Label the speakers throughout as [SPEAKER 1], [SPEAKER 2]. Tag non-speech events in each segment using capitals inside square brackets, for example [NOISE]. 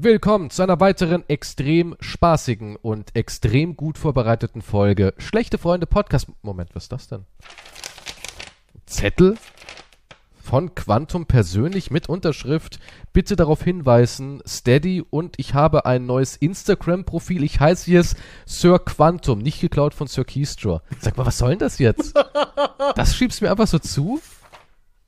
[SPEAKER 1] Willkommen zu einer weiteren extrem spaßigen und extrem gut vorbereiteten Folge Schlechte Freunde Podcast. Moment, was ist das denn? Zettel von Quantum persönlich mit Unterschrift. Bitte darauf hinweisen, Steady und ich habe ein neues Instagram-Profil. Ich heiße jetzt Sir Quantum, nicht geklaut von Sir Keystore. Sag mal, was soll denn das jetzt? Das schiebst du mir einfach so zu?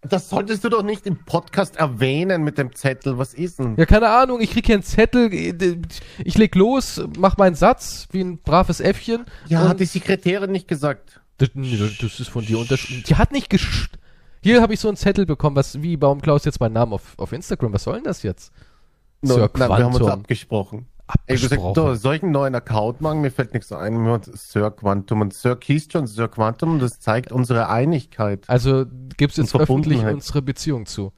[SPEAKER 2] Das solltest du doch nicht im Podcast erwähnen mit dem Zettel. Was ist denn?
[SPEAKER 1] Ja, keine Ahnung, ich krieg hier einen Zettel, äh, ich leg los, mach meinen Satz wie ein braves Äffchen.
[SPEAKER 2] Ja,
[SPEAKER 1] und
[SPEAKER 2] hat die Sekretärin nicht gesagt.
[SPEAKER 1] das, nee, das ist von dir unterschrieben. Die hat nicht gesch... Hier habe ich so einen Zettel bekommen, was wie warum Klaus jetzt meinen Namen auf, auf Instagram? Was soll denn das jetzt? Sir
[SPEAKER 2] nein, wir haben uns
[SPEAKER 1] Quantum.
[SPEAKER 2] abgesprochen. Ey, du
[SPEAKER 1] Abgesprochen.
[SPEAKER 2] sagst, du, soll ich einen neuen Account machen? Mir fällt nichts ein. Wir haben uns Sir Quantum und Sir Keystone, Sir Quantum, das zeigt unsere Einigkeit.
[SPEAKER 1] also gibt's jetzt
[SPEAKER 2] Und
[SPEAKER 1] öffentlich
[SPEAKER 2] Verbundenheit.
[SPEAKER 1] unsere Beziehung zu.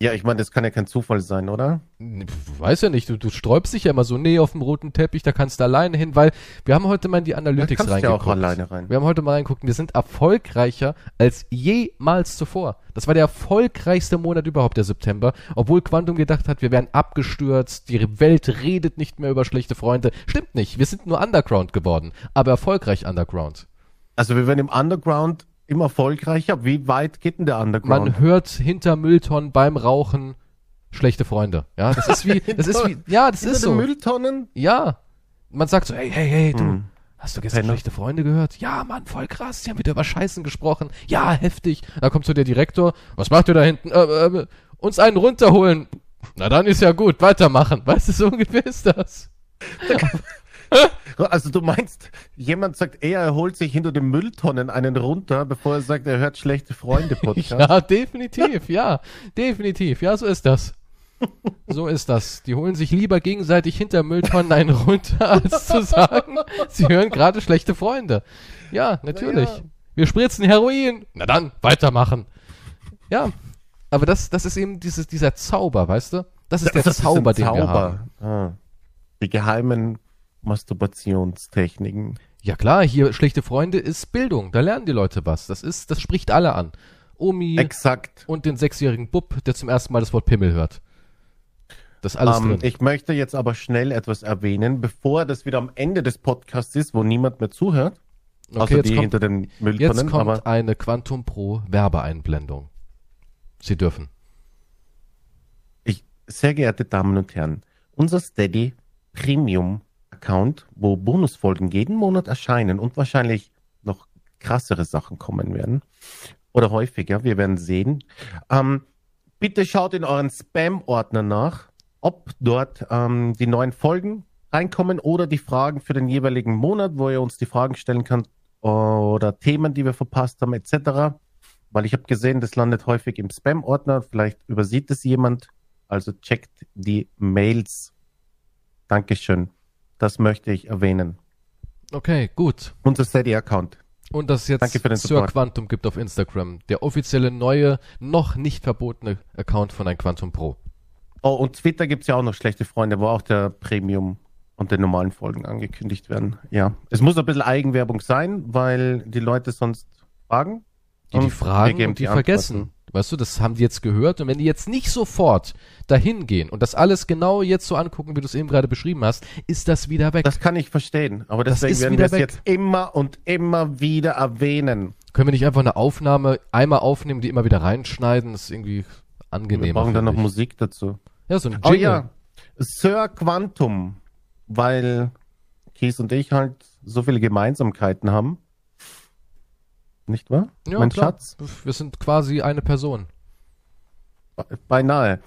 [SPEAKER 2] Ja, ich meine, das kann ja kein Zufall sein, oder?
[SPEAKER 1] Nee, pf, Weiß ja nicht, du, du sträubst dich ja immer so, nee, auf dem roten Teppich, da kannst du alleine hin, weil wir haben heute mal in die Analytics
[SPEAKER 2] kannst du ja
[SPEAKER 1] reingeguckt.
[SPEAKER 2] auch alleine rein.
[SPEAKER 1] Wir haben heute mal reingeguckt, wir sind erfolgreicher als jemals zuvor. Das war der erfolgreichste Monat überhaupt, der September, obwohl Quantum gedacht hat, wir wären abgestürzt, die Welt redet nicht mehr über schlechte Freunde. Stimmt nicht, wir sind nur Underground geworden, aber erfolgreich Underground.
[SPEAKER 2] Also wir werden im Underground immer erfolgreicher. Wie weit geht denn der Underground?
[SPEAKER 1] Man hört hinter Mülltonnen beim Rauchen schlechte Freunde. Ja, das ist
[SPEAKER 2] [LAUGHS]
[SPEAKER 1] wie, das ist wie, ja, das
[SPEAKER 2] Hinter
[SPEAKER 1] ist
[SPEAKER 2] den
[SPEAKER 1] so.
[SPEAKER 2] Mülltonnen?
[SPEAKER 1] Ja. Man sagt so, hey, hey, hey, du,
[SPEAKER 2] Hm.
[SPEAKER 1] hast du gestern
[SPEAKER 2] Penner.
[SPEAKER 1] schlechte Freunde gehört? Ja, Mann, voll krass, die haben wieder über Scheißen gesprochen. Ja, heftig. Da kommt so der Direktor, was macht ihr da hinten? Äh, äh, uns einen runterholen. Na dann ist ja gut, weitermachen. Weißt du, so ungefähr ist das.
[SPEAKER 2] Also du meinst, jemand sagt, eher er holt sich hinter den Mülltonnen einen runter, bevor er sagt, er hört schlechte Freunde Podcast.
[SPEAKER 1] Ja, definitiv, ja, definitiv, ja, so ist das. So ist das. Die holen sich lieber gegenseitig hinter Mülltonnen einen
[SPEAKER 2] [LAUGHS]
[SPEAKER 1] runter, als zu sagen, sie hören gerade schlechte Freunde. Ja, natürlich.
[SPEAKER 2] Na ja.
[SPEAKER 1] Wir spritzen Heroin. Na dann, weitermachen. Ja, aber das, das ist eben dieses, dieser Zauber, weißt du? Das ist der
[SPEAKER 2] Das ist ein
[SPEAKER 1] Zauber, den wir haben.
[SPEAKER 2] Ah. Die geheimen Masturbationstechniken.
[SPEAKER 1] Ja klar, hier schlechte Freunde ist Bildung. Da lernen die Leute was. Das ist, das spricht alle an. Omi,
[SPEAKER 2] Exakt.
[SPEAKER 1] und den sechsjährigen Bub, der zum ersten Mal das Wort Pimmel hört. Das ist alles
[SPEAKER 2] Ähm,
[SPEAKER 1] drin.
[SPEAKER 2] ich möchte jetzt aber schnell etwas erwähnen, bevor das wieder am Ende des Podcasts ist, wo niemand mehr zuhört.
[SPEAKER 1] okay,
[SPEAKER 2] außer die
[SPEAKER 1] jetzt kommt,
[SPEAKER 2] hinter den
[SPEAKER 1] jetzt
[SPEAKER 2] Mülltonnen.
[SPEAKER 1] kommt
[SPEAKER 2] Aber
[SPEAKER 1] eine Quantum Pro Werbeeinblendung. Sie dürfen.
[SPEAKER 2] ich, sehr geehrte Damen und Herren, unser Steady Premium Account, wo Bonusfolgen jeden Monat erscheinen und wahrscheinlich noch krassere Sachen kommen werden. Oder häufiger, wir werden sehen. Ähm, bitte schaut in euren Spam-Ordner nach, ob dort ähm, die neuen Folgen reinkommen oder die Fragen für den jeweiligen Monat, wo ihr uns die Fragen stellen könnt oder Themen, die wir verpasst haben, etc. Weil ich habe gesehen, das landet häufig im Spam-Ordner. Vielleicht übersieht es jemand. Also checkt die Mails. Dankeschön. Das möchte ich erwähnen.
[SPEAKER 1] Okay, gut.
[SPEAKER 2] Unser Steady-Account.
[SPEAKER 1] Und dass es jetzt
[SPEAKER 2] Danke für den
[SPEAKER 1] Sir
[SPEAKER 2] Support.
[SPEAKER 1] Quantum gibt auf Instagram. Der offizielle neue, noch nicht verbotene Account von ein Quantum Pro.
[SPEAKER 2] Oh, und Twitter gibt's ja auch noch schlechte Freunde, wo auch der Premium und die normalen Folgen angekündigt werden. Ja. Es muss ein bisschen Eigenwerbung sein, weil die Leute sonst fragen.
[SPEAKER 1] Die, die
[SPEAKER 2] und wir
[SPEAKER 1] fragen
[SPEAKER 2] geben
[SPEAKER 1] und die,
[SPEAKER 2] Antworten.
[SPEAKER 1] vergessen. Weißt du, das haben die jetzt gehört. Und wenn die jetzt nicht sofort dahin gehen und das alles genau jetzt so angucken, wie du es eben gerade beschrieben hast, ist das wieder weg.
[SPEAKER 2] Das kann ich verstehen, aber
[SPEAKER 1] Das
[SPEAKER 2] deswegen
[SPEAKER 1] ist
[SPEAKER 2] werden
[SPEAKER 1] wieder
[SPEAKER 2] wir es
[SPEAKER 1] weg.
[SPEAKER 2] jetzt immer und immer wieder erwähnen.
[SPEAKER 1] Können wir nicht einfach eine Aufnahme einmal aufnehmen, die immer wieder reinschneiden? Das ist irgendwie angenehmer.
[SPEAKER 2] Wir brauchen dann noch
[SPEAKER 1] finde ich.
[SPEAKER 2] Musik dazu.
[SPEAKER 1] Ja, so ein
[SPEAKER 2] Oh
[SPEAKER 1] Jingle.
[SPEAKER 2] ja, Sir Quantum, weil Kies und ich halt so viele Gemeinsamkeiten haben. Nicht wahr?
[SPEAKER 1] Ja,
[SPEAKER 2] mein
[SPEAKER 1] klar.
[SPEAKER 2] Schatz?
[SPEAKER 1] Wir sind quasi eine Person.
[SPEAKER 2] Be- Beinahe.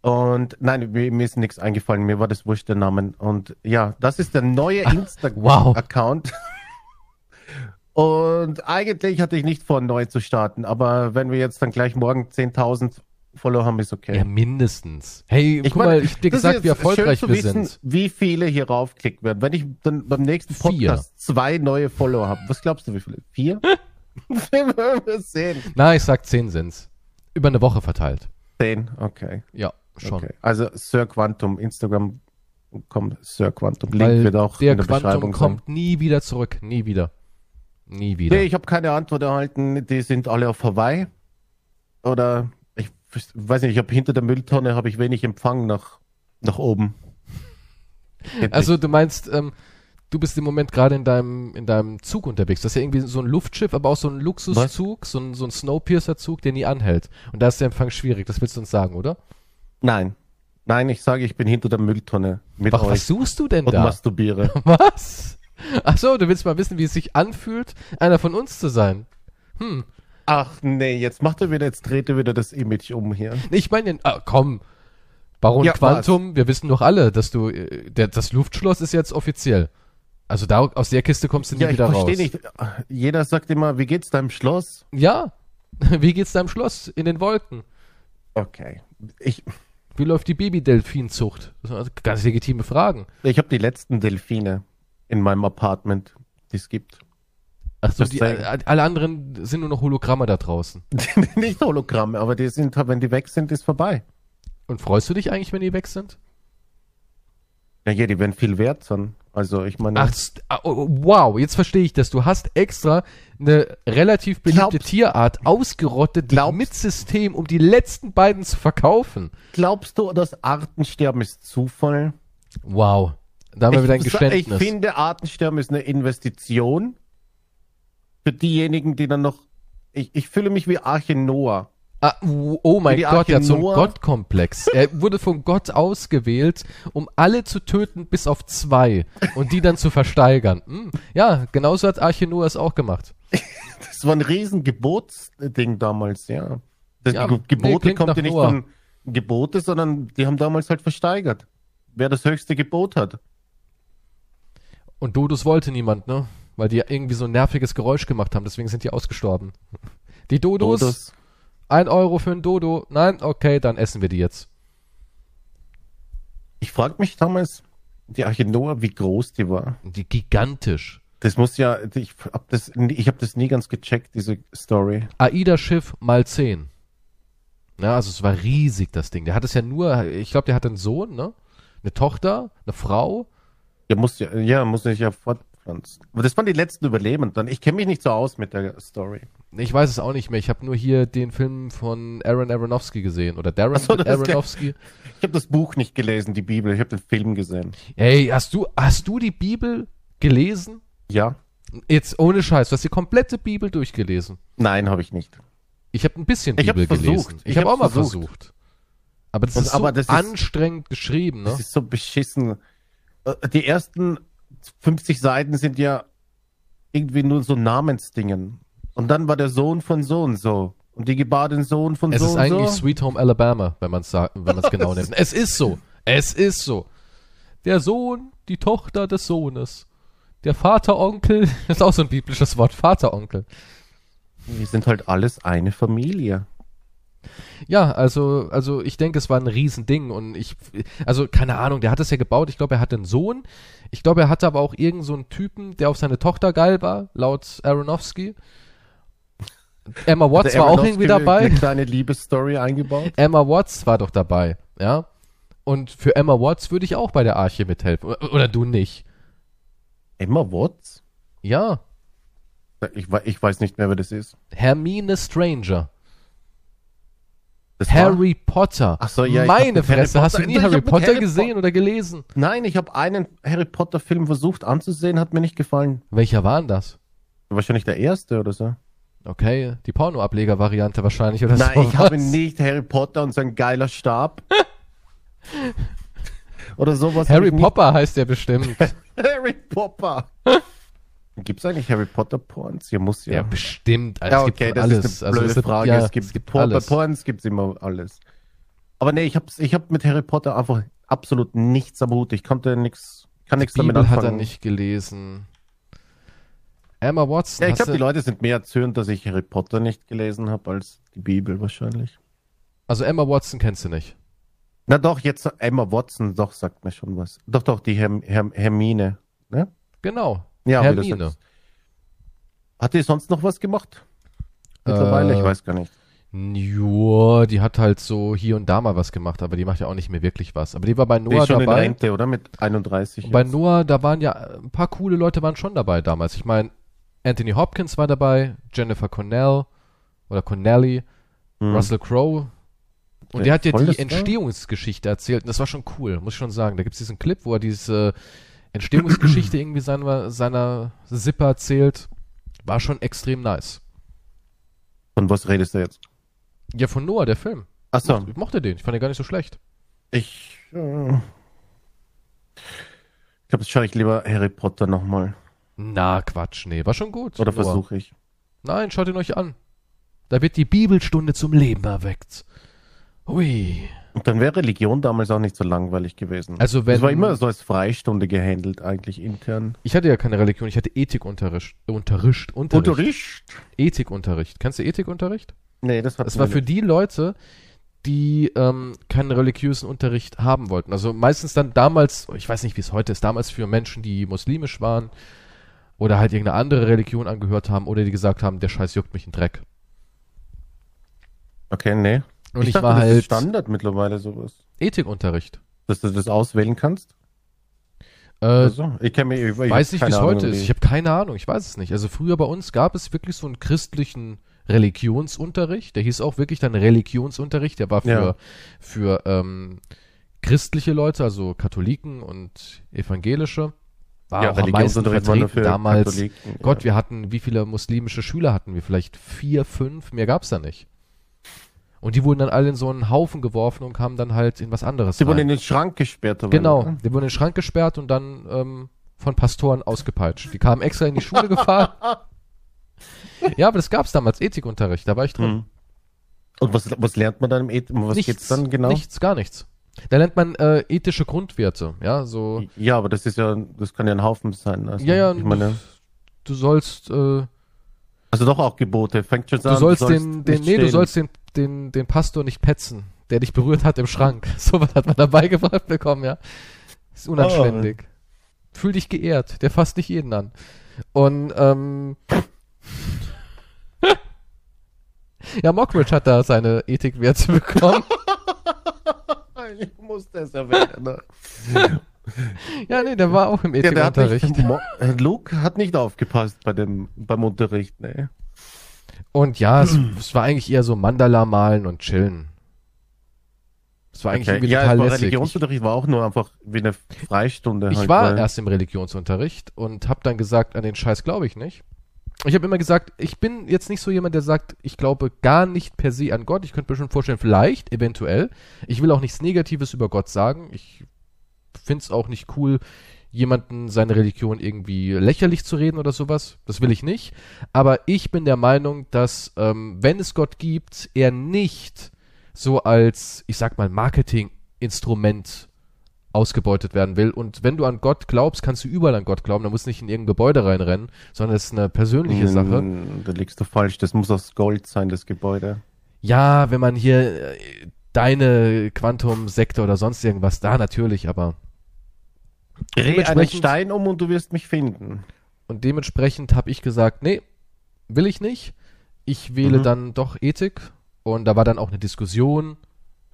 [SPEAKER 2] Und nein, mir, mir ist nichts eingefallen. Mir war das wurscht, der Name. Und ja, das ist der neue
[SPEAKER 1] [LAUGHS] wow.
[SPEAKER 2] Instagram-Account. [LAUGHS] Und eigentlich hatte ich nicht vor, neu zu starten. Aber wenn wir jetzt dann gleich morgen 10.000 Follower haben, ist okay.
[SPEAKER 1] Ja, mindestens. Hey, guck
[SPEAKER 2] meine,
[SPEAKER 1] mal, ich hab dir
[SPEAKER 2] das ist
[SPEAKER 1] gesagt, wie
[SPEAKER 2] jetzt
[SPEAKER 1] erfolgreich
[SPEAKER 2] schön zu
[SPEAKER 1] wir
[SPEAKER 2] wissen,
[SPEAKER 1] sind.
[SPEAKER 2] Wie viele hier raufklickt werden. Wenn ich dann beim nächsten
[SPEAKER 1] Vier.
[SPEAKER 2] Podcast zwei neue Follower habe, was glaubst du, wie viele? Vier? wir werden wir sehen.
[SPEAKER 1] Na, ich sag zehn sind's. Über eine Woche verteilt.
[SPEAKER 2] Zehn, okay.
[SPEAKER 1] Ja, schon.
[SPEAKER 2] okay. Also Sir Quantum, Instagram kommt Sir Quantum. Link
[SPEAKER 1] Weil
[SPEAKER 2] wird auch
[SPEAKER 1] der
[SPEAKER 2] in der
[SPEAKER 1] Quantum
[SPEAKER 2] Beschreibung kommt.
[SPEAKER 1] kommt nie wieder zurück. Nie wieder. Nie wieder.
[SPEAKER 2] Nee, ich habe keine Antwort erhalten. Die sind alle auf Hawaii. Oder ich weiß nicht, ich habe hinter der Mülltonne habe ich wenig Empfang nach,
[SPEAKER 1] [LAUGHS]
[SPEAKER 2] nach oben.
[SPEAKER 1] Also du meinst, ähm, du bist im Moment gerade in deinem, in deinem Zug unterwegs. Das ist ja irgendwie so ein Luftschiff, aber auch so ein Luxuszug, so ein, so ein Snowpiercer-Zug, der nie anhält. Und da ist der Empfang schwierig, das willst du uns sagen, oder?
[SPEAKER 2] Nein. Nein, ich sage, ich bin hinter der Mülltonne mit
[SPEAKER 1] Ach, was
[SPEAKER 2] euch
[SPEAKER 1] suchst du denn
[SPEAKER 2] Genau,
[SPEAKER 1] da?
[SPEAKER 2] und masturbiere.
[SPEAKER 1] [LAUGHS] Was? Ach so, du willst mal wissen, wie es sich anfühlt, einer von uns zu sein. Hm.
[SPEAKER 2] Ach nee, jetzt macht er wieder, jetzt dreht er wieder das Image um hier.
[SPEAKER 1] Nee, Ich meine, ah, komm. Baron
[SPEAKER 2] Ja,
[SPEAKER 1] Quantum, wir wissen doch alle, dass du, äh, der, das Luftschloss ist jetzt offiziell. Also da, aus der Kiste kommst du nie
[SPEAKER 2] Ja, ich
[SPEAKER 1] wieder raus.
[SPEAKER 2] verstehe nicht. Jeder sagt immer, wie geht's deinem Schloss?
[SPEAKER 1] Ja. [LAUGHS] Wie geht's deinem Schloss? In den Wolken.
[SPEAKER 2] Okay. Ich,
[SPEAKER 1] Wie läuft die Babydelfinzucht? Das sind also ganz legitime Fragen.
[SPEAKER 2] ich habe die letzten Delfine in meinem Apartment, die es gibt. [LAUGHS]
[SPEAKER 1] Ach so,
[SPEAKER 2] Das
[SPEAKER 1] die,
[SPEAKER 2] sei-
[SPEAKER 1] a- alle anderen sind nur noch Hologramme da draußen.
[SPEAKER 2] nicht Hologramme, aber die sind, wenn die weg sind, ist vorbei.
[SPEAKER 1] Und freust du dich eigentlich, wenn die weg sind?
[SPEAKER 2] Ja, ja, die werden viel wert sein. Also ich meine,
[SPEAKER 1] Ach, s- ah, oh, oh, wow, jetzt verstehe ich das. Du hast extra eine relativ beliebte
[SPEAKER 2] Glaubst-
[SPEAKER 1] Tierart ausgerottet
[SPEAKER 2] Glaubst-
[SPEAKER 1] mit System, um die letzten beiden zu verkaufen.
[SPEAKER 2] glaubst du, das Artensterben ist Zufall?
[SPEAKER 1] Wow. Da haben wir wieder ein
[SPEAKER 2] ich,
[SPEAKER 1] Geständnis.
[SPEAKER 2] Ich finde, Artensterben ist eine Investition für diejenigen, die dann noch. Ich, ich fühle mich wie Arche Noah.
[SPEAKER 1] ah, w- oh mein
[SPEAKER 2] die
[SPEAKER 1] Gott, er hat so einen
[SPEAKER 2] Arche Noah.
[SPEAKER 1] Gottkomplex. Er wurde von Gott ausgewählt, um alle zu töten bis auf zwei und die dann zu versteigern. Hm. Ja, genauso hat Arche Noah es auch gemacht.
[SPEAKER 2] Das war ein riesen Gebotsding damals, ja. Das
[SPEAKER 1] Ja,
[SPEAKER 2] Ge-
[SPEAKER 1] nee,
[SPEAKER 2] Gebote
[SPEAKER 1] klingt nach
[SPEAKER 2] kommt ja nicht
[SPEAKER 1] Noah.
[SPEAKER 2] von Gebote, sondern die haben damals halt versteigert. Wer das höchste Gebot hat.
[SPEAKER 1] Und Dodos wollte niemand, ne? Weil die irgendwie so ein nerviges Geräusch gemacht haben, deswegen sind die ausgestorben. Die Dodos,
[SPEAKER 2] Todes.
[SPEAKER 1] ein Euro für ein Dodo. Nein, okay, dann essen wir die jetzt.
[SPEAKER 2] Ich frage mich damals, die Arche Noah, wie groß die war.
[SPEAKER 1] Die gigantisch.
[SPEAKER 2] Das muss ja, ich habe das, ich hab das nie ganz gecheckt, diese Story.
[SPEAKER 1] AIDA-Schiff mal 10. Ja, also es war riesig, das Ding. Der hat es ja nur, ich glaube, der hatte einen Sohn, ne? Eine Tochter, eine Frau.
[SPEAKER 2] Der muss ja, ja, muss sich ja fortpflanzen. Aber das waren die letzten Überlebenden. Dann, ich kenne mich nicht so aus mit der Story.
[SPEAKER 1] Ich weiß es auch nicht mehr. Ich habe nur hier den Film von Aaron Aronofsky gesehen. Oder Darren
[SPEAKER 2] Ach so, das ist geil.
[SPEAKER 1] Aronofsky.
[SPEAKER 2] Ich habe das Buch nicht gelesen, die Bibel. Ich habe den Film gesehen.
[SPEAKER 1] Ey, hast du, hast du die Bibel gelesen?
[SPEAKER 2] Ja?
[SPEAKER 1] Jetzt ohne Scheiß, du hast die komplette Bibel durchgelesen.
[SPEAKER 2] Nein, habe ich nicht.
[SPEAKER 1] Ich habe ein bisschen
[SPEAKER 2] Ich
[SPEAKER 1] Bibel
[SPEAKER 2] hab's versucht.
[SPEAKER 1] gelesen.
[SPEAKER 2] Ich
[SPEAKER 1] Ich habe auch
[SPEAKER 2] hab's
[SPEAKER 1] mal versucht.
[SPEAKER 2] versucht.
[SPEAKER 1] Aber das
[SPEAKER 2] Und
[SPEAKER 1] ist
[SPEAKER 2] aber
[SPEAKER 1] so
[SPEAKER 2] das ist-
[SPEAKER 1] anstrengend geschrieben, ne?
[SPEAKER 2] Das ist so beschissen. Äh, Die ersten 50 Seiten sind ja irgendwie nur so Namensdingen. Und dann war der Sohn von so und so. Und die gebar den Sohn von
[SPEAKER 1] Es
[SPEAKER 2] so
[SPEAKER 1] ist
[SPEAKER 2] und
[SPEAKER 1] eigentlich
[SPEAKER 2] so.
[SPEAKER 1] Sweet Home Alabama, wenn man es wenn man's genau nimmt. Es ist so. Es ist so. Der Sohn, die Tochter des Sohnes. Der Vater, Onkel, [LAUGHS] das ist auch so ein biblisches Wort, Vater, Onkel.
[SPEAKER 2] Wir sind halt alles eine Familie.
[SPEAKER 1] Ja, also, also ich denke, es war ein Riesending und ich, also keine Ahnung, der hat es ja gebaut. Ich glaube, er hatte einen Sohn. Ich glaube, er hatte aber auch irgend so einen Typen, der auf seine Tochter geil war, laut Aronofsky. Emma Watts
[SPEAKER 2] Der
[SPEAKER 1] war auch
[SPEAKER 2] Aronofsky
[SPEAKER 1] irgendwie
[SPEAKER 2] hat
[SPEAKER 1] dabei.
[SPEAKER 2] Eine kleine Liebesstory eingebaut.
[SPEAKER 1] Emma Watts war doch dabei, ja? Und für Emma Watts würde ich auch bei der Arche mithelfen. O- Oder du nicht.
[SPEAKER 2] Emma Watts?
[SPEAKER 1] Ja.
[SPEAKER 2] Ich, wei- ich weiß nicht mehr, wer das ist.
[SPEAKER 1] Hermine Stranger.
[SPEAKER 2] Das war-
[SPEAKER 1] Harry Potter.
[SPEAKER 2] Ach so, ja, ich hab
[SPEAKER 1] Meine
[SPEAKER 2] mit Harry
[SPEAKER 1] Fresse, hast du
[SPEAKER 2] Potter-
[SPEAKER 1] nie
[SPEAKER 2] Ich hab
[SPEAKER 1] Harry
[SPEAKER 2] mit
[SPEAKER 1] Potter
[SPEAKER 2] Harry
[SPEAKER 1] gesehen
[SPEAKER 2] Pot-
[SPEAKER 1] oder gelesen?
[SPEAKER 2] Nein, ich habe einen Harry Potter Film versucht anzusehen, hat mir nicht gefallen.
[SPEAKER 1] Welcher war denn das?
[SPEAKER 2] Wahrscheinlich der erste oder so.
[SPEAKER 1] Okay, die Porno-Ableger-Variante wahrscheinlich oder
[SPEAKER 2] Nein,
[SPEAKER 1] sowas.
[SPEAKER 2] ich habe nicht Harry Potter und sein geiler
[SPEAKER 1] [LAUGHS]
[SPEAKER 2] Stab. oder sowas. hab
[SPEAKER 1] Harry
[SPEAKER 2] ich nicht-
[SPEAKER 1] Popper heißt der bestimmt.
[SPEAKER 2] [LAUGHS] Harry Popper. Gibt's eigentlich Harry Potter Porns? Hier muss ja.
[SPEAKER 1] Ja, bestimmt. Also, es gibt von
[SPEAKER 2] ist eine
[SPEAKER 1] Also,
[SPEAKER 2] blöde
[SPEAKER 1] es gibt-
[SPEAKER 2] Frage.
[SPEAKER 1] ja,
[SPEAKER 2] es gibt, Por bei Porns gibt's immer alles. Aber nee, ich hab's, ich hab mit Harry Potter einfach absolut nichts am Hut. Ich konnte nix, kann nichts damit
[SPEAKER 1] Bibel
[SPEAKER 2] anfangen.
[SPEAKER 1] hat er nicht gelesen. Emma Watson.
[SPEAKER 2] Ja, ich
[SPEAKER 1] hast
[SPEAKER 2] glaube,
[SPEAKER 1] du-
[SPEAKER 2] die Leute sind mehr erzürnt, dass ich Harry Potter nicht gelesen habe, als die Bibel wahrscheinlich.
[SPEAKER 1] also Emma Watson kennst du nicht.
[SPEAKER 2] Na doch, jetzt Emma Watson, doch, sagt mir schon was. Doch, doch, die Herm Herm Hermine. Ne?
[SPEAKER 1] Genau.
[SPEAKER 2] Ja, wie das
[SPEAKER 1] Hermine.
[SPEAKER 2] jetzt- Hat die sonst noch was gemacht? Mittlerweile,
[SPEAKER 1] Äh,
[SPEAKER 2] ich weiß gar nicht.
[SPEAKER 1] Joa, die hat halt so hier und da mal was gemacht, aber die macht ja auch nicht mehr wirklich was. Aber die war bei
[SPEAKER 2] Die
[SPEAKER 1] Noah
[SPEAKER 2] ist schon in
[SPEAKER 1] dabei.
[SPEAKER 2] Rente, oder? Mit 31.
[SPEAKER 1] Und bei
[SPEAKER 2] jetzt.
[SPEAKER 1] Noah, da waren ja äh, ein paar coole Leute waren schon dabei damals. Ich meine, Anthony Hopkins war dabei, Jennifer Connell oder Connelly,
[SPEAKER 2] Hm.
[SPEAKER 1] Russell Crowe, Und
[SPEAKER 2] Ja,
[SPEAKER 1] der hat ja
[SPEAKER 2] voll
[SPEAKER 1] die
[SPEAKER 2] das war.
[SPEAKER 1] Entstehungsgeschichte erzählt. Und das war schon cool, muss ich schon sagen. Da gibt's diesen Clip, wo er diese äh,
[SPEAKER 2] [CLEARS THROAT]
[SPEAKER 1] Entstehungsgeschichte irgendwie seiner, seiner Sippe erzählt. War schon extrem nice.
[SPEAKER 2] Von was redest du jetzt?
[SPEAKER 1] Ja, von Noah, der Film.
[SPEAKER 2] Achso,
[SPEAKER 1] Ich mochte den. Ich fand den gar nicht so schlecht.
[SPEAKER 2] ich. Äh, ich glaube, das schaue ich lieber Harry Potter nochmal.
[SPEAKER 1] Na, Quatsch, nee. War schon gut.
[SPEAKER 2] Oder
[SPEAKER 1] Noah.
[SPEAKER 2] versuche ich.
[SPEAKER 1] Nein, schaut ihn euch an. Da wird die Bibelstunde zum Leben erweckt. Hui.
[SPEAKER 2] Und dann wäre Religion damals auch nicht so langweilig gewesen.
[SPEAKER 1] Also wenn-
[SPEAKER 2] das war immer so als Freistunde gehandelt, eigentlich intern.
[SPEAKER 1] Ich hatte ja keine Religion, ich hatte Ethikunterricht. Unterricht, Unterricht.
[SPEAKER 2] Unterricht?
[SPEAKER 1] Ethikunterricht. Kennst du Ethikunterricht?
[SPEAKER 2] Nee, das war,
[SPEAKER 1] Das war für die Leute, die ähm, keinen religiösen Unterricht haben wollten. Also meistens dann damals, ich weiß nicht, wie es heute ist, damals für Menschen, die muslimisch waren oder halt irgendeine andere Religion angehört haben oder die gesagt haben, der Scheiß juckt mich in Dreck.
[SPEAKER 2] Okay, nee.
[SPEAKER 1] Und ich,
[SPEAKER 2] dachte,
[SPEAKER 1] war
[SPEAKER 2] das ist
[SPEAKER 1] halt
[SPEAKER 2] Standard mittlerweile sowas.
[SPEAKER 1] Ethikunterricht.
[SPEAKER 2] Dass du das auswählen kannst?
[SPEAKER 1] Äh,
[SPEAKER 2] also, ich kenne mich. Ich, ich
[SPEAKER 1] weiß nicht, wie
[SPEAKER 2] keine
[SPEAKER 1] es
[SPEAKER 2] Ahnung,
[SPEAKER 1] heute ist. Ich habe keine Ahnung, ich weiß es nicht. Also früher bei uns gab es wirklich so einen christlichen Religionsunterricht. Der hieß auch wirklich dann Religionsunterricht. Der war für,
[SPEAKER 2] Ja.
[SPEAKER 1] für ähm, christliche Leute, also Katholiken und Evangelische. War
[SPEAKER 2] ja,
[SPEAKER 1] auch am meisten
[SPEAKER 2] Religionsunterricht war nur
[SPEAKER 1] vertreten
[SPEAKER 2] für
[SPEAKER 1] damals.
[SPEAKER 2] Katholiken.
[SPEAKER 1] Gott,
[SPEAKER 2] ja.
[SPEAKER 1] wir hatten, wie viele muslimische Schüler hatten wir? Vielleicht vier, fünf, mehr gab's da nicht. Und die wurden dann alle in so einen Haufen geworfen und kamen dann halt in was anderes.
[SPEAKER 2] Sie wurden
[SPEAKER 1] rein.
[SPEAKER 2] in den Schrank gesperrt. aber-
[SPEAKER 1] Genau, die wurden in den Schrank gesperrt und dann ähm, von Pastoren ausgepeitscht. Die kamen extra in die Schule
[SPEAKER 2] [LAUGHS]
[SPEAKER 1] gefahren. ja, aber das gab's damals, Ethikunterricht, da war ich drin.
[SPEAKER 2] Mhm. Und was, was lernt man dann im Eth um Was geht's dann genau?
[SPEAKER 1] Nichts, gar nichts. Da lernt man äh, ethische Grundwerte, ja, so,
[SPEAKER 2] Ja, aber das ist ja, das kann ja ein Haufen sein. Also,
[SPEAKER 1] ja, ja,
[SPEAKER 2] Ich meine,
[SPEAKER 1] du sollst, äh, du
[SPEAKER 2] also doch auch Gebote. Fängt schon an.
[SPEAKER 1] sollst den, den
[SPEAKER 2] nicht
[SPEAKER 1] nee, du
[SPEAKER 2] stehlen.
[SPEAKER 1] sollst den, den, den Pastor nicht petzen, der dich berührt hat im Schrank. [LAUGHS] So was hat man dabei gebracht bekommen, ja. Ist unanständig.
[SPEAKER 2] Oh.
[SPEAKER 1] Fühl dich geehrt, der fasst nicht jeden an. Und, ähm, [LAUGHS] ja, Mockridge hat da seine Ethikwerte
[SPEAKER 2] [LAUGHS]
[SPEAKER 1] bekommen.
[SPEAKER 2] Ich muss das erwähnen. ne?
[SPEAKER 1] ja, nee, der war auch im
[SPEAKER 2] ja, der hat
[SPEAKER 1] Ethikunterricht.
[SPEAKER 2] nicht, Mo- äh, Luke hat nicht aufgepasst bei dem, beim Unterricht, ne?
[SPEAKER 1] Und ja,
[SPEAKER 2] [CLEARS THROAT]
[SPEAKER 1] es, es war eigentlich eher so Mandala malen und chillen. Es war eigentlich
[SPEAKER 2] Okay.
[SPEAKER 1] irgendwie
[SPEAKER 2] Ja,
[SPEAKER 1] total
[SPEAKER 2] aber
[SPEAKER 1] lässig. Ich,
[SPEAKER 2] Religionsunterricht war auch nur einfach wie eine Freistunde.
[SPEAKER 1] ich
[SPEAKER 2] halt,
[SPEAKER 1] war
[SPEAKER 2] weil-
[SPEAKER 1] erst im Religionsunterricht und habe dann gesagt, an den Scheiß glaube ich nicht. Ich habe immer gesagt, ich bin jetzt nicht so jemand, der sagt, ich glaube gar nicht per se an Gott. Ich könnte mir schon vorstellen, vielleicht, eventuell. Ich will auch nichts Negatives über Gott sagen. Ich finde es auch nicht cool, jemanden seine Religion irgendwie lächerlich zu reden oder sowas. Das will ich nicht. Aber ich bin der Meinung, dass ähm, wenn es Gott gibt, er nicht so als, ich sag mal, Marketinginstrument ausgebeutet werden will. Und wenn du an Gott glaubst, kannst du überall an Gott glauben. Da musst du nicht in irgendein Gebäude reinrennen, sondern es ist eine persönliche Sache.
[SPEAKER 2] Mm, Da liegst du falsch. Das muss aus Gold sein, das Gebäude.
[SPEAKER 1] Ja, wenn man hier äh, deine Quantum-Sekte oder sonst irgendwas, da natürlich, aber
[SPEAKER 2] Dreh einen
[SPEAKER 1] Dementsprechend-
[SPEAKER 2] Stein um und du wirst mich finden.
[SPEAKER 1] Und dementsprechend habe ich gesagt, nee, will ich nicht. Ich wähle
[SPEAKER 2] Mhm.
[SPEAKER 1] dann doch Ethik. Und da war dann auch eine Diskussion.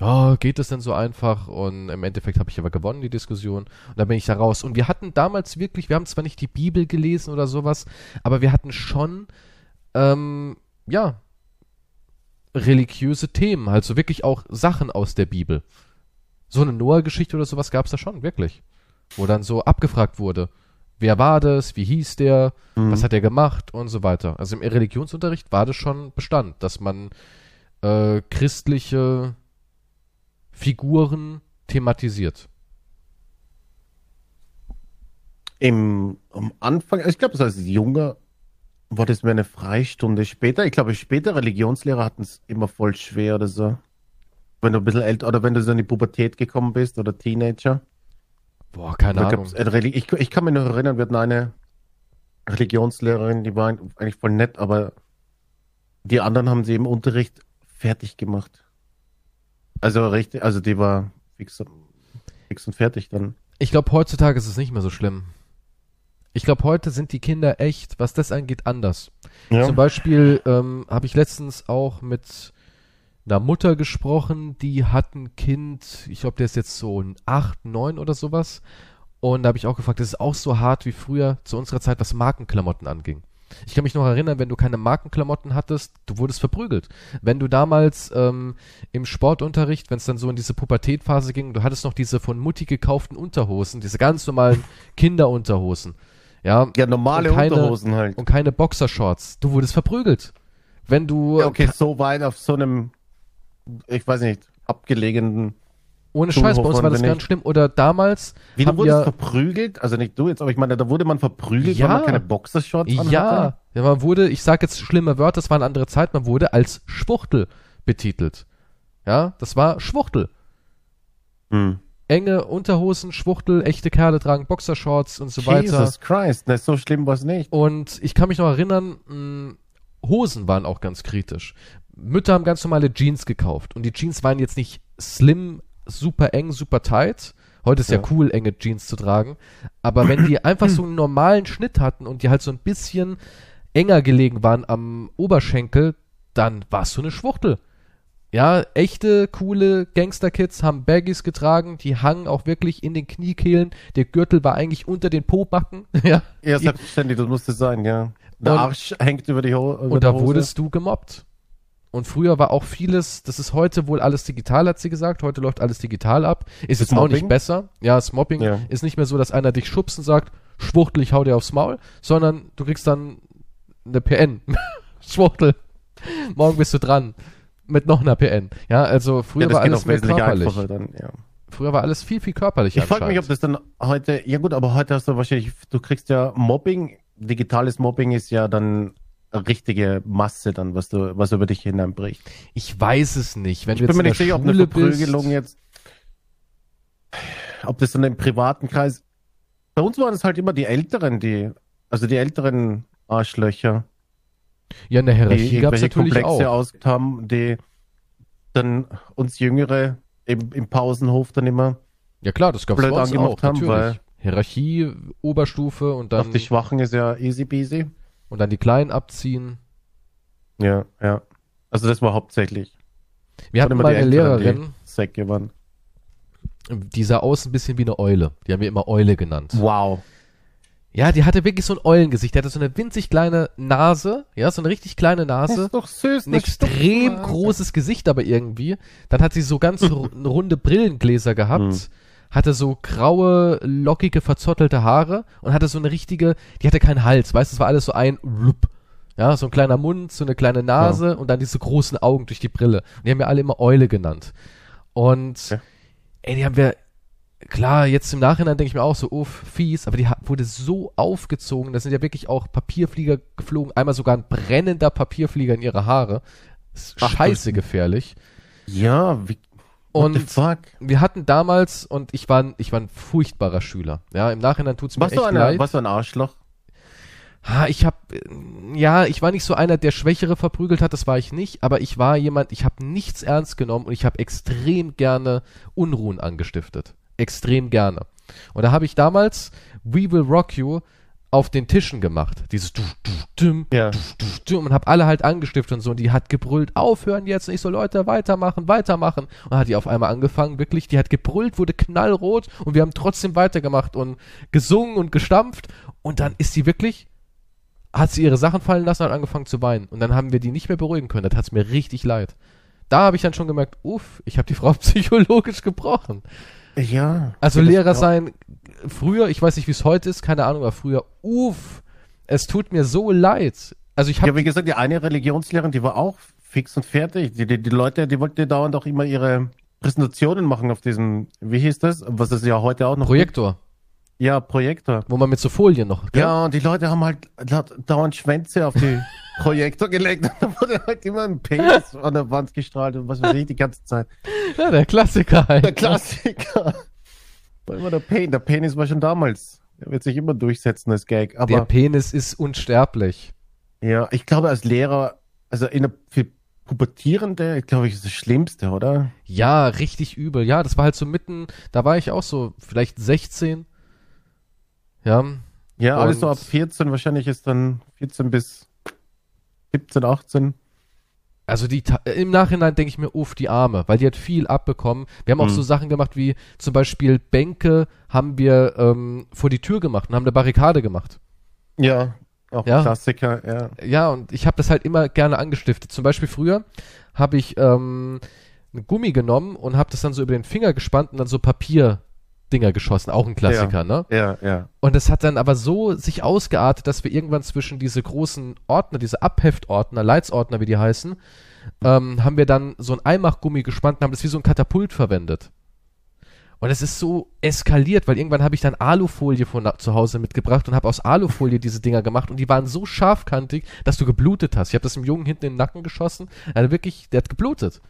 [SPEAKER 1] Ja, geht das denn so einfach? Und im Endeffekt habe ich aber gewonnen, die Diskussion. Und da bin ich da raus. Und wir hatten damals wirklich, wir haben zwar nicht die Bibel gelesen oder sowas, aber wir hatten schon, ähm, ja, religiöse Themen. Also wirklich auch Sachen aus der Bibel. So eine Noah-Geschichte oder sowas gab es da schon, wirklich. Wo dann so abgefragt wurde, wer war das, wie hieß der, was hat er gemacht und so weiter. Also im Religionsunterricht war das schon Bestand, dass man äh, christliche Figuren thematisiert.
[SPEAKER 2] Im, am Anfang, ich glaube, das als Junger war das mir eine Freistunde später. Ich glaube, später Religionslehrer hatten es immer voll schwer oder so. Wenn du ein bisschen älter oder wenn du so in die Pubertät gekommen bist oder Teenager.
[SPEAKER 1] Boah, keine
[SPEAKER 2] Aber ich,
[SPEAKER 1] Ahnung.
[SPEAKER 2] glaub, eine Reli- ich, ich kann mich noch erinnern, wir hatten eine Religionslehrerin, die war ein- eigentlich voll nett, aber die anderen haben sie im Unterricht fertig gemacht. Also richtig, also die war fix, und- fix und fertig dann.
[SPEAKER 1] Ich glaube, heutzutage ist es nicht mehr so schlimm. Ich glaube, heute sind die Kinder echt, was das angeht, anders. Zum Beispiel ähm, habe ich letztens auch mit einer Mutter gesprochen, die hat ein Kind, ich glaube, der ist jetzt so ein 8, 9 oder sowas. Und da habe ich auch gefragt, das ist auch so hart wie früher zu unserer Zeit, was Markenklamotten anging. Ich kann mich noch erinnern, wenn du keine Markenklamotten hattest, du wurdest verprügelt. Wenn du damals ähm, im Sportunterricht, wenn es dann so in diese Pubertätphase ging, du hattest noch diese von Mutti gekauften Unterhosen, diese ganz normalen Kinderunterhosen. Ja,
[SPEAKER 2] Ja, normale
[SPEAKER 1] Und keine-
[SPEAKER 2] Unterhosen halt.
[SPEAKER 1] und keine Boxershorts. Du wurdest verprügelt. Wenn du
[SPEAKER 2] Ja, okay, so weit auf so einem, ich weiß nicht, abgelegenen.
[SPEAKER 1] ohne
[SPEAKER 2] Schulhof
[SPEAKER 1] Scheiß bei uns
[SPEAKER 2] waren
[SPEAKER 1] war
[SPEAKER 2] wir
[SPEAKER 1] das ganz
[SPEAKER 2] nicht.
[SPEAKER 1] schlimm oder damals
[SPEAKER 2] Wie, du
[SPEAKER 1] haben
[SPEAKER 2] wurdest
[SPEAKER 1] wir
[SPEAKER 2] verprügelt? Also nicht du jetzt, aber ich meine, da wurde man verprügelt,
[SPEAKER 1] Ja.
[SPEAKER 2] weil man keine Boxershorts anhatte?
[SPEAKER 1] ja, ja, man wurde, ich sag jetzt schlimme Wörter, das war eine andere Zeit, man wurde als Schwuchtel betitelt. Ja, das war Schwuchtel.
[SPEAKER 2] Hm.
[SPEAKER 1] Enge Unterhosen, Schwuchtel, echte Kerle tragen Boxershorts und so weiter.
[SPEAKER 2] Jesus Christ, na, so schlimm war es nicht.
[SPEAKER 1] Und ich kann mich noch erinnern, mh, Hosen waren auch ganz kritisch. Mütter haben ganz normale Jeans gekauft. Und die Jeans waren jetzt nicht slim, super eng, super tight. Heute ist ja,
[SPEAKER 2] Ja.
[SPEAKER 1] cool, enge Jeans zu tragen. Aber wenn die einfach so einen normalen Schnitt hatten und die halt so ein bisschen enger gelegen waren am Oberschenkel, dann warst du eine Schwuchtel. Ja, echte, coole Gangster-Kids haben Baggies getragen, die hangen auch wirklich in den Kniekehlen. Der Gürtel war eigentlich unter den Pobacken. [LAUGHS] Ja.
[SPEAKER 2] Ja, selbstverständlich, das musste sein, ja. Der
[SPEAKER 1] Und-
[SPEAKER 2] Arsch hängt über die Ho über
[SPEAKER 1] Und
[SPEAKER 2] die
[SPEAKER 1] da
[SPEAKER 2] Hose.
[SPEAKER 1] wurdest du gemobbt. Und früher war auch vieles, das ist heute wohl alles digital, hat sie gesagt. Heute läuft alles digital ab. Ist
[SPEAKER 2] Das
[SPEAKER 1] jetzt auch nicht
[SPEAKER 2] Mobbing?
[SPEAKER 1] besser. Ja, das Mobbing
[SPEAKER 2] Ja.
[SPEAKER 1] ist nicht mehr so, dass einer dich schubst und sagt, Schwuchtel, ich hau dir aufs Maul, sondern du kriegst dann eine PN. [LAUGHS] Schwuchtel, morgen bist du dran. Mit noch einer PN. Ja, also früher
[SPEAKER 2] ja, das
[SPEAKER 1] war
[SPEAKER 2] geht
[SPEAKER 1] alles
[SPEAKER 2] auch
[SPEAKER 1] mehr
[SPEAKER 2] wesentlich
[SPEAKER 1] körperlich.
[SPEAKER 2] einfacher dann, ja.
[SPEAKER 1] Früher war alles viel, viel körperlicher.
[SPEAKER 2] Ich frage mich, ob
[SPEAKER 1] anscheinend.
[SPEAKER 2] das dann heute, ja gut, aber heute hast du wahrscheinlich, du kriegst ja Mobbing, digitales Mobbing ist ja dann eine richtige Masse dann, was du, was über dich hineinbricht.
[SPEAKER 1] ich weiß es nicht. Wenn du
[SPEAKER 2] Ich bin
[SPEAKER 1] jetzt
[SPEAKER 2] mir
[SPEAKER 1] in
[SPEAKER 2] nicht
[SPEAKER 1] der
[SPEAKER 2] sicher, ob eine
[SPEAKER 1] Schule bist,
[SPEAKER 2] Verprügelung jetzt, ob das dann im privaten Kreis, bei uns waren es halt immer die Älteren, die, also die älteren Arschlöcher,
[SPEAKER 1] ja, in der
[SPEAKER 2] die
[SPEAKER 1] Hierarchie gab es
[SPEAKER 2] irgendwelche
[SPEAKER 1] natürlich auch.
[SPEAKER 2] Komplexe ausgeübt haben, die dann uns Jüngere im, im Pausenhof dann immer
[SPEAKER 1] Ja klar, das gab's
[SPEAKER 2] blöd
[SPEAKER 1] bei uns auch,
[SPEAKER 2] angemacht haben,
[SPEAKER 1] natürlich.
[SPEAKER 2] weil-
[SPEAKER 1] Hierarchie, Oberstufe und dann,
[SPEAKER 2] auf die Schwachen ist ja easy peasy.
[SPEAKER 1] und dann die Kleinen abziehen.
[SPEAKER 2] Ja, ja. Also das war hauptsächlich.
[SPEAKER 1] Wir hatten
[SPEAKER 2] Waren
[SPEAKER 1] mal
[SPEAKER 2] immer
[SPEAKER 1] eine
[SPEAKER 2] die Älteren, die
[SPEAKER 1] Lehrerin,
[SPEAKER 2] Säcke waren.
[SPEAKER 1] die sah aus ein bisschen wie eine Eule. Die haben wir immer Eule genannt.
[SPEAKER 2] Wow.
[SPEAKER 1] Ja, die hatte wirklich so ein Eulengesicht. Die hatte so eine winzig kleine Nase, ja, so eine richtig kleine
[SPEAKER 2] Das
[SPEAKER 1] Nase.
[SPEAKER 2] ist doch süß.
[SPEAKER 1] Ein
[SPEAKER 2] eine
[SPEAKER 1] extrem
[SPEAKER 2] Stupfnase.
[SPEAKER 1] großes Gesicht aber irgendwie. Dann hat sie so ganz ru- runde Brillengläser gehabt.
[SPEAKER 2] Mhm.
[SPEAKER 1] Hatte so graue, lockige, verzottelte Haare und hatte so eine richtige, die hatte keinen Hals, weißt du, es war alles so ein Lup. Ja, so ein kleiner Mund, so eine kleine Nase und dann diese großen Augen durch die Brille. Und die haben wir alle immer Eule genannt. Und
[SPEAKER 2] Ja.
[SPEAKER 1] ey, die haben wir, klar, jetzt im Nachhinein denke ich mir auch so, uff, fies, aber die ha- wurde so aufgezogen, da sind ja wirklich auch Papierflieger geflogen, einmal sogar ein brennender Papierflieger in ihre Haare. Ist
[SPEAKER 2] Ach,
[SPEAKER 1] Scheiße gefährlich.
[SPEAKER 2] Ja, wie, what the
[SPEAKER 1] Und
[SPEAKER 2] fuck?
[SPEAKER 1] wir hatten damals, und ich war, ein- ich war ein furchtbarer Schüler. Ja, im Nachhinein tut's mir
[SPEAKER 2] Was
[SPEAKER 1] echt
[SPEAKER 2] so, eine,
[SPEAKER 1] leid.
[SPEAKER 2] was so ein Arschloch?
[SPEAKER 1] Ha, ich habe, ja, ich war nicht so einer, der Schwächere verprügelt hat, das war ich nicht, aber ich war jemand, ich habe nichts ernst genommen und ich habe extrem gerne Unruhen angestiftet. Extrem gerne. Und da habe ich damals We Will Rock You auf den Tischen gemacht. Dieses du, du, düm,
[SPEAKER 2] Ja.
[SPEAKER 1] du, du, und hab alle halt angestiftet und so und die hat gebrüllt, aufhören jetzt und ich so, Leute, weitermachen, weitermachen und dann hat die auf einmal angefangen, wirklich, die hat gebrüllt, wurde knallrot und wir haben trotzdem weitergemacht und gesungen und gestampft und dann ist sie wirklich, hat sie ihre Sachen fallen lassen und hat angefangen zu weinen und dann haben wir die nicht mehr beruhigen können, das hat's mir richtig leid. Da habe ich dann schon gemerkt, uff, ich habe die Frau [LAUGHS] psychologisch gebrochen.
[SPEAKER 2] Ja.
[SPEAKER 1] Also
[SPEAKER 2] Das-
[SPEAKER 1] Lehrer sein, früher, ich weiß nicht, wie es heute ist, keine Ahnung, aber früher, uff, es tut mir so leid. Also ich habe
[SPEAKER 2] Ja, wie gesagt, die eine Religionslehrerin, die war auch fix und fertig. Die, die, die Leute, die wollten dauernd auch immer ihre Präsentationen machen auf diesem, wie hieß das? Was es ja heute auch noch
[SPEAKER 1] Projektor,
[SPEAKER 2] gibt. Ja, Projektor.
[SPEAKER 1] wo man mit so Folien noch. gell?
[SPEAKER 2] Ja, und die Leute haben halt laut- dauernd Schwänze auf [LAUGHS] die Projektor gelegt und da wurde halt immer ein Penis an der Wand gestrahlt und was weiß ich die ganze Zeit.
[SPEAKER 1] Ja, der Klassiker halt.
[SPEAKER 2] Der Klassiker. [LAUGHS] War immer der Penis. Der Penis war schon damals. Der wird sich immer durchsetzen als Gag.
[SPEAKER 1] Der
[SPEAKER 2] Aber
[SPEAKER 1] Penis ist unsterblich.
[SPEAKER 2] ja, ich glaube als Lehrer, also in der für Pubertierende, ich glaube ich, ist das Schlimmste, oder?
[SPEAKER 1] Ja, richtig übel. Ja, das war halt so mitten, da war ich auch so vielleicht 16. Ja,
[SPEAKER 2] Ja, alles
[SPEAKER 1] Und-
[SPEAKER 2] so ab 14 wahrscheinlich ist dann 14 bis 17, 18.
[SPEAKER 1] also die Ta- im Nachhinein denke ich mir, uff, die Arme, weil die hat viel abbekommen. Wir haben auch
[SPEAKER 2] Mhm.
[SPEAKER 1] so Sachen gemacht wie zum Beispiel Bänke haben wir ähm, vor die Tür gemacht und haben eine Barrikade gemacht.
[SPEAKER 2] Ja. Auch
[SPEAKER 1] Ja.
[SPEAKER 2] Klassiker, ja.
[SPEAKER 1] ja, und ich habe das halt immer gerne angestiftet. Zum Beispiel früher habe ich ähm, einen Gummi genommen und habe das dann so über den Finger gespannt und dann so Papierdinger geschossen. Auch ein Klassiker, ne?
[SPEAKER 2] Ja, ja.
[SPEAKER 1] Und das hat dann aber so sich ausgeartet, dass wir irgendwann zwischen diese großen Ordner, diese Abheftordner, Leitsordner, wie die heißen, ähm, haben wir dann so ein Eimachgummi gespannt und haben das wie so ein Katapult verwendet. Und es ist so eskaliert, weil irgendwann habe ich dann Alufolie von na- zu Hause mitgebracht und habe aus Alufolie diese Dinger gemacht und die waren so scharfkantig, dass du geblutet hast. Ich habe das dem Jungen hinten in den Nacken geschossen, er hat wirklich, der hat geblutet.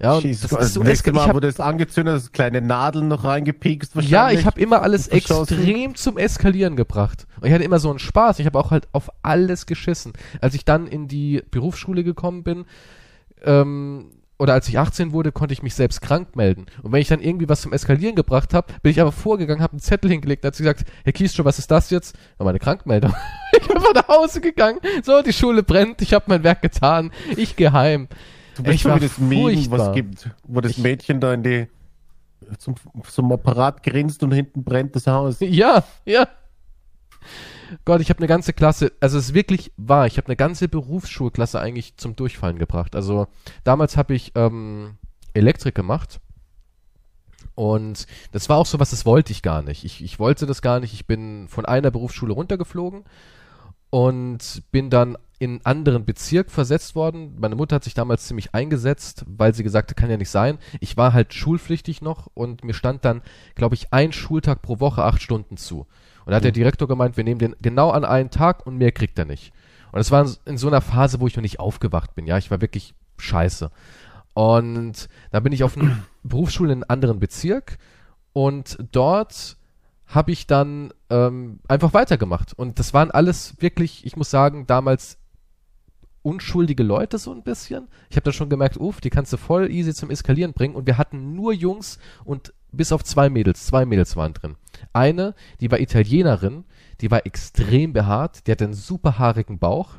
[SPEAKER 1] Ja, und
[SPEAKER 2] Jesus,
[SPEAKER 1] das ist so
[SPEAKER 2] nächste
[SPEAKER 1] eskaliert. Ich
[SPEAKER 2] Mal
[SPEAKER 1] hab-
[SPEAKER 2] wurde es angezündet, hast kleine Nadeln noch reingepikst
[SPEAKER 1] ja, ich habe immer alles
[SPEAKER 2] Verschossen.
[SPEAKER 1] extrem zum Eskalieren gebracht. Und ich hatte immer so einen Spaß. Ich habe auch halt auf alles geschissen. Als ich dann in die Berufsschule gekommen bin, ähm, oder als ich 18 wurde, konnte ich mich selbst krank melden. Und wenn ich dann irgendwie was zum Eskalieren gebracht habe, bin ich aber vorgegangen, habe einen Zettel hingelegt, da hat sie gesagt, Herr Kieschow, was ist das jetzt? Ja, meine Krankmeldung. [LAUGHS] ich bin nach Hause gegangen, so, die Schule brennt, ich habe mein Werk getan, ich geheim.
[SPEAKER 2] Du bist
[SPEAKER 1] Ich
[SPEAKER 2] so
[SPEAKER 1] war
[SPEAKER 2] wie das Meme,
[SPEAKER 1] furchtbar.
[SPEAKER 2] was gibt, wo das Mädchen da in die zum, zum Apparat grinst und hinten brennt das Haus.
[SPEAKER 1] Ja, ja. Gott, ich habe eine ganze Klasse, also es ist wirklich wahr, ich habe eine ganze Berufsschulklasse eigentlich zum Durchfallen gebracht. Also damals habe ich ähm, Elektrik gemacht und das war auch so was, das wollte ich gar nicht. Ich, ich wollte das gar nicht. Ich bin von einer Berufsschule runtergeflogen und bin dann in einen anderen Bezirk versetzt worden. Meine Mutter hat sich damals ziemlich eingesetzt, weil sie gesagt hat, kann ja nicht sein. Ich war halt schulpflichtig noch und mir stand dann, glaube ich, ein Schultag pro Woche acht Stunden zu. Und da hat der Direktor gemeint, wir nehmen den genau an einen Tag und mehr kriegt er nicht. Und es war in so einer Phase, wo ich noch nicht aufgewacht bin. Ja, ich war wirklich scheiße. Und dann bin ich auf eine Berufsschule in einem anderen Bezirk und dort habe ich dann ähm, einfach weitergemacht. Und das waren alles wirklich, ich muss sagen, damals unschuldige Leute so ein bisschen. Ich habe da schon gemerkt, uff, die kannst du voll easy zum Eskalieren bringen. Und wir hatten nur Jungs und bis auf zwei Mädels. Zwei Mädels waren drin. Eine, die war Italienerin, die war extrem behaart, die hatte einen super haarigen Bauch.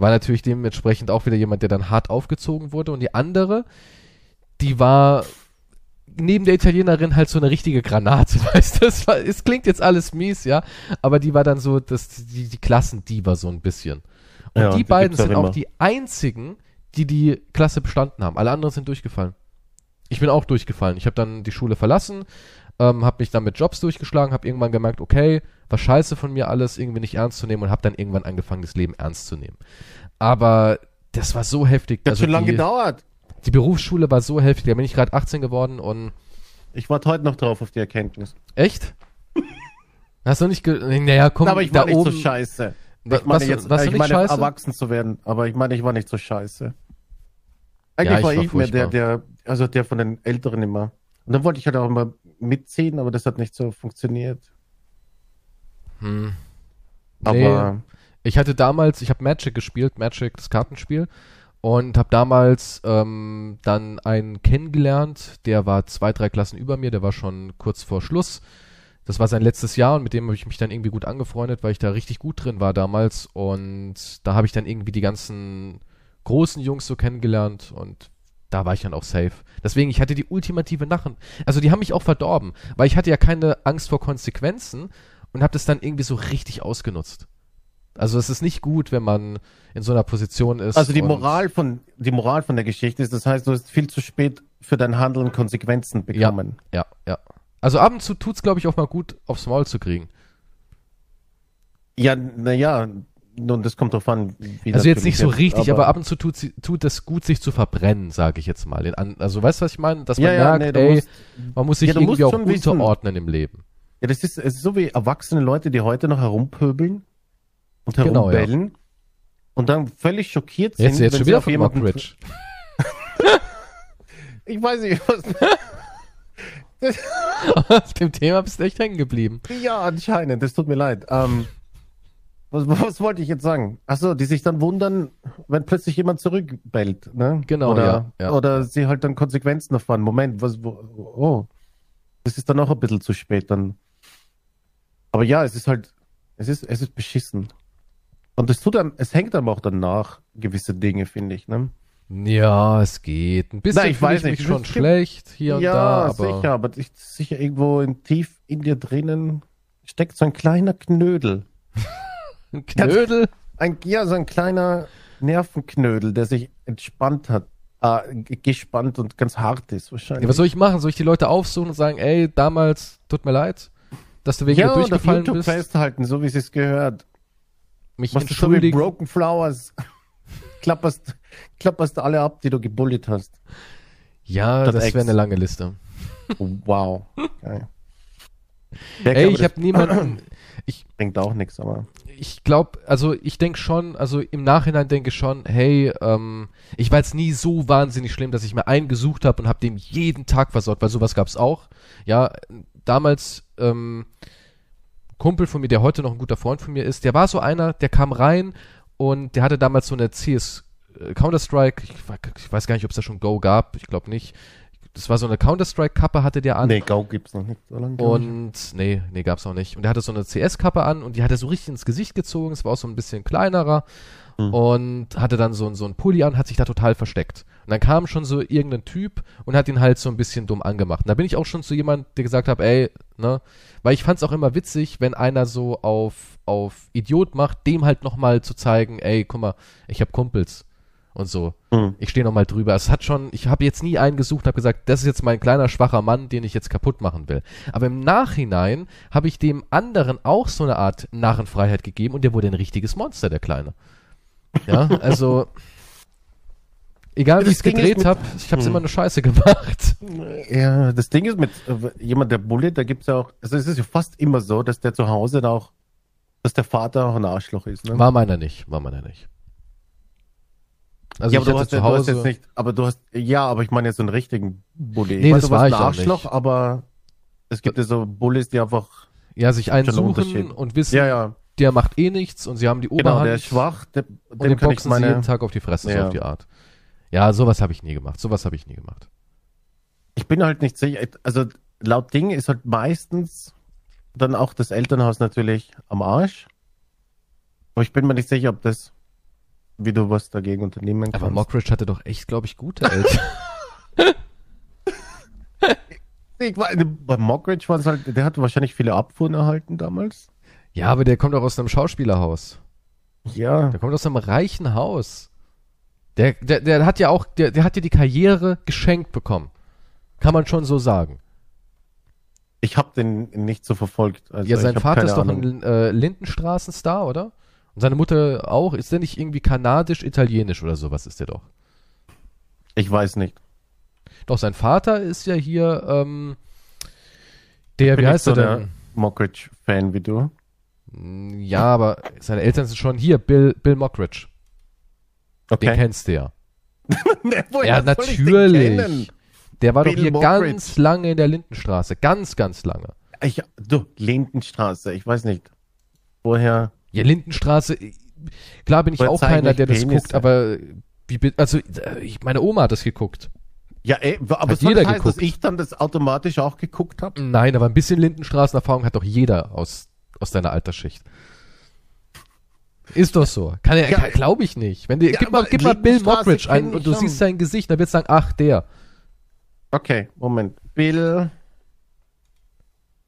[SPEAKER 1] War natürlich dementsprechend auch wieder jemand, der dann hart aufgezogen wurde. Und die andere, die war neben der Italienerin halt so eine richtige Granate, [LAUGHS] weißt du? Das war, es klingt jetzt alles mies, ja, aber die war dann so, das, die, die Klassendieber so ein bisschen. Und
[SPEAKER 2] Ja,
[SPEAKER 1] die
[SPEAKER 2] die
[SPEAKER 1] beiden
[SPEAKER 2] gibt's auch
[SPEAKER 1] sind auch
[SPEAKER 2] immer.
[SPEAKER 1] die einzigen, die die Klasse bestanden haben. Alle anderen sind durchgefallen. Ich bin auch durchgefallen. Ich habe dann die Schule verlassen, ähm, habe mich dann mit Jobs durchgeschlagen, habe irgendwann gemerkt, okay, war scheiße von mir alles, irgendwie nicht ernst zu nehmen und habe dann irgendwann angefangen, das Leben ernst zu nehmen. Aber das war so heftig. Also
[SPEAKER 2] Das hat schon lange
[SPEAKER 1] die,
[SPEAKER 2] gedauert.
[SPEAKER 1] die Berufsschule war so heftig. Da bin ich gerade 18 geworden und
[SPEAKER 2] Ich warte heute noch drauf auf die Erkenntnis. [LAUGHS]
[SPEAKER 1] Echt? Hast du nicht ge Naja, komm,
[SPEAKER 2] aber ich
[SPEAKER 1] da
[SPEAKER 2] war nicht
[SPEAKER 1] oben.
[SPEAKER 2] so scheiße.
[SPEAKER 1] Wa-
[SPEAKER 2] Ich meine
[SPEAKER 1] was-
[SPEAKER 2] jetzt,
[SPEAKER 1] was
[SPEAKER 2] äh,
[SPEAKER 1] du
[SPEAKER 2] ich
[SPEAKER 1] nicht
[SPEAKER 2] meine
[SPEAKER 1] scheiße?
[SPEAKER 2] erwachsen zu werden, aber ich meine, ich war nicht so scheiße.
[SPEAKER 1] Ja,
[SPEAKER 2] Eigentlich
[SPEAKER 1] ich
[SPEAKER 2] war
[SPEAKER 1] war
[SPEAKER 2] ich mehr der, der, also der von den Älteren immer. Und dann wollte ich halt auch immer mitziehen, aber das hat nicht so funktioniert.
[SPEAKER 1] Hm. Nee.
[SPEAKER 2] Aber
[SPEAKER 1] Ich hatte damals, ich habe Magic gespielt, Magic, das Kartenspiel, und habe damals ähm, dann einen kennengelernt, der war zwei, drei Klassen über mir, der war schon kurz vor Schluss. Das war sein letztes Jahr und mit dem habe ich mich dann irgendwie gut angefreundet, weil ich da richtig gut drin war damals. Und da habe ich dann irgendwie die ganzen großen Jungs so kennengelernt und da war ich dann auch safe. Deswegen, ich hatte die ultimative Nachen. Also die haben mich auch verdorben, weil ich hatte ja keine Angst vor Konsequenzen und habe das dann irgendwie so richtig ausgenutzt. Also es ist nicht gut, wenn man in so einer Position ist.
[SPEAKER 2] Also die
[SPEAKER 1] und-
[SPEAKER 2] Moral von die Moral von der Geschichte ist, das heißt, du hast viel zu spät für dein Handeln Konsequenzen bekommen.
[SPEAKER 1] Ja, ja. Also ab und zu tut's, glaube ich, auch mal gut, aufs Maul zu kriegen.
[SPEAKER 2] Ja, naja, nun das kommt drauf an. Wie
[SPEAKER 1] also jetzt
[SPEAKER 2] natürlich
[SPEAKER 1] nicht so richtig, aber,
[SPEAKER 2] aber
[SPEAKER 1] ab und zu tut, sie- tut es gut, sich zu verbrennen, sage ich jetzt mal. In an, also weißt du, was ich meine? Dass man
[SPEAKER 2] ja, ja, nee,
[SPEAKER 1] merkt,
[SPEAKER 2] du
[SPEAKER 1] ey,
[SPEAKER 2] musst,
[SPEAKER 1] man muss sich
[SPEAKER 2] Ja, du musst
[SPEAKER 1] irgendwie auch
[SPEAKER 2] schon wissen.
[SPEAKER 1] unterordnen im Leben.
[SPEAKER 2] ja, das ist, es ist so wie erwachsene Leute, die heute noch herumpöbeln und
[SPEAKER 1] Genau, ja.
[SPEAKER 2] herumbellen und dann völlig schockiert sind,
[SPEAKER 1] Jetzt, jetzt schon
[SPEAKER 2] sie
[SPEAKER 1] wieder
[SPEAKER 2] auf
[SPEAKER 1] von
[SPEAKER 2] jemanden-
[SPEAKER 1] Mockridge.
[SPEAKER 2] Ich weiß nicht, was,
[SPEAKER 1] [LAUGHS] Auf dem Thema bist du echt hängen geblieben.
[SPEAKER 2] ja anscheinend, das tut mir leid. Ähm, was, was wollte ich jetzt sagen? Achso, die sich dann wundern, wenn plötzlich jemand zurückbellt, ne?
[SPEAKER 1] Genau,
[SPEAKER 2] oder,
[SPEAKER 1] ja, ja.
[SPEAKER 2] Oder sie halt dann Konsequenzen erfahren. Moment, was, wo, oh. Das ist dann auch ein bisschen zu spät dann. Aber ja, es ist halt, es ist, es ist beschissen. Und es tut einem, es hängt einem auch danach gewisse Dinge, finde ich, ne?
[SPEAKER 1] Ja, es geht. Ein bisschen
[SPEAKER 2] Nein, ich
[SPEAKER 1] fühl
[SPEAKER 2] weiß
[SPEAKER 1] mich
[SPEAKER 2] nicht.
[SPEAKER 1] schon
[SPEAKER 2] Es gibt-
[SPEAKER 1] schlecht hier und da, aber
[SPEAKER 2] sicher, aber das ist sicher irgendwo im tief in dir drinnen steckt so ein kleiner Knödel.
[SPEAKER 1] Ein Knödel?
[SPEAKER 2] Ein, ja, so ein kleiner Nervenknödel, der sich entspannt hat. Äh, g- gespannt und ganz hart ist wahrscheinlich.
[SPEAKER 1] Ja, was soll ich machen? Soll ich die Leute aufsuchen und sagen, ey, damals, tut mir leid, dass du wegen
[SPEAKER 2] ja,
[SPEAKER 1] mir
[SPEAKER 2] und auf
[SPEAKER 1] durchgefallen
[SPEAKER 2] YouTube
[SPEAKER 1] bist,
[SPEAKER 2] festhalten, so wie es sich gehört.
[SPEAKER 1] mich
[SPEAKER 2] Machst du schon mit
[SPEAKER 1] entschuldigen.
[SPEAKER 2] Broken Flowers? [LAUGHS] klapperst, klapperst alle ab, die du gebullet hast.
[SPEAKER 1] Ja,
[SPEAKER 2] Statt
[SPEAKER 1] das
[SPEAKER 2] Ex.
[SPEAKER 1] wäre eine lange Liste.
[SPEAKER 2] Oh, Wow. Geil. Der
[SPEAKER 1] ey,
[SPEAKER 2] Kerl,
[SPEAKER 1] ich
[SPEAKER 2] das
[SPEAKER 1] habe niemanden,
[SPEAKER 2] bringt auch nichts, aber
[SPEAKER 1] ich glaube, also ich denke schon, also im Nachhinein denke ich schon, hey, ähm, ich war jetzt nie so wahnsinnig schlimm, dass ich mir einen gesucht habe und habe dem jeden Tag versorgt, weil sowas gab's auch. Ja, damals ähm, Kumpel von mir, der heute noch ein guter Freund von mir ist, der war so einer, der kam rein und der hatte damals so eine CS äh, Counter-Strike, ich, wa- ich weiß gar nicht, ob es da schon Go gab, ich glaube nicht. Das war so eine Counter-Strike-Kappe hatte der an.
[SPEAKER 2] nee, Go gibt's noch nicht so lange. glaub ich.
[SPEAKER 1] Und nee, nee, gab's auch nicht. Und er hatte so eine CS-Kappe an und die hat er so richtig ins Gesicht gezogen. Es war auch so ein bisschen kleinerer
[SPEAKER 2] Mhm.
[SPEAKER 1] und hatte dann so, ein- so einen Pulli an, hat sich da total versteckt. Und dann kam schon so irgendein Typ und hat ihn halt so ein bisschen dumm angemacht. Und da bin ich auch schon zu jemand, der gesagt hat, ey, ne, weil ich fand's auch immer witzig, wenn einer so auf, auf Idiot macht, dem halt nochmal zu zeigen, ey, guck mal, ich hab Kumpels und so.
[SPEAKER 2] Hm.
[SPEAKER 1] Ich stehe nochmal drüber. Es hat schon, ich habe jetzt nie einen gesucht und habe gesagt, das ist jetzt mein kleiner schwacher Mann, den ich jetzt kaputt machen will. Aber im Nachhinein habe ich dem anderen auch so eine Art Narrenfreiheit gegeben und der wurde ein richtiges Monster, der Kleine. Ja,
[SPEAKER 2] [LAUGHS]
[SPEAKER 1] also egal wie
[SPEAKER 2] Das
[SPEAKER 1] ich es
[SPEAKER 2] Ding ist
[SPEAKER 1] gedreht
[SPEAKER 2] mit-
[SPEAKER 1] habe, ich habe es
[SPEAKER 2] Hm.
[SPEAKER 1] immer eine Scheiße gemacht.
[SPEAKER 2] Ja, das Ding ist mit äh, jemand, der Bullet, da gibt's ja auch, also es ist ja fast immer so, dass der zu Hause da auch, dass der Vater auch ein Arschloch ist. Ne?
[SPEAKER 1] War meiner nicht, war meiner nicht. Also
[SPEAKER 2] ja,
[SPEAKER 1] ich
[SPEAKER 2] aber du
[SPEAKER 1] hatte
[SPEAKER 2] hast,
[SPEAKER 1] zu
[SPEAKER 2] ja- du hast jetzt
[SPEAKER 1] Hause.
[SPEAKER 2] nicht, aber du hast, ja, aber ich meine jetzt so einen richtigen
[SPEAKER 1] Nee,
[SPEAKER 2] Bulli. ich meine,
[SPEAKER 1] das
[SPEAKER 2] du warst
[SPEAKER 1] war
[SPEAKER 2] ein
[SPEAKER 1] ich auch
[SPEAKER 2] Arschloch,
[SPEAKER 1] nicht.
[SPEAKER 2] aber es gibt ja so Bullies, die einfach,
[SPEAKER 1] Ja, sich einen
[SPEAKER 2] Schon ein
[SPEAKER 1] suchen
[SPEAKER 2] Unterschied.
[SPEAKER 1] und wissen,
[SPEAKER 2] ja, ja,
[SPEAKER 1] der macht eh nichts und sie haben die Oberhand.
[SPEAKER 2] genau, der ist schwach, der,
[SPEAKER 1] Und
[SPEAKER 2] dem
[SPEAKER 1] den
[SPEAKER 2] kann ich
[SPEAKER 1] boxen sie
[SPEAKER 2] meine,
[SPEAKER 1] jeden Tag auf die Fresse, so
[SPEAKER 2] Ja.
[SPEAKER 1] auf die Art. Ja, sowas habe ich nie gemacht. Sowas habe ich nie gemacht.
[SPEAKER 2] ich bin halt nicht sicher, also laut Ding ist halt meistens dann auch das Elternhaus natürlich am Arsch, aber ich bin mir nicht sicher, ob das, wie du was dagegen unternehmen kannst.
[SPEAKER 1] Aber Mockridge hatte doch echt, glaube ich, gute
[SPEAKER 2] [LAUGHS]
[SPEAKER 1] Eltern.
[SPEAKER 2] Ich war, bei Mockridge war es halt, der hat wahrscheinlich viele Abfuhren erhalten damals.
[SPEAKER 1] ja, aber der kommt doch aus einem Schauspielerhaus.
[SPEAKER 2] Ja.
[SPEAKER 1] Der kommt aus einem reichen Haus. Der, der, der hat ja auch, der, der hat ja die Karriere geschenkt bekommen. Kann man schon so sagen.
[SPEAKER 2] Ich habe den nicht so verfolgt. Also
[SPEAKER 1] ja,
[SPEAKER 2] ich
[SPEAKER 1] sein
[SPEAKER 2] hab
[SPEAKER 1] Vater
[SPEAKER 2] keine
[SPEAKER 1] ist doch
[SPEAKER 2] Ahnung.
[SPEAKER 1] ein äh, Lindenstraßenstar, oder? Und seine Mutter auch. Ist der nicht irgendwie kanadisch, italienisch oder sowas ist der doch?
[SPEAKER 2] Ich weiß nicht.
[SPEAKER 1] Doch, sein Vater ist ja hier, ähm, der,
[SPEAKER 2] Bin
[SPEAKER 1] wie
[SPEAKER 2] nicht
[SPEAKER 1] heißt
[SPEAKER 2] so
[SPEAKER 1] er denn?
[SPEAKER 2] der Mockridge-Fan wie du.
[SPEAKER 1] Mm, Ja, aber seine Eltern sind schon hier, Bill, Bill Mockridge. Den
[SPEAKER 2] [LAUGHS] Okay.
[SPEAKER 1] kennst du ja.
[SPEAKER 2] Nee, woher
[SPEAKER 1] Ja,
[SPEAKER 2] Oh, soll ich den kennen?
[SPEAKER 1] natürlich. Der war doch
[SPEAKER 2] Bill
[SPEAKER 1] hier
[SPEAKER 2] Mockridge.
[SPEAKER 1] ganz lange in der Lindenstraße. Ganz, ganz lange.
[SPEAKER 2] Ich, du, Lindenstraße, ich weiß nicht. Woher?
[SPEAKER 1] Ja, Lindenstraße, äh, klar bin ich
[SPEAKER 2] Oder
[SPEAKER 1] auch
[SPEAKER 2] zeigen
[SPEAKER 1] keiner,
[SPEAKER 2] euch
[SPEAKER 1] der das
[SPEAKER 2] Penisse.
[SPEAKER 1] guckt, aber äh, wie, bi- also äh, ich, meine Oma hat das geguckt.
[SPEAKER 2] Ja, ey, wa- aber
[SPEAKER 1] Hat
[SPEAKER 2] es soll
[SPEAKER 1] jeder
[SPEAKER 2] das heißen, dass
[SPEAKER 1] geguckt.
[SPEAKER 2] ich dann das automatisch auch geguckt habe?
[SPEAKER 1] Nein, aber ein bisschen Lindenstraßenerfahrung hat doch jeder aus, aus deiner Altersschicht. Ist doch so. Kann er,
[SPEAKER 2] Ja.
[SPEAKER 1] kann, glaube ich nicht. Wenn dir,
[SPEAKER 2] Ja,
[SPEAKER 1] gib mal,
[SPEAKER 2] aber
[SPEAKER 1] gib mal Bill
[SPEAKER 2] Lindenstraße
[SPEAKER 1] Mockridge ein
[SPEAKER 2] kenn
[SPEAKER 1] und
[SPEAKER 2] ich
[SPEAKER 1] du
[SPEAKER 2] schon.
[SPEAKER 1] siehst sein Gesicht, dann wird sagen, ach, der.
[SPEAKER 2] Okay, Moment. Bill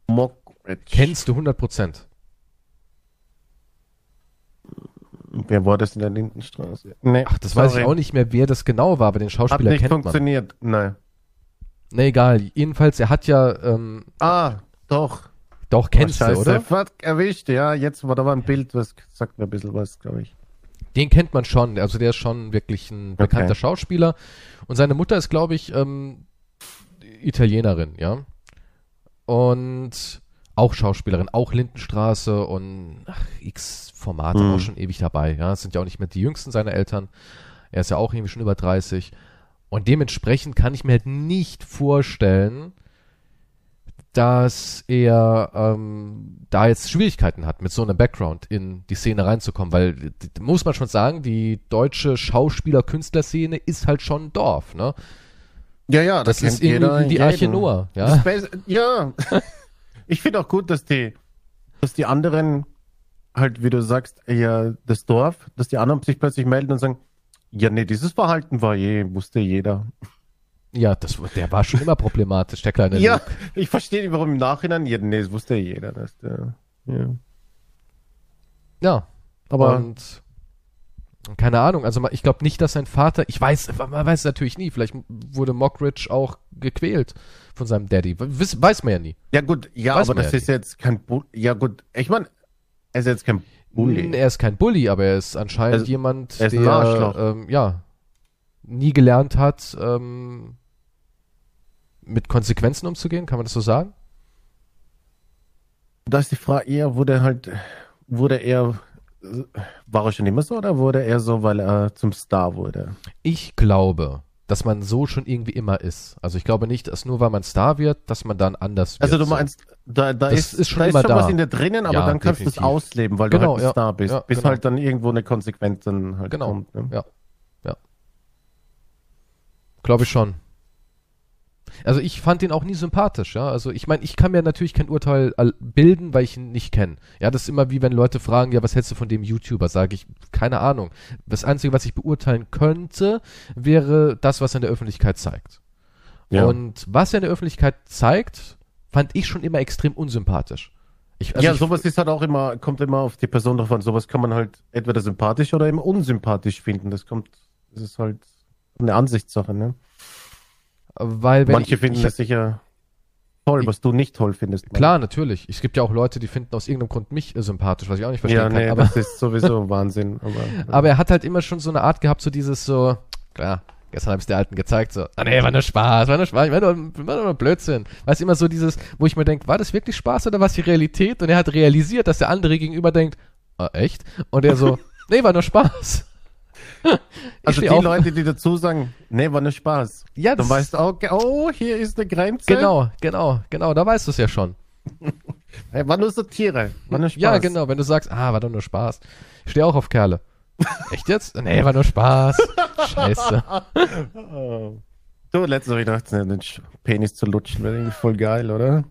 [SPEAKER 2] Mockridge.
[SPEAKER 1] Kennst du 100 Prozent.
[SPEAKER 2] Wer war das in der Lindenstraße? Nee,
[SPEAKER 1] Ach, das weiß ich auch nicht mehr, wer das genau war, aber den
[SPEAKER 2] Hat
[SPEAKER 1] Schauspieler
[SPEAKER 2] nicht
[SPEAKER 1] kennt man.
[SPEAKER 2] funktioniert. Nein.
[SPEAKER 1] Na egal, jedenfalls, er hat ja, ähm,
[SPEAKER 2] Ah, doch.
[SPEAKER 1] doch kennst
[SPEAKER 2] Ah,
[SPEAKER 1] du,
[SPEAKER 2] scheiße.
[SPEAKER 1] oder?
[SPEAKER 2] Fuck, erwischt, ja. Jetzt war da war ein Bild, was sagt mir ein bisschen was, glaube ich.
[SPEAKER 1] Den kennt man schon, also der ist schon wirklich ein bekannter
[SPEAKER 2] Okay.
[SPEAKER 1] Schauspieler. Und seine Mutter ist, glaube ich, ähm, Italienerin, ja. Und auch Schauspielerin, auch Lindenstraße und ach, x Formate
[SPEAKER 2] Hm.
[SPEAKER 1] auch schon ewig dabei, ja. Es sind ja auch nicht mehr die jüngsten seiner Eltern. Er ist ja auch irgendwie schon über 30. Und dementsprechend kann ich mir halt nicht vorstellen, dass er ähm, da jetzt Schwierigkeiten hat, mit so einem Background in die Szene reinzukommen, weil d- d- muss man schon sagen, die deutsche Schauspieler-Künstlerszene ist halt schon ein Dorf, ne?
[SPEAKER 2] Ja, ja,
[SPEAKER 1] Das, ist irgendwie die Arche Noah,
[SPEAKER 2] Ja. [LAUGHS]
[SPEAKER 1] ja? [LAUGHS]
[SPEAKER 2] ja. ich finde auch gut, dass die, dass die anderen halt, wie du sagst, ja, das Dorf, dass die anderen sich plötzlich melden und sagen, ja, nee, dieses Verhalten war je, wusste jeder.
[SPEAKER 1] Ja, das, der war schon immer problematisch, der kleine
[SPEAKER 2] [LAUGHS] Ja,
[SPEAKER 1] Luke.
[SPEAKER 2] ich verstehe nicht, warum im Nachhinein, ja, nee, das wusste jeder. Das, äh, ja.
[SPEAKER 1] Ja,
[SPEAKER 2] Aber
[SPEAKER 1] Und keine Ahnung, also ma- ich glaube nicht, dass sein Vater, ich weiß, man weiß es natürlich nie, vielleicht wurde Mockridge auch gequält von seinem Daddy. Weiß, weiß man ja nie.
[SPEAKER 2] ja gut, ja,
[SPEAKER 1] Weiß
[SPEAKER 2] aber
[SPEAKER 1] man
[SPEAKER 2] das
[SPEAKER 1] ja
[SPEAKER 2] ist jetzt kein Bull. Ja gut, ich meine, er ist jetzt kein Bully.
[SPEAKER 1] Hm, Er ist kein Bully, aber er ist anscheinend
[SPEAKER 2] Er ist-
[SPEAKER 1] jemand,
[SPEAKER 2] er ist ein
[SPEAKER 1] der
[SPEAKER 2] Arschloch.
[SPEAKER 1] ähm, ja nie gelernt hat, ähm, mit Konsequenzen umzugehen, kann man das so sagen?
[SPEAKER 2] Da ist die Frage, er wurde halt, wurde er, äh, war er schon immer so oder wurde er so, weil er zum Star wurde?
[SPEAKER 1] Ich glaube, dass man so schon irgendwie immer ist. Also ich glaube nicht, dass nur weil man Star wird, dass man dann anders wird.
[SPEAKER 2] Also du
[SPEAKER 1] So.
[SPEAKER 2] meinst, da, da
[SPEAKER 1] Das
[SPEAKER 2] ist,
[SPEAKER 1] ist schon
[SPEAKER 2] da ist
[SPEAKER 1] immer
[SPEAKER 2] schon
[SPEAKER 1] da.
[SPEAKER 2] was in dir drinnen, aber
[SPEAKER 1] Ja,
[SPEAKER 2] dann kannst du es
[SPEAKER 1] definitiv.
[SPEAKER 2] ausleben, weil
[SPEAKER 1] Genau,
[SPEAKER 2] du halt
[SPEAKER 1] ja.
[SPEAKER 2] ein Star bist,
[SPEAKER 1] Ja,
[SPEAKER 2] bis
[SPEAKER 1] genau.
[SPEAKER 2] halt dann irgendwo eine Konsequenz dann halt
[SPEAKER 1] Genau.
[SPEAKER 2] kommt. Ne?
[SPEAKER 1] Ja. Ja. Glaube ich schon. Also ich fand ihn auch nie sympathisch, ja. Also ich meine, ich kann mir natürlich kein Urteil all- bilden, weil ich ihn nicht kenne. Ja, das ist immer wie wenn Leute fragen, ja, was hältst du von dem YouTuber? Sage ich, keine Ahnung. Das Einzige, was ich beurteilen könnte, wäre das, was er in der Öffentlichkeit zeigt.
[SPEAKER 2] Ja.
[SPEAKER 1] Und was er in der Öffentlichkeit zeigt, fand ich schon immer extrem unsympathisch. Ich, also
[SPEAKER 2] ja,
[SPEAKER 1] ich,
[SPEAKER 2] sowas ist halt auch immer, kommt immer auf die Person drauf an. Sowas kann man halt entweder sympathisch oder eben unsympathisch finden. Das kommt, das ist halt eine Ansichtssache, ne?
[SPEAKER 1] weil wenn
[SPEAKER 2] Manche
[SPEAKER 1] ich,
[SPEAKER 2] finden
[SPEAKER 1] ich,
[SPEAKER 2] das sicher toll,
[SPEAKER 1] Ich-
[SPEAKER 2] was du nicht toll findest.
[SPEAKER 1] Klar, natürlich. Es gibt ja auch Leute, die finden aus irgendeinem Grund mich äh, sympathisch, was ich auch nicht verstehen
[SPEAKER 2] Ja,
[SPEAKER 1] kann.
[SPEAKER 2] nee,
[SPEAKER 1] aber,
[SPEAKER 2] das ist
[SPEAKER 1] [LAUGHS]
[SPEAKER 2] sowieso Wahnsinn. Aber,
[SPEAKER 1] aber er hat halt immer schon so eine Art gehabt, so dieses so, klar, gestern habe ich der Alten gezeigt, so, ah nee, war nur Spaß, war nur Spaß, ich war nur, war nur Blödsinn. Weißt du, immer so dieses, wo ich mir denke, war das wirklich Spaß oder war es die Realität? Und er hat realisiert, dass der andere gegenüber denkt, ah, echt? Und er
[SPEAKER 2] [LAUGHS]
[SPEAKER 1] so, nee, war nur Spaß. Ich
[SPEAKER 2] also die
[SPEAKER 1] steh auf-
[SPEAKER 2] Leute, die dazu sagen, nee, war nur Spaß.
[SPEAKER 1] ja,
[SPEAKER 2] Dann
[SPEAKER 1] das,
[SPEAKER 2] weißt du halt. auch, okay, oh, hier ist eine Grenze.
[SPEAKER 1] genau, genau, genau, da weißt du es ja schon.
[SPEAKER 2] Hey, war nur Satire, war nur Spaß.
[SPEAKER 1] Ja, genau, wenn du sagst, ah, war doch nur Spaß. Ich stehe auch auf Kerle. Echt jetzt? Nee, war nur
[SPEAKER 2] [LAUGHS]
[SPEAKER 1] Spaß. Scheiße.
[SPEAKER 2] Oh. Du, letztens habe ich gedacht, ne, den Sch- Penis zu lutschen wäre irgendwie voll geil, oder?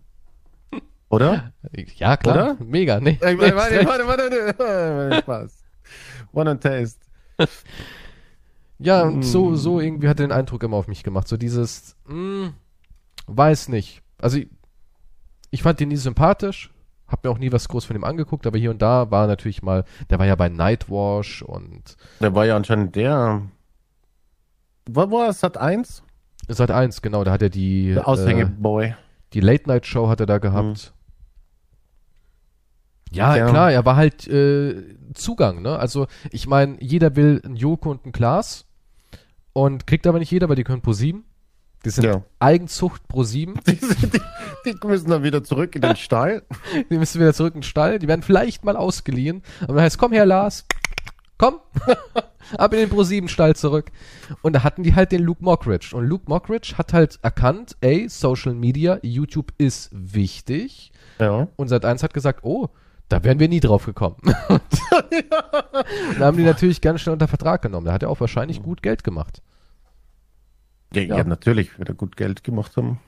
[SPEAKER 1] [LAUGHS]
[SPEAKER 2] Oder?
[SPEAKER 1] Ja, klar.
[SPEAKER 2] Oder?
[SPEAKER 1] Mega, nee.
[SPEAKER 2] Ey,
[SPEAKER 1] nee,
[SPEAKER 2] warte, warte, warte, warte, [LAUGHS] warte, warte, Spaß. One and taste.
[SPEAKER 1] Ja, und so, so irgendwie hat er den Eindruck immer auf mich gemacht. So dieses, hm, weiß nicht. Also, ich, ich fand ihn nie sympathisch. Hab mir auch nie was groß von ihm angeguckt, aber hier und da war natürlich mal, der war ja bei Nightwash und
[SPEAKER 2] Der war ja anscheinend der. Wo war es? Hat eins?
[SPEAKER 1] Sat 1, genau, da hat er die,
[SPEAKER 2] Der Aushängeboy.
[SPEAKER 1] Die Late-Night-Show hat er da gehabt. Ja,
[SPEAKER 2] Ja.
[SPEAKER 1] klar, er war halt äh, Zugang, ne? Also, ich meine, jeder will einen Joko und einen Klaas und kriegt aber nicht jeder, weil die können Pro 7. Die sind
[SPEAKER 2] Ja.
[SPEAKER 1] Eigenzucht Pro 7.
[SPEAKER 2] Die, die, die müssen dann wieder zurück in den Stall.
[SPEAKER 1] Die müssen wieder zurück in den Stall. Die werden vielleicht mal ausgeliehen. Aber dann heißt, komm her, Lars. Komm. [LAUGHS] Ab in den Pro 7 Stall zurück. Und da hatten die halt den Luke Mockridge. Und Luke Mockridge hat halt erkannt, ey, Social Media, YouTube ist wichtig.
[SPEAKER 2] Ja.
[SPEAKER 1] Und seit eins hat gesagt, oh, da wären wir nie drauf gekommen. [LAUGHS] Und da haben die natürlich ganz schnell unter Vertrag genommen. Da hat er auch wahrscheinlich gut Geld gemacht.
[SPEAKER 2] Ja, ja.
[SPEAKER 1] Ja.
[SPEAKER 2] natürlich, wenn er gut Geld gemacht haben.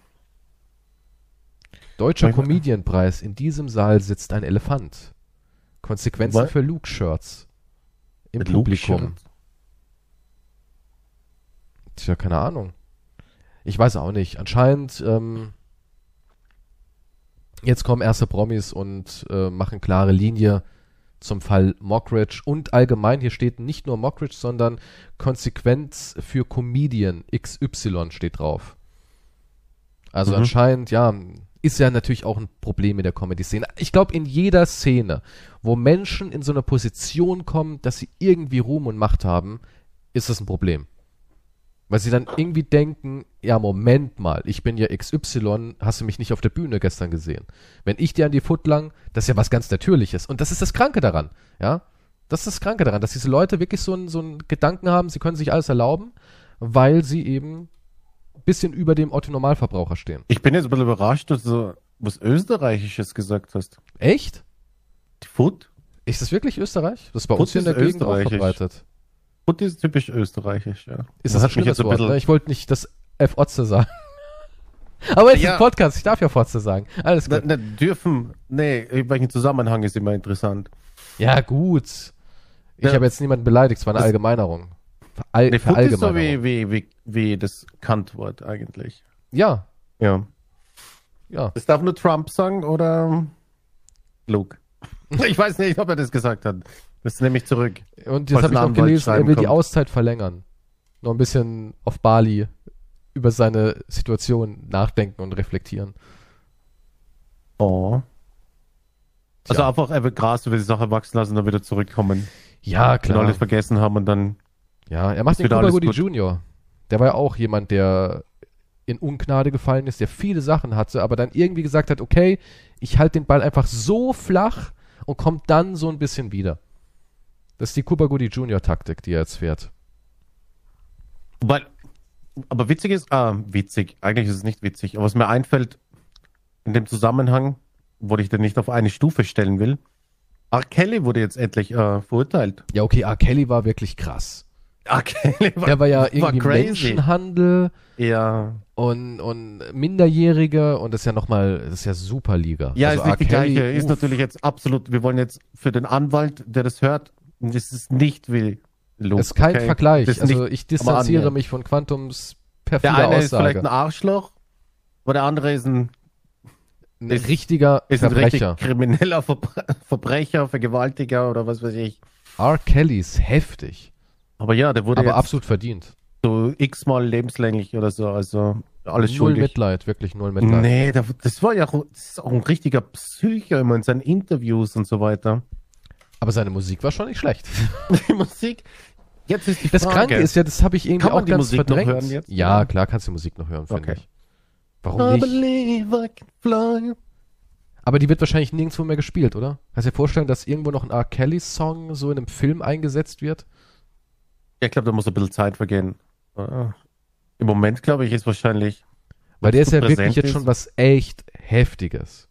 [SPEAKER 1] Deutscher
[SPEAKER 2] Ich mein-
[SPEAKER 1] Comedianpreis. In diesem Saal sitzt ein Elefant. Konsequenzen
[SPEAKER 2] Was?
[SPEAKER 1] für Luke-Shirts. Im
[SPEAKER 2] Mit
[SPEAKER 1] Publikum.
[SPEAKER 2] Luke-Shirt.
[SPEAKER 1] Tja, keine Ahnung. Ich weiß auch nicht. Anscheinend, ähm, jetzt kommen erste Promis und äh, machen klare Linie zum Fall Mockridge und allgemein, hier steht nicht nur Mockridge, sondern Konsequenz für Comedian XY steht drauf. Also
[SPEAKER 2] Mhm.
[SPEAKER 1] anscheinend, ja, ist ja natürlich auch ein Problem in der Comedy-Szene. Ich glaube, in jeder Szene, wo Menschen in so eine Position kommen, dass sie irgendwie Ruhm und Macht haben, ist das ein Problem. Weil sie dann irgendwie denken, ja, Moment mal, ich bin ja XY, hast du mich nicht auf der Bühne gestern gesehen. Wenn ich dir an die Foot lang, das ist ja was ganz Natürliches. Und das ist das Kranke daran, ja. Das ist das Kranke daran, dass diese Leute wirklich so einen, so einen Gedanken haben, sie können sich alles erlauben, weil sie eben ein bisschen über dem Otto-Normalverbraucher stehen.
[SPEAKER 2] Ich bin jetzt ein bisschen überrascht, dass du was Österreichisches gesagt hast.
[SPEAKER 1] Echt?
[SPEAKER 2] Die Food?
[SPEAKER 1] Ist das wirklich Österreich? Das ist bei
[SPEAKER 2] Foot
[SPEAKER 1] uns hier in der
[SPEAKER 2] ist
[SPEAKER 1] Gegend auch
[SPEAKER 2] österreichisch.
[SPEAKER 1] verbreitet.
[SPEAKER 2] Food ist typisch österreichisch, ja.
[SPEAKER 1] Ist das, ein
[SPEAKER 2] hat mich
[SPEAKER 1] schlimmes
[SPEAKER 2] jetzt ein
[SPEAKER 1] Wort?
[SPEAKER 2] bisschen.
[SPEAKER 1] Ne? Ich wollte nicht das F-Otze sagen. [LAUGHS] Aber es ist
[SPEAKER 2] Ja.
[SPEAKER 1] ein Podcast, ich darf ja Fotze sagen. Alles
[SPEAKER 2] Na,
[SPEAKER 1] gut.
[SPEAKER 2] na, dürfen, nee, in welchem Zusammenhang ist immer interessant.
[SPEAKER 1] Ja, gut. Ich
[SPEAKER 2] Ja.
[SPEAKER 1] habe jetzt niemanden beleidigt, es war eine
[SPEAKER 2] Das-
[SPEAKER 1] Allgemeinerung. Verall
[SPEAKER 2] Nee, Food ist so
[SPEAKER 1] Verallgemeinerung.
[SPEAKER 2] wie, wie, wie, wie das Kantwort eigentlich.
[SPEAKER 1] Ja,
[SPEAKER 2] Ja.
[SPEAKER 1] ja.
[SPEAKER 2] Das darf nur Trump sagen oder Luke. [LAUGHS] Ich weiß nicht, ob er das gesagt hat. Das nehme ich zurück.
[SPEAKER 1] Und
[SPEAKER 2] Falls
[SPEAKER 1] jetzt habe
[SPEAKER 2] ein
[SPEAKER 1] ich auch
[SPEAKER 2] Anwalt
[SPEAKER 1] gelesen, er
[SPEAKER 2] schreiben
[SPEAKER 1] will die
[SPEAKER 2] kommt.
[SPEAKER 1] Auszeit verlängern. Noch ein bisschen auf Bali über seine Situation nachdenken und reflektieren.
[SPEAKER 2] Oh. Also
[SPEAKER 1] Tja.
[SPEAKER 2] einfach er will Gras über die Sache wachsen lassen und dann wieder zurückkommen.
[SPEAKER 1] Ja,
[SPEAKER 2] Und
[SPEAKER 1] klar.
[SPEAKER 2] alles vergessen haben und dann.
[SPEAKER 1] Ja, er macht den
[SPEAKER 2] Wird
[SPEAKER 1] Cuba
[SPEAKER 2] alles
[SPEAKER 1] Gooding
[SPEAKER 2] gut.
[SPEAKER 1] Jr. Der war ja auch jemand, der in Ungnade gefallen ist, der viele Sachen hatte, aber dann irgendwie gesagt hat, okay, ich halte den Ball einfach so flach und kommt dann so ein bisschen wieder. Das ist die Cuba Gooding Jr. Taktik, die er jetzt fährt.
[SPEAKER 2] Weil, aber witzig ist, ah, witzig. Eigentlich ist es nicht witzig. Aber was mir einfällt, in dem Zusammenhang, wo ich den nicht auf eine Stufe stellen will, R. Kelly wurde jetzt endlich äh, verurteilt.
[SPEAKER 1] Ja, okay, R. Kelly war wirklich krass.
[SPEAKER 2] [LAUGHS] R. Kelly
[SPEAKER 1] Der war ja irgendwie
[SPEAKER 2] crazy.
[SPEAKER 1] Menschenhandel
[SPEAKER 2] Ja,
[SPEAKER 1] und, und Minderjährige und das ist ja nochmal, das ist ja Superliga.
[SPEAKER 2] ja
[SPEAKER 1] Also
[SPEAKER 2] ist nicht die
[SPEAKER 1] R. Kelly,
[SPEAKER 2] gleiche. Ist
[SPEAKER 1] uff.
[SPEAKER 2] natürlich jetzt absolut, wir wollen jetzt für den Anwalt, der das hört, das ist nicht wie Luke.
[SPEAKER 1] ist kein
[SPEAKER 2] okay?
[SPEAKER 1] Vergleich.
[SPEAKER 2] Das ist
[SPEAKER 1] also
[SPEAKER 2] nicht-
[SPEAKER 1] ich
[SPEAKER 2] aber
[SPEAKER 1] distanziere
[SPEAKER 2] annähernd.
[SPEAKER 1] mich von Quantums
[SPEAKER 2] Der
[SPEAKER 1] perfider
[SPEAKER 2] eine ist vielleicht ein
[SPEAKER 1] Aussage.
[SPEAKER 2] Arschloch, aber der andere ist ein,
[SPEAKER 1] Ein
[SPEAKER 2] ist-
[SPEAKER 1] richtiger
[SPEAKER 2] ist ein richtig
[SPEAKER 1] Verbrecher.
[SPEAKER 2] krimineller Verbr [LAUGHS] Verbrecher, Vergewaltiger oder was weiß ich.
[SPEAKER 1] R. Kelly ist heftig,
[SPEAKER 2] Aber ja, der wurde
[SPEAKER 1] aber
[SPEAKER 2] jetzt
[SPEAKER 1] absolut verdient.
[SPEAKER 2] so x-mal lebenslänglich oder so, also alles
[SPEAKER 1] null
[SPEAKER 2] schuldig.
[SPEAKER 1] Mitleid, wirklich null Mitleid.
[SPEAKER 2] Nee, da- das war ja auch, das ist auch ein richtiger Psycho immer in seinen Interviews und so weiter. [LAUGHS]
[SPEAKER 1] Aber seine Musik war schon nicht schlecht.
[SPEAKER 2] Die Musik, jetzt ist die
[SPEAKER 1] Das
[SPEAKER 2] Frage.
[SPEAKER 1] Kranke ist ja, das habe ich irgendwie
[SPEAKER 2] Kann man
[SPEAKER 1] auch
[SPEAKER 2] die
[SPEAKER 1] ganz
[SPEAKER 2] Musik noch
[SPEAKER 1] verdrängt.
[SPEAKER 2] hören jetzt?
[SPEAKER 1] Ja, klar kannst du die Musik noch hören, finde
[SPEAKER 2] Okay.
[SPEAKER 1] ich. Warum
[SPEAKER 2] I
[SPEAKER 1] nicht?
[SPEAKER 2] believe I can fly.
[SPEAKER 1] Aber die wird wahrscheinlich nirgendwo mehr gespielt, oder? Kannst du dir vorstellen, dass irgendwo noch ein R. Kelly-Song so in einem Film eingesetzt wird?
[SPEAKER 2] Ja, Ich glaube, da muss ein bisschen Zeit vergehen. Ah. Im Moment, glaube ich, ist wahrscheinlich
[SPEAKER 1] Weil der ist
[SPEAKER 2] so
[SPEAKER 1] ja wirklich
[SPEAKER 2] präsent
[SPEAKER 1] jetzt
[SPEAKER 2] ist.
[SPEAKER 1] schon was echt Heftiges.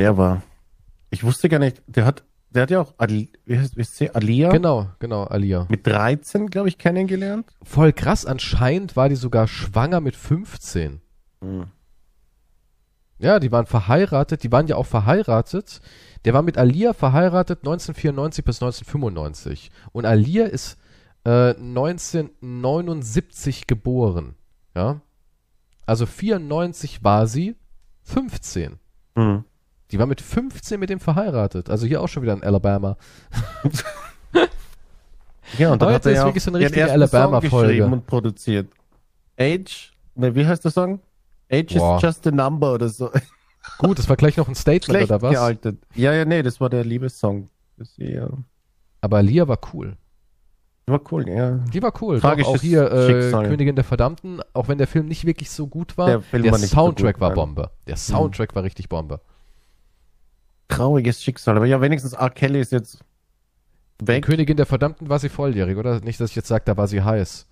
[SPEAKER 2] Der war. Ich wusste gar nicht, der hat, der hat ja auch Ali, wie heißt, wie heißt sie? Alia
[SPEAKER 1] Genau, genau, Alia.
[SPEAKER 2] mit 13, glaube ich, kennengelernt.
[SPEAKER 1] Voll krass, anscheinend war die sogar schwanger mit 15.
[SPEAKER 2] Hm.
[SPEAKER 1] Ja, die waren verheiratet, die waren ja auch verheiratet. Der war mit Alia verheiratet 1994 bis 1995. Und Alia ist äh, 1979 geboren. Ja. Also 94 war sie 15.
[SPEAKER 2] Mhm.
[SPEAKER 1] Die war mit 15 mit dem verheiratet. Also hier auch schon wieder in Alabama.
[SPEAKER 2] Ja, und dann
[SPEAKER 1] Heute
[SPEAKER 2] hat er
[SPEAKER 1] ist
[SPEAKER 2] ja
[SPEAKER 1] wirklich so eine
[SPEAKER 2] den
[SPEAKER 1] richtige
[SPEAKER 2] ersten Song
[SPEAKER 1] Alabama-Folge.
[SPEAKER 2] geschrieben und produziert. Age, ne, wie heißt der Song? Age
[SPEAKER 1] Boah.
[SPEAKER 2] is just a number oder so.
[SPEAKER 1] Gut, das war gleich noch ein Statement
[SPEAKER 2] Schlecht
[SPEAKER 1] oder was?
[SPEAKER 2] gealtert. Ja, ja, nee, das war der Liebessong. Das ist ja,
[SPEAKER 1] Aber Alia war cool.
[SPEAKER 2] war cool, ja.
[SPEAKER 1] Die war cool. Doch,
[SPEAKER 2] Tragisches
[SPEAKER 1] auch hier äh,
[SPEAKER 2] Schicksal.
[SPEAKER 1] Königin der Verdammten, auch wenn der Film nicht wirklich so gut war, der,
[SPEAKER 2] Der Film war nicht so
[SPEAKER 1] Soundtrack
[SPEAKER 2] gut,
[SPEAKER 1] war
[SPEAKER 2] nein. Mhm.
[SPEAKER 1] Bombe. Der Soundtrack war richtig Bombe.
[SPEAKER 2] Trauriges Schicksal. Aber ja, wenigstens R. Kelly ist jetzt
[SPEAKER 1] Die
[SPEAKER 2] weg.
[SPEAKER 1] Königin der Verdammten war sie volljährig, oder? Nicht, dass ich jetzt sage, da war sie heiß.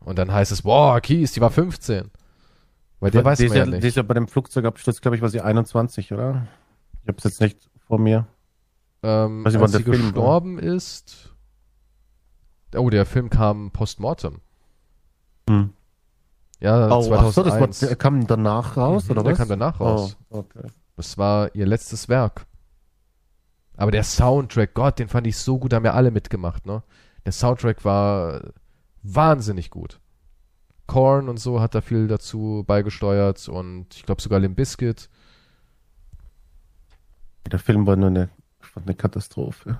[SPEAKER 1] Und dann heißt es, boah, Kies, die war 15. Weil der weiß
[SPEAKER 2] die
[SPEAKER 1] man
[SPEAKER 2] ist
[SPEAKER 1] ja
[SPEAKER 2] ja,
[SPEAKER 1] nicht.
[SPEAKER 2] Die ist ja bei dem Flugzeugabsturz, glaube ich, war sie 21, oder? Ich habe es jetzt nicht vor mir.
[SPEAKER 1] ähm,
[SPEAKER 2] weiß
[SPEAKER 1] als
[SPEAKER 2] nicht, wann
[SPEAKER 1] sie
[SPEAKER 2] der Film war.
[SPEAKER 1] gestorben ist. Oh, der Film kam postmortem.
[SPEAKER 2] Hm.
[SPEAKER 1] Ja,
[SPEAKER 2] Oh, ach so,
[SPEAKER 1] 2001.
[SPEAKER 2] das war, der kam danach raus,
[SPEAKER 1] Mhm,
[SPEAKER 2] oder
[SPEAKER 1] der
[SPEAKER 2] was?
[SPEAKER 1] kam danach raus.
[SPEAKER 2] Oh, okay.
[SPEAKER 1] Das war ihr letztes Werk. Aber der Soundtrack, Gott, den fand ich so gut, da haben ja alle mitgemacht, ne? Der Soundtrack war wahnsinnig gut. Korn und so hat da viel dazu beigesteuert und ich glaube sogar Limp Bizkit.
[SPEAKER 2] Der Film war nur eine, ich fand eine Katastrophe.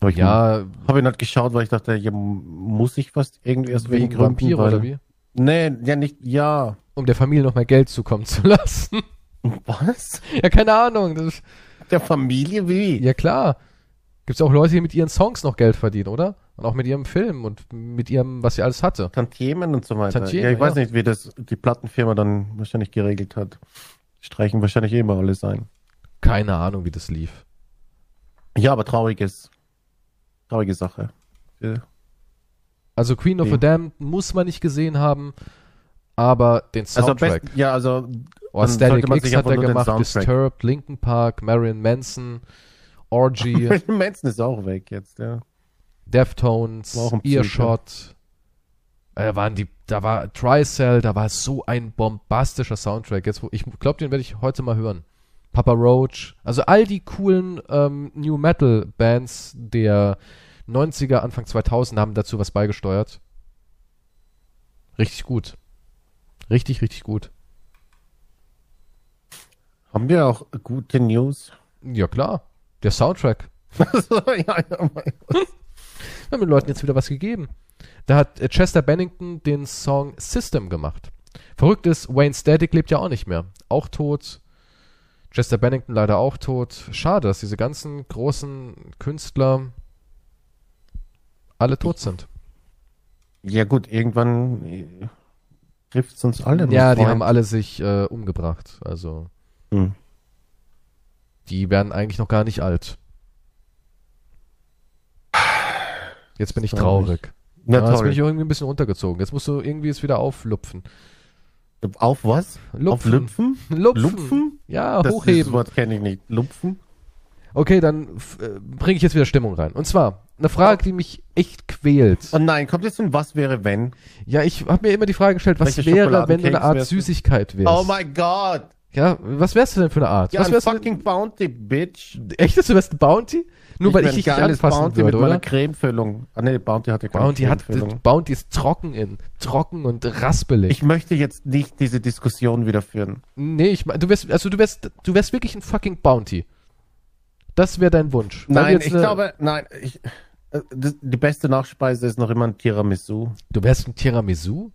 [SPEAKER 2] Aber ich
[SPEAKER 1] Ja,
[SPEAKER 2] habe ihn halt geschaut, weil ich dachte, hier muss ich fast irgendwie erst wegen,
[SPEAKER 1] wegen Vampire
[SPEAKER 2] weil,
[SPEAKER 1] oder wie?
[SPEAKER 2] Nee, ja, nicht, ja.
[SPEAKER 1] Um der Familie noch mehr Geld zukommen zu [LAUGHS] lassen.
[SPEAKER 2] Was?
[SPEAKER 1] ja, keine Ahnung. Das,
[SPEAKER 2] Der Familie wie?
[SPEAKER 1] ja, klar. Gibt's auch Leute, die mit ihren Songs noch Geld verdienen, oder? Und auch mit ihrem Film und mit ihrem, was sie alles hatte.
[SPEAKER 2] Tantiemen und so weiter.
[SPEAKER 1] Tantiemen,
[SPEAKER 2] ja, ich weiß
[SPEAKER 1] ja.
[SPEAKER 2] nicht, wie das die Plattenfirma dann wahrscheinlich geregelt hat. Streichen wahrscheinlich eh immer alles ein.
[SPEAKER 1] Keine Ahnung, wie das lief.
[SPEAKER 2] Ja, aber trauriges. Traurige Sache. Ja.
[SPEAKER 1] Also Queen of
[SPEAKER 2] Nee.
[SPEAKER 1] the Damned muss man nicht gesehen haben, aber den
[SPEAKER 2] Also am
[SPEAKER 1] Soundtrack.
[SPEAKER 2] besten, ja, also
[SPEAKER 1] oh,
[SPEAKER 2] dann sollte
[SPEAKER 1] Static
[SPEAKER 2] man
[SPEAKER 1] X
[SPEAKER 2] sich
[SPEAKER 1] hat
[SPEAKER 2] einfach
[SPEAKER 1] er
[SPEAKER 2] nur den
[SPEAKER 1] gemacht,
[SPEAKER 2] Soundtrack-
[SPEAKER 1] Disturbed, Linkin Park, Marion Manson,
[SPEAKER 2] [LAUGHS]
[SPEAKER 1] Orgy,
[SPEAKER 2] Manson ist auch weg jetzt, ja.
[SPEAKER 1] Deftones,
[SPEAKER 2] War auch ein Psycho.
[SPEAKER 1] Earshot. Äh, waren die, da war Tricell, da war so ein bombastischer Soundtrack. Jetzt, wo, ich glaube, den werde ich heute mal hören. Papa Roach, also all die coolen ähm, New Metal Bands der 90er, Anfang 2000 haben dazu was beigesteuert. Richtig gut. Richtig, richtig gut.
[SPEAKER 2] Haben wir auch gute News?
[SPEAKER 1] Ja, klar. Der Soundtrack.
[SPEAKER 2] [LAUGHS] Also, ja, ja, mein Gott.
[SPEAKER 1] Wir haben den Leuten jetzt wieder was gegeben. Da hat äh, Chester Bennington den Song System gemacht. Verrückt ist, Wayne Static lebt ja auch nicht mehr. Auch tot. Chester Bennington leider auch tot. Schade, dass diese ganzen großen Künstler alle tot sind.
[SPEAKER 2] ja gut, irgendwann äh, trifft es uns alle. mein
[SPEAKER 1] Ja, die
[SPEAKER 2] Freund.
[SPEAKER 1] haben alle sich äh, umgebracht. Also
[SPEAKER 2] Hm.
[SPEAKER 1] die werden eigentlich noch gar nicht alt. Jetzt bin ich traurig.
[SPEAKER 2] Na
[SPEAKER 1] ja, jetzt bin ich
[SPEAKER 2] toll.
[SPEAKER 1] irgendwie ein bisschen runtergezogen. Jetzt musst du irgendwie es wieder auflupfen.
[SPEAKER 2] Äh, Auf was? Auf Lüpfen?
[SPEAKER 1] Lupfen.
[SPEAKER 2] Lupfen?
[SPEAKER 1] Ja,
[SPEAKER 2] Das, dieses
[SPEAKER 1] hochheben.
[SPEAKER 2] Wort kenne ich nicht. Lupfen?
[SPEAKER 1] Okay, dann f- äh, bringe ich jetzt wieder Stimmung rein. Und zwar eine Frage, die mich echt quält.
[SPEAKER 2] Oh nein, kommt jetzt ein Was wäre wenn?
[SPEAKER 1] Ja, ich habe mir immer die Frage gestellt, was
[SPEAKER 2] Welche
[SPEAKER 1] wäre, wenn du eine
[SPEAKER 2] Schokoladencakes
[SPEAKER 1] Art
[SPEAKER 2] wärst du?
[SPEAKER 1] Süßigkeit wärst?
[SPEAKER 2] Oh my god.
[SPEAKER 1] Ja, was wärst du denn für eine Art?
[SPEAKER 2] Ja,
[SPEAKER 1] was
[SPEAKER 2] ein
[SPEAKER 1] wärst du denn?
[SPEAKER 2] fucking Bounty, bitch.
[SPEAKER 1] Echt, dass du wärst ein Bounty? Nur weil
[SPEAKER 2] wär
[SPEAKER 1] ich
[SPEAKER 2] ein
[SPEAKER 1] dich nicht
[SPEAKER 2] geiles
[SPEAKER 1] anfassen
[SPEAKER 2] Bounty
[SPEAKER 1] würde,
[SPEAKER 2] mit meiner
[SPEAKER 1] oder?
[SPEAKER 2] Cremefüllung. Ah ne, Bounty hat ja keine
[SPEAKER 1] Bounty, hat,
[SPEAKER 2] Cremefüllung.
[SPEAKER 1] Bounty ist trocken in. Trocken und raspelig.
[SPEAKER 2] Ich möchte jetzt nicht diese Diskussion wieder führen.
[SPEAKER 1] nee, ich mein, du wärst, also du wärst, du wärst wirklich ein fucking Bounty. Das wäre dein Wunsch. Weil du
[SPEAKER 2] Nein,
[SPEAKER 1] jetzt äh,
[SPEAKER 2] ich
[SPEAKER 1] eine-
[SPEAKER 2] glaube, nein, ich, äh, das, die beste Nachspeise ist noch immer ein Tiramisu.
[SPEAKER 1] Du wärst ein Tiramisu?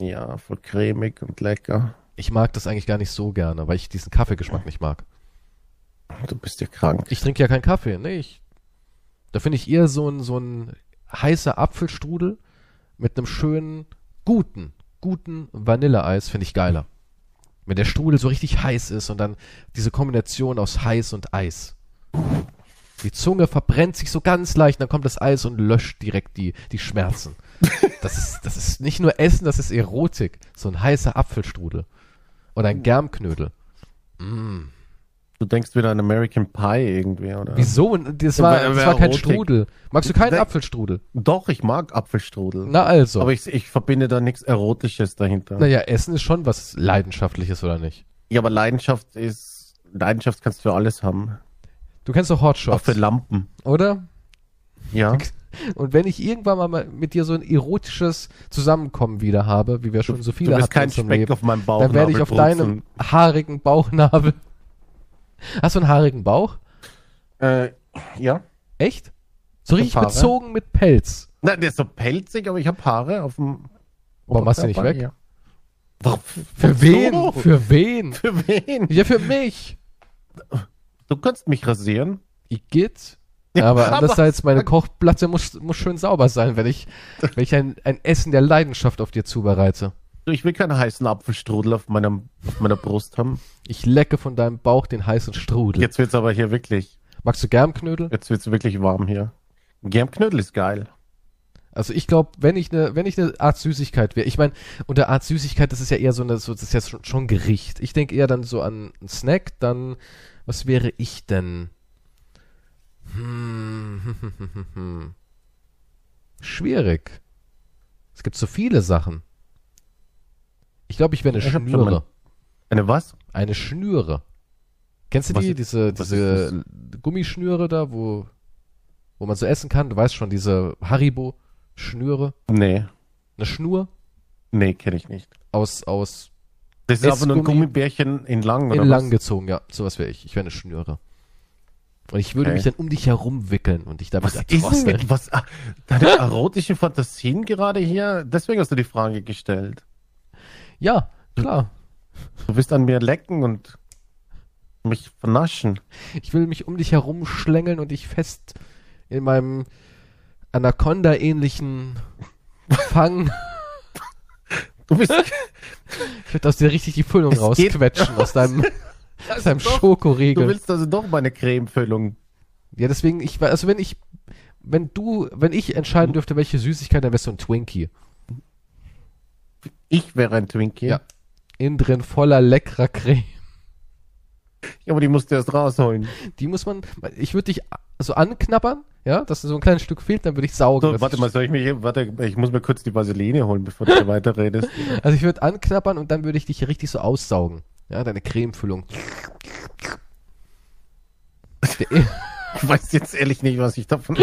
[SPEAKER 2] Ja, voll cremig und lecker.
[SPEAKER 1] Ich mag das eigentlich gar nicht so gerne, weil ich diesen Kaffeegeschmack nicht mag.
[SPEAKER 2] Du bist ja krank.
[SPEAKER 1] Ich trinke ja keinen Kaffee, nee, ich, Da finde ich eher so ein, so ein heißer Apfelstrudel mit einem schönen, guten, guten Vanilleeis finde ich geiler. Wenn der Strudel so richtig heiß ist und dann diese Kombination aus heiß und Eis. Die Zunge verbrennt sich so ganz leicht, dann kommt das Eis und löscht direkt die, die Schmerzen. Das ist, das ist nicht nur Essen, das ist Erotik. So ein heißer Apfelstrudel. Oder ein Germknödel.
[SPEAKER 2] Du denkst wieder an American Pie irgendwie, oder?
[SPEAKER 1] Wieso? Das
[SPEAKER 2] Ja,
[SPEAKER 1] war,
[SPEAKER 2] weil-
[SPEAKER 1] das
[SPEAKER 2] weil
[SPEAKER 1] war kein
[SPEAKER 2] Erotik.
[SPEAKER 1] Strudel. Magst du keinen
[SPEAKER 2] Da-
[SPEAKER 1] Apfelstrudel?
[SPEAKER 2] Doch, ich mag Apfelstrudel.
[SPEAKER 1] Na also.
[SPEAKER 2] Aber ich, ich verbinde da nichts Erotisches dahinter.
[SPEAKER 1] naja, Essen ist schon was Leidenschaftliches, oder nicht?
[SPEAKER 2] Ja, aber Leidenschaft ist. Leidenschaft kannst du für alles haben.
[SPEAKER 1] Du kennst doch
[SPEAKER 2] Auch für
[SPEAKER 1] Hotshots,
[SPEAKER 2] Lampen.
[SPEAKER 1] oder?
[SPEAKER 2] Ja.
[SPEAKER 1] Und wenn ich irgendwann mal- mal mit dir so ein erotisches Zusammenkommen wieder habe, wie wir schon so viele
[SPEAKER 2] du wirst
[SPEAKER 1] hatten in
[SPEAKER 2] kein
[SPEAKER 1] unserem
[SPEAKER 2] Speck
[SPEAKER 1] Leben,
[SPEAKER 2] auf meinem Bauch.
[SPEAKER 1] dann werde ich auf deinem haarigen Bauchnabel. [LAUGHS] Hast du einen haarigen Bauch?
[SPEAKER 2] Äh, ja.
[SPEAKER 1] Echt? So richtig
[SPEAKER 2] Haare?
[SPEAKER 1] bezogen mit Pelz.
[SPEAKER 2] Na, der ist so pelzig, aber ich habe Haare auf dem.
[SPEAKER 1] Warum machst du nicht weg?
[SPEAKER 2] Oberkörper, Oh, Ja. Warum?
[SPEAKER 1] Für wen?
[SPEAKER 2] So.
[SPEAKER 1] Für wen?
[SPEAKER 2] Für wen?
[SPEAKER 1] Ja, für mich.
[SPEAKER 2] Du kannst mich rasieren.
[SPEAKER 1] Igitt.
[SPEAKER 2] Ja,
[SPEAKER 1] aber
[SPEAKER 2] aber-
[SPEAKER 1] andererseits, meine Kochplatte muss, muss schön sauber sein, wenn
[SPEAKER 2] [LAUGHS]
[SPEAKER 1] ich, wenn ich ein, ein Essen der Leidenschaft auf dir zubereite.
[SPEAKER 2] Du, Ich will keinen heißen Apfelstrudel auf, meinem, auf meiner Brust haben.
[SPEAKER 1] Ich lecke von deinem Bauch den heißen Strudel.
[SPEAKER 2] Jetzt wird's aber hier wirklich.
[SPEAKER 1] Magst du Germknödel?
[SPEAKER 2] Jetzt wird's wirklich warm hier. Germknödel ist geil.
[SPEAKER 1] Also ich glaube, wenn ich eine, wenn ich eine Art Süßigkeit wäre, ich meine, unter Art Süßigkeit, das ist ja eher so eine, so, das ist ja schon, schon Gericht. Ich denke eher dann so an einen Snack, dann, was wäre ich denn? Hm, hm, hm, hm, hm, hm. [LAUGHS] Schwierig. Es gibt so viele Sachen. Ich glaube, ich wäre eine
[SPEAKER 2] Ich hab schon
[SPEAKER 1] Schnüre.
[SPEAKER 2] mal- Eine was?
[SPEAKER 1] Eine Schnüre. Kennst du
[SPEAKER 2] Was
[SPEAKER 1] die?
[SPEAKER 2] ist-
[SPEAKER 1] Diese,
[SPEAKER 2] was
[SPEAKER 1] diese Gummischnüre da, wo, wo man so essen kann. Du weißt schon, diese Haribo-Schnüre.
[SPEAKER 2] Nee.
[SPEAKER 1] Eine Schnur
[SPEAKER 2] Nee, kenne ich nicht.
[SPEAKER 1] aus, aus
[SPEAKER 2] Das ist
[SPEAKER 1] Ist
[SPEAKER 2] aber nur ein
[SPEAKER 1] Gummi-
[SPEAKER 2] Gummibärchen in lang,
[SPEAKER 1] in
[SPEAKER 2] was?
[SPEAKER 1] lang gezogen. Ja, sowas wäre ich. Ich wäre eine Schnüre. Und ich würde
[SPEAKER 2] Okay.
[SPEAKER 1] mich dann um dich herum wickeln und dich damit
[SPEAKER 2] Was ist denn
[SPEAKER 1] erdrosseln.
[SPEAKER 2] mit, was, ah, deine erotischen Fantasien gerade hier? Deswegen hast du die Frage gestellt.
[SPEAKER 1] Ja, klar.
[SPEAKER 2] Du willst an mir lecken und mich vernaschen.
[SPEAKER 1] Ich will mich um dich herum schlängeln und dich fest in meinem
[SPEAKER 2] [LAUGHS]
[SPEAKER 1] Anaconda-ähnlichen Fang.
[SPEAKER 2] Du
[SPEAKER 1] [LAUGHS]
[SPEAKER 2] bist,
[SPEAKER 1] Ich werde aus dir richtig die Füllung
[SPEAKER 2] Es geht- Also
[SPEAKER 1] rausquetschen, aus
[SPEAKER 2] [LAUGHS]
[SPEAKER 1] deinem, aus deinem
[SPEAKER 2] doch-
[SPEAKER 1] Schokoriegel.
[SPEAKER 2] du willst also doch meine Cremefüllung.
[SPEAKER 1] Ja, deswegen, ich war- also wenn ich, wenn du, wenn ich
[SPEAKER 2] Mhm.
[SPEAKER 1] entscheiden dürfte, welche Süßigkeit, dann wärst du ein Twinkie.
[SPEAKER 2] Ich wäre ein Twinkie.
[SPEAKER 1] Ja. Innen drin voller leckerer Creme.
[SPEAKER 2] Ja, aber die musst du erst rausholen.
[SPEAKER 1] Die muss man, ich würde dich so anknabbern, ja, dass so ein kleines Stück fehlt, dann würde ich saugen.
[SPEAKER 2] So,
[SPEAKER 1] Das
[SPEAKER 2] Äh, warte
[SPEAKER 1] ist-
[SPEAKER 2] mal, soll ich mich, warte, ich muss mir kurz die Vaseline holen, bevor du hier weiterredest.
[SPEAKER 1] [LAUGHS] Also ich würde anknabbern und dann würde ich dich richtig so aussaugen. Ja, deine
[SPEAKER 2] [LAUGHS]
[SPEAKER 1] Cremefüllung. Der-
[SPEAKER 2] Ich weiß jetzt ehrlich nicht, was
[SPEAKER 1] [LAUGHS]
[SPEAKER 2] ich davon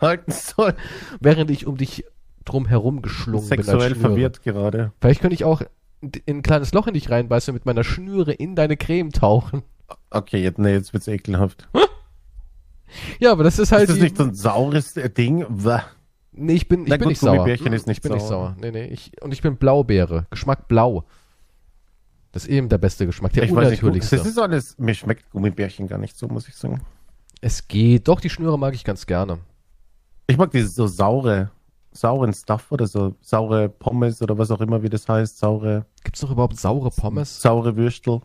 [SPEAKER 2] halten soll.
[SPEAKER 1] Während ich um dich drum herum geschlungen bin.
[SPEAKER 2] Sexuell
[SPEAKER 1] als Schnüre.
[SPEAKER 2] verwirrt gerade.
[SPEAKER 1] Vielleicht könnte ich auch in ein kleines Loch in dich reinbeißen und mit meiner Schnüre in deine Creme tauchen.
[SPEAKER 2] Okay, jetzt, nee, jetzt wird's ekelhaft.
[SPEAKER 1] Ja, aber das ist halt.
[SPEAKER 2] ist das
[SPEAKER 1] die-
[SPEAKER 2] nicht so ein saures äh, Ding? Bäh.
[SPEAKER 1] nee, ich bin, ich
[SPEAKER 2] Na
[SPEAKER 1] bin
[SPEAKER 2] gut,
[SPEAKER 1] nicht sauer.
[SPEAKER 2] Gummibärchen ist
[SPEAKER 1] Ich
[SPEAKER 2] nicht
[SPEAKER 1] bin nicht sauer.
[SPEAKER 2] sauer.
[SPEAKER 1] Nee, nee. Ich, und ich bin Blaubeere. Geschmack blau. Das ist eben der beste Geschmack, der
[SPEAKER 2] ich weiß nicht,
[SPEAKER 1] unnatürlichste.
[SPEAKER 2] das ist alles, mir schmeckt Gummibärchen gar nicht so, muss ich sagen.
[SPEAKER 1] es geht. Doch, die Schnüre mag ich ganz gerne.
[SPEAKER 2] Ich mag diese so saure, sauren Stuff oder so, saure Pommes oder was auch immer, wie das heißt, saure,
[SPEAKER 1] Gibt's noch überhaupt saure Pommes?
[SPEAKER 2] saure Würstel.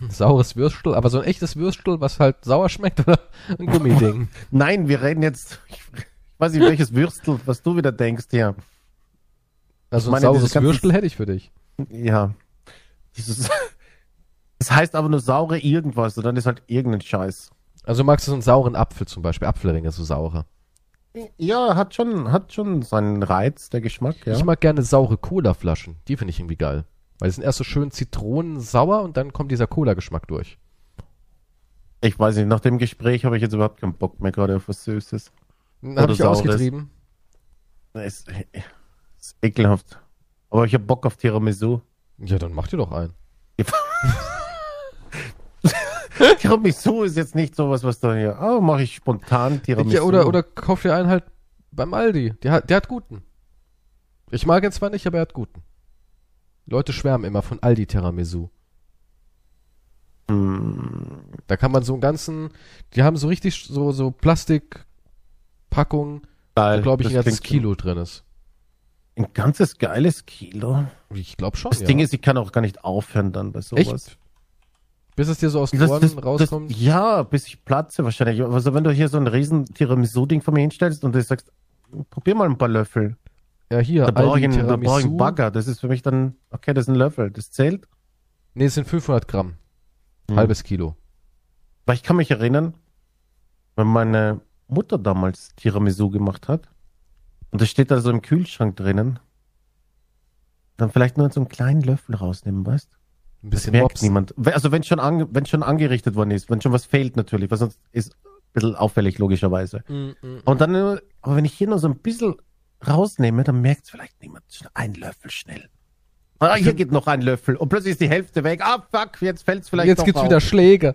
[SPEAKER 2] Hm.
[SPEAKER 1] Saures Würstel? Aber so ein echtes Würstel, was halt sauer schmeckt [LAUGHS] oder ein
[SPEAKER 2] [LAUGHS]
[SPEAKER 1] Gummiding?
[SPEAKER 2] Nein, wir reden jetzt, [LAUGHS] ich weiß nicht, welches Würstel, was du wieder denkst, ja.
[SPEAKER 1] Also
[SPEAKER 2] Ich
[SPEAKER 1] ein
[SPEAKER 2] meine,
[SPEAKER 1] saures
[SPEAKER 2] dieses ganze-
[SPEAKER 1] Würstel hätte ich für dich.
[SPEAKER 2] Ja. Dieses, [LAUGHS] das heißt aber nur saure irgendwas und dann ist halt irgendein Scheiß.
[SPEAKER 1] Also magst du so einen sauren Apfel zum Beispiel, Apfelringe, so saure.
[SPEAKER 2] Ja, hat schon, hat schon seinen Reiz, der Geschmack, ja.
[SPEAKER 1] Ich mag gerne saure Cola-Flaschen. Die finde ich irgendwie geil. Weil die sind erst so schön zitronensauer und dann kommt dieser Cola-Geschmack durch.
[SPEAKER 2] Ich weiß nicht, nach dem Gespräch habe ich jetzt überhaupt keinen Bock mehr gerade auf was Süßes.
[SPEAKER 1] Habe ich
[SPEAKER 2] saures.
[SPEAKER 1] ausgetrieben.
[SPEAKER 2] Es ist ekelhaft. Aber ich habe Bock auf Tiramisu.
[SPEAKER 1] Ja, dann mach dir doch einen.
[SPEAKER 2] Tiramisu ist jetzt nicht sowas, was da hier, oh, mache ich spontan Tiramisu.
[SPEAKER 1] Ja, oder, oder kauf dir einen halt beim Aldi. Der hat, der hat guten. Ich mag ihn zwar nicht, aber er hat guten. Leute schwärmen immer von Aldi Tiramisu.
[SPEAKER 2] Hm,
[SPEAKER 1] Da kann man so einen ganzen, die haben so richtig so, so Plastikpackungen, wo
[SPEAKER 2] Geil,
[SPEAKER 1] glaube ich
[SPEAKER 2] das
[SPEAKER 1] ein ganzes
[SPEAKER 2] klingt-
[SPEAKER 1] Kilo drin ist.
[SPEAKER 2] Ein ganzes geiles Kilo.
[SPEAKER 1] Ich glaube schon,
[SPEAKER 2] Das
[SPEAKER 1] ja.
[SPEAKER 2] Ding ist, ich kann auch gar nicht aufhören dann bei sowas.
[SPEAKER 1] Echt? Bis es dir so aus den
[SPEAKER 2] Das,
[SPEAKER 1] Ohren
[SPEAKER 2] das, das,
[SPEAKER 1] rauskommt?
[SPEAKER 2] ja, bis ich platze wahrscheinlich. Also wenn du hier so ein riesen Tiramisu-Ding vor mir hinstellst und du sagst, probier mal ein paar Löffel.
[SPEAKER 1] ja, hier,
[SPEAKER 2] Da brauche ich,
[SPEAKER 1] Aldi
[SPEAKER 2] einen- da brauch ich
[SPEAKER 1] Tiramisu.
[SPEAKER 2] einen Bagger. Das ist für mich dann, okay, das ist ein Löffel. Das zählt.
[SPEAKER 1] Nee, es sind 500 Gramm.
[SPEAKER 2] Mhm.
[SPEAKER 1] Halbes Kilo.
[SPEAKER 2] Weil ich kann mich erinnern, wenn meine Mutter damals Tiramisu gemacht hat und das steht da so im Kühlschrank drinnen, dann vielleicht nur so einen kleinen Löffel rausnehmen, weißt du?
[SPEAKER 1] Ein
[SPEAKER 2] Das
[SPEAKER 1] bisschen
[SPEAKER 2] merkt
[SPEAKER 1] Mops.
[SPEAKER 2] niemand. We- Also wenn schon, ange wenn schon angerichtet worden ist, wenn schon was fehlt natürlich, weil sonst ist ein bisschen auffällig logischerweise.
[SPEAKER 1] Mm, mm.
[SPEAKER 2] Und dann, nur- aber wenn ich hier nur so ein bisschen rausnehme, dann merkt es vielleicht niemand. Schn- Ein Löffel schnell. Ah, hier geht noch ein Löffel. Und plötzlich ist die Hälfte weg. Ah, fuck, jetzt fällt es vielleicht
[SPEAKER 1] Jetzt
[SPEAKER 2] noch
[SPEAKER 1] gibt's
[SPEAKER 2] auf.
[SPEAKER 1] wieder Schläge.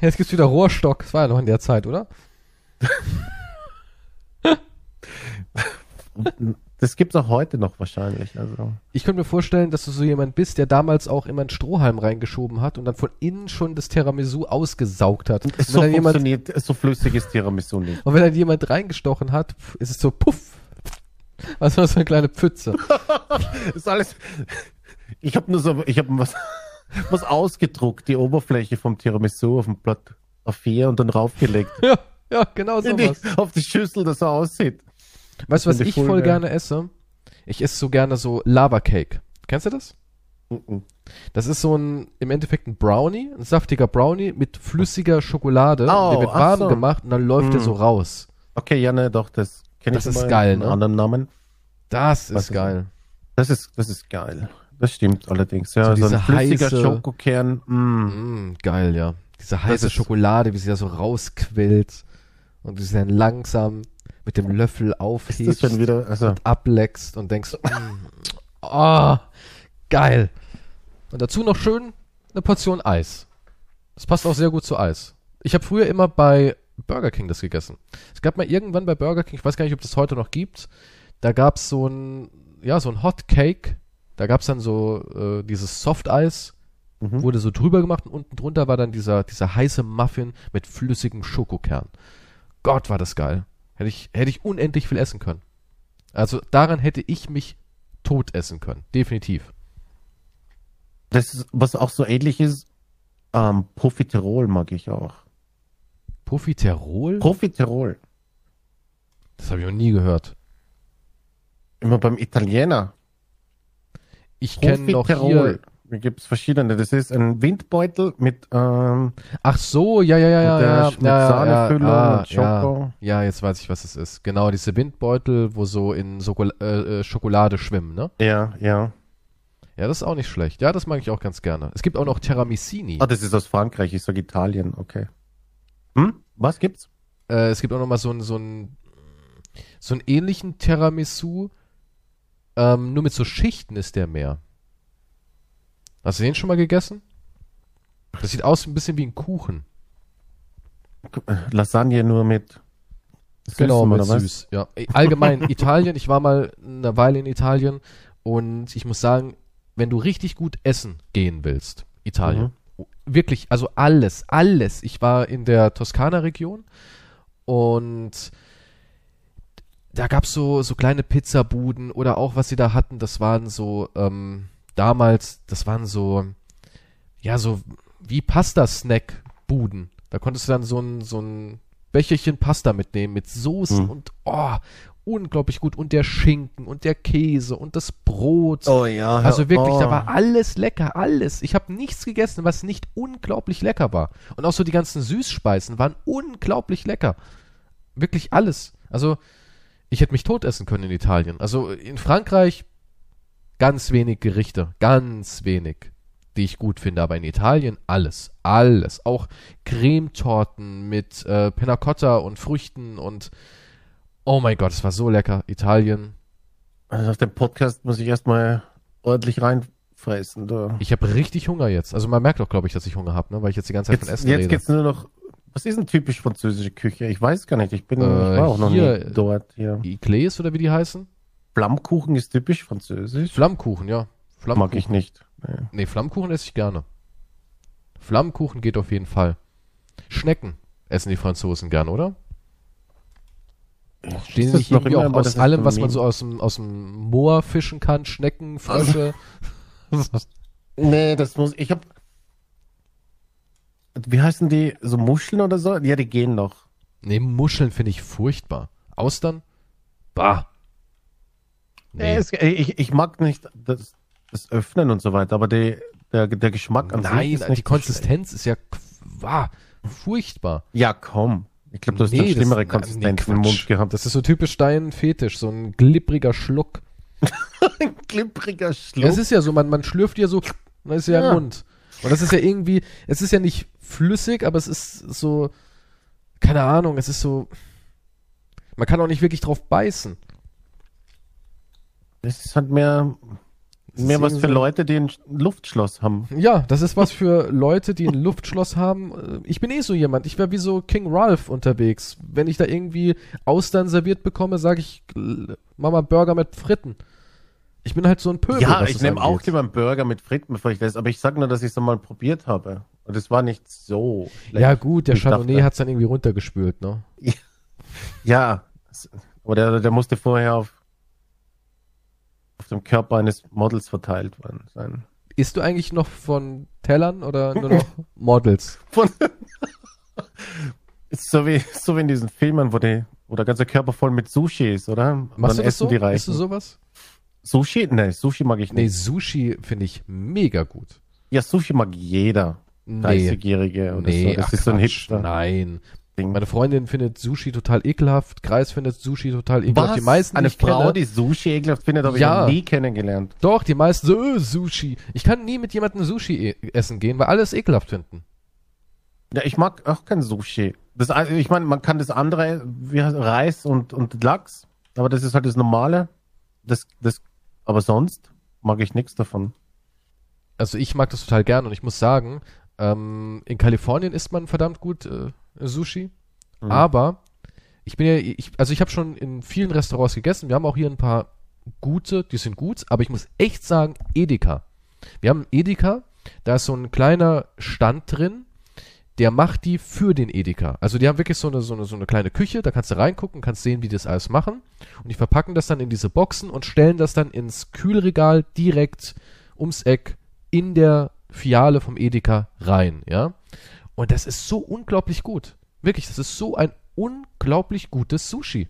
[SPEAKER 1] Jetzt gibt's wieder Rohrstock. Das war ja noch in der Zeit, oder?
[SPEAKER 2] Das gibt's auch heute noch wahrscheinlich. Also.
[SPEAKER 1] Ich könnte mir vorstellen, dass du so jemand bist, der damals auch immer einen Strohhalm reingeschoben hat und dann von innen schon das Tiramisu ausgesaugt hat. Und
[SPEAKER 2] So
[SPEAKER 1] wenn, dann jemand,
[SPEAKER 2] funktioniert, so flüssig ist Tiramisu nicht.
[SPEAKER 1] und wenn dann jemand reingestochen hat, pf, ist es so puff. Also so eine kleine
[SPEAKER 2] [LAUGHS]
[SPEAKER 1] Pfütze.
[SPEAKER 2] Ist alles. Ich habe nur so, ich habe was, [LAUGHS] was ausgedruckt, die Oberfläche vom Tiramisu auf dem Blatt A4 und dann raufgelegt.
[SPEAKER 1] ja, ja, genau
[SPEAKER 2] In die,
[SPEAKER 1] sowas.
[SPEAKER 2] auf die Schüssel, dass er aussieht.
[SPEAKER 1] Weißt du, was
[SPEAKER 2] in die
[SPEAKER 1] ich voll
[SPEAKER 2] Folge.
[SPEAKER 1] gerne esse? Ich esse so gerne so Lava Cake. Kennst du das?
[SPEAKER 2] Mhm.
[SPEAKER 1] Das ist so ein, im Endeffekt ein Brownie, ein saftiger Brownie mit flüssiger Schokolade.
[SPEAKER 2] Oh,
[SPEAKER 1] der wird
[SPEAKER 2] ach
[SPEAKER 1] warm
[SPEAKER 2] so.
[SPEAKER 1] gemacht und dann läuft der
[SPEAKER 2] Mm.
[SPEAKER 1] so raus.
[SPEAKER 2] Okay, ja, ne, doch, das kenne ich
[SPEAKER 1] Das ist
[SPEAKER 2] aber
[SPEAKER 1] geil,
[SPEAKER 2] einen
[SPEAKER 1] ne?
[SPEAKER 2] anderen Namen.
[SPEAKER 1] Das
[SPEAKER 2] Was
[SPEAKER 1] ist
[SPEAKER 2] ist
[SPEAKER 1] geil.
[SPEAKER 2] Das ist, das ist geil. Das stimmt allerdings.
[SPEAKER 1] So
[SPEAKER 2] Ja, so, ein
[SPEAKER 1] diese
[SPEAKER 2] flüssiger
[SPEAKER 1] heiße-
[SPEAKER 2] Schokokern. mm.
[SPEAKER 1] Mm, geil, ja. Diese heiße
[SPEAKER 2] ist-
[SPEAKER 1] Schokolade, wie sie da so rausquillt und wie sie dann langsam mit dem Löffel
[SPEAKER 2] Ist das
[SPEAKER 1] aufhebst,
[SPEAKER 2] schon wieder, also,
[SPEAKER 1] ableckst und denkst, mm, oh, geil. Und dazu noch schön eine Portion Eis. Das passt auch sehr gut zu Eis. Ich habe früher immer bei Burger King das gegessen. Es gab mal irgendwann bei Burger King, ich weiß gar nicht, ob das heute noch gibt, da gab es so ein, ja, so ein Hot Cake. Da gab es dann so äh, dieses Softeis,
[SPEAKER 2] Mhm.
[SPEAKER 1] wurde so drüber gemacht und unten drunter war dann dieser, dieser heiße Muffin mit flüssigem Schokokern. Gott, war das geil. Hätte ich, hätte ich unendlich viel essen können. Also daran hätte ich mich tot essen können. Definitiv.
[SPEAKER 2] das ist, was auch so ähnlich ist, ähm, Profiterol mag ich auch.
[SPEAKER 1] Profiterol?
[SPEAKER 2] Profiterol.
[SPEAKER 1] Das habe ich noch nie gehört.
[SPEAKER 2] Immer beim Italiener.
[SPEAKER 1] Ich kenne noch hier.
[SPEAKER 2] Da gibt es verschiedene. Das ist ein Windbeutel mit, ähm,
[SPEAKER 1] Ach so, ja, ja, ja, ja.
[SPEAKER 2] mit, der
[SPEAKER 1] ja,
[SPEAKER 2] Sch- mit
[SPEAKER 1] ja,
[SPEAKER 2] Sahnefüllung
[SPEAKER 1] ja,
[SPEAKER 2] und
[SPEAKER 1] ja,
[SPEAKER 2] Schoko.
[SPEAKER 1] Ja, jetzt weiß ich, was es ist. Genau, diese Windbeutel, wo so in Schokol äh, äh, Schokolade schwimmen, ne?
[SPEAKER 2] Ja, ja.
[SPEAKER 1] Ja, das ist auch nicht schlecht. Ja, das mag ich auch ganz gerne. Es gibt auch noch Terramicini.
[SPEAKER 2] Ah, das ist aus Frankreich. Ich sage Italien. Okay. Hm? Was gibt's?
[SPEAKER 1] Äh, es gibt auch noch mal so einen so einen so einen ähnlichen Tiramisu, ähm, nur mit so Schichten ist der mehr. Hast du den schon mal gegessen? Das sieht aus ein bisschen wie ein Kuchen.
[SPEAKER 2] Lasagne nur mit Süßen,
[SPEAKER 1] Genau, mit
[SPEAKER 2] oder was?
[SPEAKER 1] süß. Ja. Allgemein Italien, ich war mal eine Weile in Italien und ich muss sagen, wenn du richtig gut essen gehen willst, Italien, wirklich, also alles, alles. Ich war in der Toskana-Region und da gab es so, so kleine Pizzabuden oder auch was sie da hatten, das waren so ähm, damals, das waren so, ja, so wie Pasta-Snack-Buden. Da konntest du dann so ein, so ein Becherchen Pasta mitnehmen mit Soßen
[SPEAKER 2] Hm.
[SPEAKER 1] und oh, unglaublich gut. Und der Schinken und der Käse und das Brot.
[SPEAKER 2] Oh ja.
[SPEAKER 1] Also wirklich,
[SPEAKER 2] oh.
[SPEAKER 1] da war alles lecker, alles. Ich habe nichts gegessen, was nicht unglaublich lecker war. Und auch so die ganzen Süßspeisen waren unglaublich lecker. Wirklich alles. Also ich hätte mich tot essen können in Italien. Also in Frankreich ganz wenig Gerichte, ganz wenig, die ich gut finde. Aber in Italien alles, alles. Auch Cremetorten mit äh, Panna Cotta und Früchten und oh mein Gott, es war so lecker. Italien,
[SPEAKER 2] Also auf dem Podcast muss ich erstmal ordentlich reinfressen. Du.
[SPEAKER 1] Ich habe richtig Hunger jetzt. Also man merkt auch, glaube ich, dass ich Hunger habe, ne? weil ich jetzt die ganze Zeit
[SPEAKER 2] Jetzt,
[SPEAKER 1] von Essen
[SPEAKER 2] jetzt
[SPEAKER 1] rede.
[SPEAKER 2] geht's nur noch. Was ist denn typisch französische Küche? Ich weiß gar nicht. Ich bin
[SPEAKER 1] Äh,
[SPEAKER 2] ich war auch noch
[SPEAKER 1] hier-
[SPEAKER 2] nie dort. Hier.
[SPEAKER 1] Eclairs oder wie die heißen?
[SPEAKER 2] Flammkuchen ist typisch französisch.
[SPEAKER 1] Flammkuchen, ja. Flammkuchen.
[SPEAKER 2] Mag ich nicht. Nee.
[SPEAKER 1] Nee, Flammkuchen esse ich gerne. Flammkuchen geht auf jeden Fall. Schnecken essen die Franzosen gern, oder? Stehen
[SPEAKER 2] Ist
[SPEAKER 1] die
[SPEAKER 2] das
[SPEAKER 1] nicht irgendwie
[SPEAKER 2] immer,
[SPEAKER 1] auch
[SPEAKER 2] aber das
[SPEAKER 1] aus
[SPEAKER 2] ist
[SPEAKER 1] allem,
[SPEAKER 2] bei
[SPEAKER 1] was man
[SPEAKER 2] mir-
[SPEAKER 1] so aus dem, aus dem Moor fischen kann? Schnecken, Frösche.
[SPEAKER 2] Also- Nee, das muss. Ich hab. Wie heißen die? So Muscheln oder so? Ja, die gehen noch.
[SPEAKER 1] [LAUGHS] nee, Muscheln finde ich furchtbar. Austern? Bah.
[SPEAKER 2] Nee. Äh, Es, ich, ich mag nicht das, das Öffnen und so weiter, aber die, der, der Geschmack an
[SPEAKER 1] Nein, also
[SPEAKER 2] sich ist
[SPEAKER 1] die
[SPEAKER 2] nicht so schlecht.
[SPEAKER 1] Konsistenz ist ja qu- bah, furchtbar.
[SPEAKER 2] Ja, komm. Ich glaube, du hast
[SPEAKER 1] Nee,
[SPEAKER 2] eine schlimmere
[SPEAKER 1] das- nee,
[SPEAKER 2] Konsistenz
[SPEAKER 1] Quatsch.
[SPEAKER 2] im Mund gehabt.
[SPEAKER 1] Das ist so typisch dein Fetisch, so ein glibbriger Schluck.
[SPEAKER 2] [LAUGHS] ein klippriger
[SPEAKER 1] Ja, es
[SPEAKER 2] Schluck.
[SPEAKER 1] ist ja so, man, man schlürft ja so, dann ist ja,
[SPEAKER 2] Ja.
[SPEAKER 1] im Mund. Und das ist ja irgendwie, es ist ja nicht flüssig, aber es ist so, keine Ahnung, es ist so, man kann auch nicht wirklich drauf beißen.
[SPEAKER 2] Das ist halt mehr,
[SPEAKER 1] Das
[SPEAKER 2] mehr
[SPEAKER 1] ist
[SPEAKER 2] was
[SPEAKER 1] irgendwie
[SPEAKER 2] für
[SPEAKER 1] so-
[SPEAKER 2] Leute, die ein Sch- Luftschloss haben.
[SPEAKER 1] Ja, das ist was für Leute, die ein Luftschloss haben. Äh, Ich bin eh so jemand. Ich wäre wie so King Ralph unterwegs. Wenn ich da irgendwie Austern serviert bekomme, sage ich, l- mach mal Burger mit Fritten. Ich bin halt so ein Pöbel.
[SPEAKER 2] ja,
[SPEAKER 1] was
[SPEAKER 2] ich
[SPEAKER 1] das
[SPEAKER 2] nehme auch
[SPEAKER 1] angeht.
[SPEAKER 2] lieber einen Burger mit Fritten, bevor ich das, aber ich sag nur, dass ich es einmal probiert habe. Und es war nicht so schlecht.
[SPEAKER 1] Ja, gut, der
[SPEAKER 2] Ich dachte- halt.
[SPEAKER 1] Chardonnay hat's dann irgendwie runtergespült, ne?
[SPEAKER 2] Ja, s- oder der musste vorher auf, auf dem Körper eines Models verteilt worden sein.
[SPEAKER 1] Isst du eigentlich noch von Tellern oder nur
[SPEAKER 2] [LAUGHS]
[SPEAKER 1] noch Models?
[SPEAKER 2] Von Ist so, wie, [LAUGHS] so wie in diesen Filmen, wo, die, wo der ganze Körper voll mit Sushi ist, oder? Und
[SPEAKER 1] Machst du das so?
[SPEAKER 2] essen die
[SPEAKER 1] Isst du
[SPEAKER 2] Reichen.
[SPEAKER 1] sowas?
[SPEAKER 2] Sushi? Nee, Sushi mag ich
[SPEAKER 1] Nee,
[SPEAKER 2] nicht.
[SPEAKER 1] Sushi finde ich mega gut.
[SPEAKER 2] Ja, Sushi mag jeder.
[SPEAKER 1] Nee.
[SPEAKER 2] 30-Jährige oder
[SPEAKER 1] Nee,
[SPEAKER 2] so. Das
[SPEAKER 1] ach
[SPEAKER 2] ist so ein
[SPEAKER 1] Quatsch,
[SPEAKER 2] Hipster.
[SPEAKER 1] Nein.
[SPEAKER 2] Ding.
[SPEAKER 1] Meine Freundin findet Sushi total ekelhaft, Kreis findet Sushi total ekelhaft. Die meisten die
[SPEAKER 2] Eine
[SPEAKER 1] ich
[SPEAKER 2] Frau,
[SPEAKER 1] kenne,
[SPEAKER 2] die Sushi ekelhaft findet, habe
[SPEAKER 1] Ja.
[SPEAKER 2] ich noch nie kennengelernt.
[SPEAKER 1] doch, die meisten so, äh, Sushi. Ich kann nie mit jemandem Sushi e essen gehen, weil alle es ekelhaft finden.
[SPEAKER 2] Ja, ich mag auch kein Sushi. Das, ein- ich meine, man kann das andere, wie heißt, Reis und, und Lachs, aber das ist halt das Normale. Das, das, aber sonst mag ich nichts davon.
[SPEAKER 1] Also ich mag das total gern und ich muss sagen, ähm, in Kalifornien isst man verdammt gut äh, Sushi.
[SPEAKER 2] Mhm.
[SPEAKER 1] Aber ich bin ja, ich, also ich habe schon in vielen Restaurants gegessen. Wir haben auch hier ein paar gute, die sind gut, aber ich muss echt sagen, Edeka. Wir haben einen Edeka, da ist so ein kleiner Stand drin, der macht die für den Edeka. Also die haben wirklich so eine, so eine, so eine kleine Küche, da kannst du reingucken, kannst sehen, wie die das alles machen. Und die verpacken das dann in diese Boxen und stellen das dann ins Kühlregal direkt ums Eck in der Filiale vom Edeka rein, ja. Und das ist so unglaublich gut. Wirklich, das ist so ein unglaublich gutes Sushi.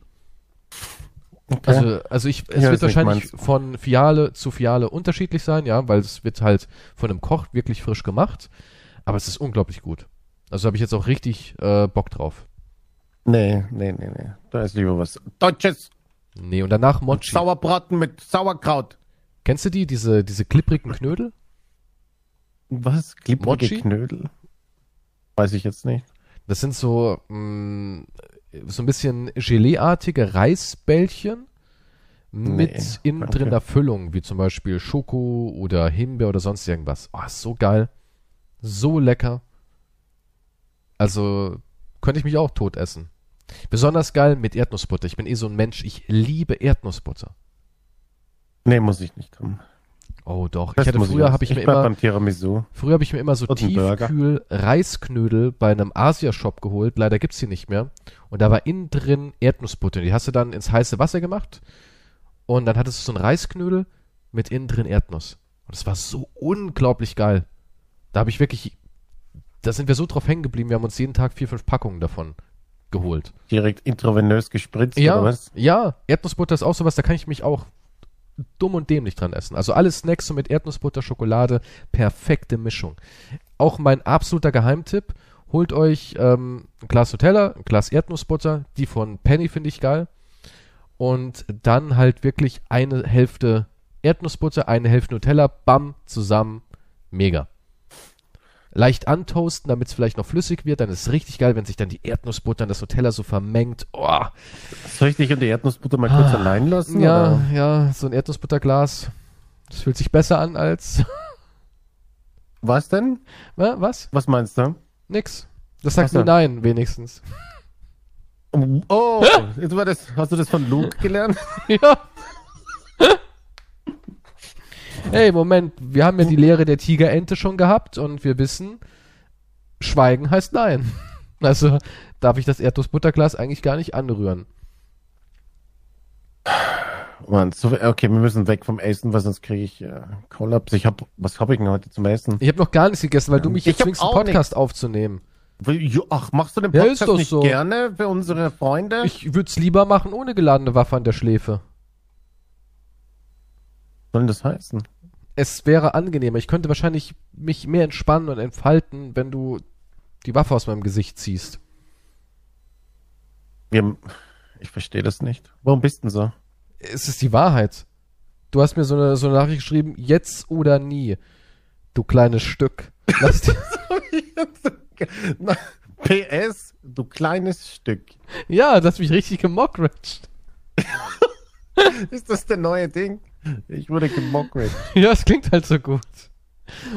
[SPEAKER 2] Okay.
[SPEAKER 1] Also, also ich, es
[SPEAKER 2] Ja,
[SPEAKER 1] wird
[SPEAKER 2] ist nicht
[SPEAKER 1] wahrscheinlich von Fiale zu Fiale unterschiedlich sein, ja, weil es wird halt von einem Koch wirklich frisch gemacht. Aber es ist unglaublich gut. Also habe ich jetzt auch richtig äh, Bock drauf.
[SPEAKER 2] nee, nee, nee, nee. Da ist lieber was. Deutsches
[SPEAKER 1] Nee, und danach Mochi.
[SPEAKER 2] Sauerbraten mit Sauerkraut.
[SPEAKER 1] Kennst du die, diese, diese klipprigen Knödel?
[SPEAKER 2] Was? Glibberige
[SPEAKER 1] Mochi?
[SPEAKER 2] Knödel? Weiß ich jetzt nicht.
[SPEAKER 1] Das sind so, mh, so ein bisschen Geleeartige Reisbällchen mit
[SPEAKER 2] Nee,
[SPEAKER 1] innen
[SPEAKER 2] danke.
[SPEAKER 1] drin der Füllung, wie zum Beispiel Schoko oder Himbeer oder sonst irgendwas. Oh, ist so geil. So lecker. Also könnte ich mich auch tot essen. Besonders geil mit Erdnussbutter. Ich bin eh so ein Mensch, ich liebe Erdnussbutter.
[SPEAKER 2] Nee, muss ich nicht kommen.
[SPEAKER 1] Oh doch.
[SPEAKER 2] Das
[SPEAKER 1] ich hatte
[SPEAKER 2] muss
[SPEAKER 1] früher
[SPEAKER 2] lassen.
[SPEAKER 1] habe ich, mir
[SPEAKER 2] bleib
[SPEAKER 1] immer
[SPEAKER 2] beim Tiramisu.
[SPEAKER 1] früher habe ich mir immer so
[SPEAKER 2] Und einen Burger.
[SPEAKER 1] tiefkühl Reisknödel bei einem Asia-Shop geholt. Leider gibt's die nicht mehr. Und da war innen drin Erdnussbutter. Die hast du dann ins heiße Wasser gemacht und dann hattest du so einen Reisknödel mit innen drin Erdnuss. Und das war so unglaublich geil. Da habe ich wirklich, da sind wir so drauf hängen geblieben. Wir haben uns jeden Tag vier, fünf Packungen davon geholt.
[SPEAKER 2] Direkt intravenös gespritzt
[SPEAKER 1] Ja,
[SPEAKER 2] oder was?
[SPEAKER 1] ja, Erdnussbutter ist auch sowas, da kann ich mich auch dumm und dämlich dran essen. Also alle Snacks so mit Erdnussbutter, Schokolade, perfekte Mischung. Auch mein absoluter Geheimtipp, holt euch ähm, ein Glas Nutella, ein Glas Erdnussbutter, die von Penny finde ich geil. Und dann halt wirklich eine Hälfte Erdnussbutter, eine Hälfte Nutella, bam, zusammen, mega. Leicht antoasten, damit es vielleicht noch flüssig wird, dann ist es richtig geil, wenn sich dann die Erdnussbutter und das Nutella so vermengt. Oh,
[SPEAKER 2] Soll ich dich und die Erdnussbutter mal kurz
[SPEAKER 1] Ah,
[SPEAKER 2] allein lassen?
[SPEAKER 1] ja,
[SPEAKER 2] Oder?
[SPEAKER 1] ja, so ein Erdnussbutterglas. Das fühlt sich besser an als. [LAUGHS]
[SPEAKER 2] Was denn?
[SPEAKER 1] Wa- Was?
[SPEAKER 2] Was meinst du?
[SPEAKER 1] Nix. Das sagt
[SPEAKER 2] Ach so.
[SPEAKER 1] nur nein, wenigstens. [LAUGHS]
[SPEAKER 2] Oh, jetzt war das, hast du das von Luke gelernt?
[SPEAKER 1] ja. Hey, Moment, wir haben ja die Lehre der Tigerente schon gehabt und wir wissen, Schweigen heißt nein. [LAUGHS] Also darf ich das Erdnussbutterglas eigentlich gar nicht anrühren.
[SPEAKER 2] Mann, so, okay, wir müssen weg vom Essen, weil sonst kriege ich äh, Kollaps. Ich hab, was habe ich denn heute zum Essen?
[SPEAKER 1] Ich habe noch gar nichts gegessen, weil du mich
[SPEAKER 2] Ich
[SPEAKER 1] jetzt
[SPEAKER 2] hab
[SPEAKER 1] zwingst, einen
[SPEAKER 2] auch
[SPEAKER 1] Podcast aufzunehmen.
[SPEAKER 2] Jo, Ach, machst du den
[SPEAKER 1] Ja,
[SPEAKER 2] Podcast
[SPEAKER 1] ist doch
[SPEAKER 2] nicht
[SPEAKER 1] so.
[SPEAKER 2] gerne für unsere Freunde?
[SPEAKER 1] Ich würde es lieber machen ohne geladene Waffe an der Schläfe.
[SPEAKER 2] soll denn das heißen?
[SPEAKER 1] es wäre angenehmer. Ich könnte wahrscheinlich mich mehr entspannen und entfalten, wenn du die Waffe aus meinem Gesicht ziehst.
[SPEAKER 2] Wir, ich verstehe das nicht. Warum bist
[SPEAKER 1] [LAUGHS]
[SPEAKER 2] denn so?
[SPEAKER 1] Es ist die Wahrheit. Du hast mir so eine, so eine Nachricht geschrieben, jetzt oder nie. Du kleines Stück. Lass die,
[SPEAKER 2] Na, PS, du kleines Stück.
[SPEAKER 1] [LAUGHS] ja, das hat mich richtig gemockraged.
[SPEAKER 2] Ist das der neue Ding? Ich wurde gemockraged.
[SPEAKER 1] [LAUGHS] Ja, es klingt halt so gut.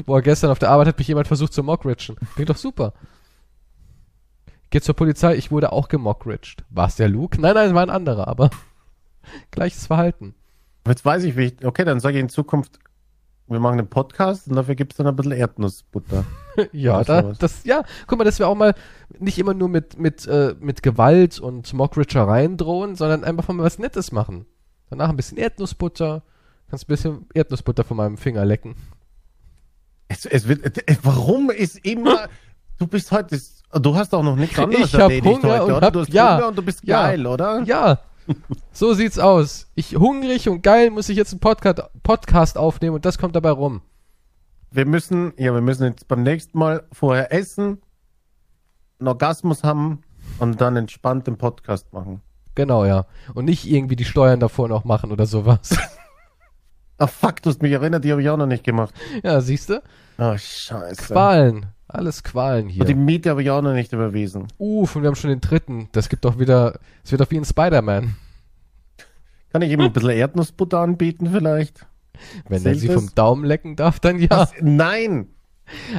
[SPEAKER 1] Boah, gestern auf der Arbeit hat mich jemand versucht zu mockridgen. Klingt doch super. Geh zur Polizei, ich wurde auch gemockraged. War es der Luke? Nein, nein, war ein anderer, aber [LAUGHS] gleiches Verhalten.
[SPEAKER 2] Jetzt weiß ich, wie ich. Okay, dann sage ich in Zukunft, wir machen einen Podcast und dafür gibt's dann ein bisschen Erdnussbutter.
[SPEAKER 1] Ja,
[SPEAKER 2] Oder
[SPEAKER 1] da,
[SPEAKER 2] sowas.
[SPEAKER 1] das, ja, guck mal, dass wir auch mal nicht immer nur mit, mit, äh, mit Gewalt und Mockritschereien drohen, sondern einfach mal was Nettes machen. Danach ein bisschen Erdnussbutter. Kannst ein bisschen Erdnussbutter von meinem Finger lecken. [LAUGHS]
[SPEAKER 2] Es, es wird. äh, Warum
[SPEAKER 1] [LAUGHS]
[SPEAKER 2] ist immer. Du bist heute. Du hast auch noch nichts anderes
[SPEAKER 1] Ich hab Hunger und
[SPEAKER 2] oder?
[SPEAKER 1] hab-
[SPEAKER 2] Du hast
[SPEAKER 1] ja,
[SPEAKER 2] Hunger und du bist
[SPEAKER 1] ja.
[SPEAKER 2] geil, oder?
[SPEAKER 1] Ja, so sieht's aus. Ich hungrig und geil muss ich jetzt einen Podcast, Podcast aufnehmen und das kommt dabei rum.
[SPEAKER 2] Wir müssen, ja, wir müssen jetzt beim nächsten Mal vorher essen, einen Orgasmus haben und dann entspannt den Podcast machen.
[SPEAKER 1] Genau, ja. Und nicht irgendwie die Steuern davor noch machen oder sowas. [LAUGHS]
[SPEAKER 2] Ah, fuck, du hast mich erinnert, die habe ich auch noch nicht gemacht.
[SPEAKER 1] ja, siehste?
[SPEAKER 2] Ah, scheiße.
[SPEAKER 1] Qualen. Alles Qualen hier.
[SPEAKER 2] Und die Miete habe ich auch noch nicht überwiesen.
[SPEAKER 1] Uff, und wir haben schon den dritten. Das gibt doch wieder, es wird doch wie in Spider-Man.
[SPEAKER 2] Kann ich ihm ein bisschen Erdnussbutter anbieten vielleicht?
[SPEAKER 1] Wenn er
[SPEAKER 2] Zählt
[SPEAKER 1] sie
[SPEAKER 2] das?
[SPEAKER 1] vom Daumen lecken darf, dann ja.
[SPEAKER 2] Was? Nein!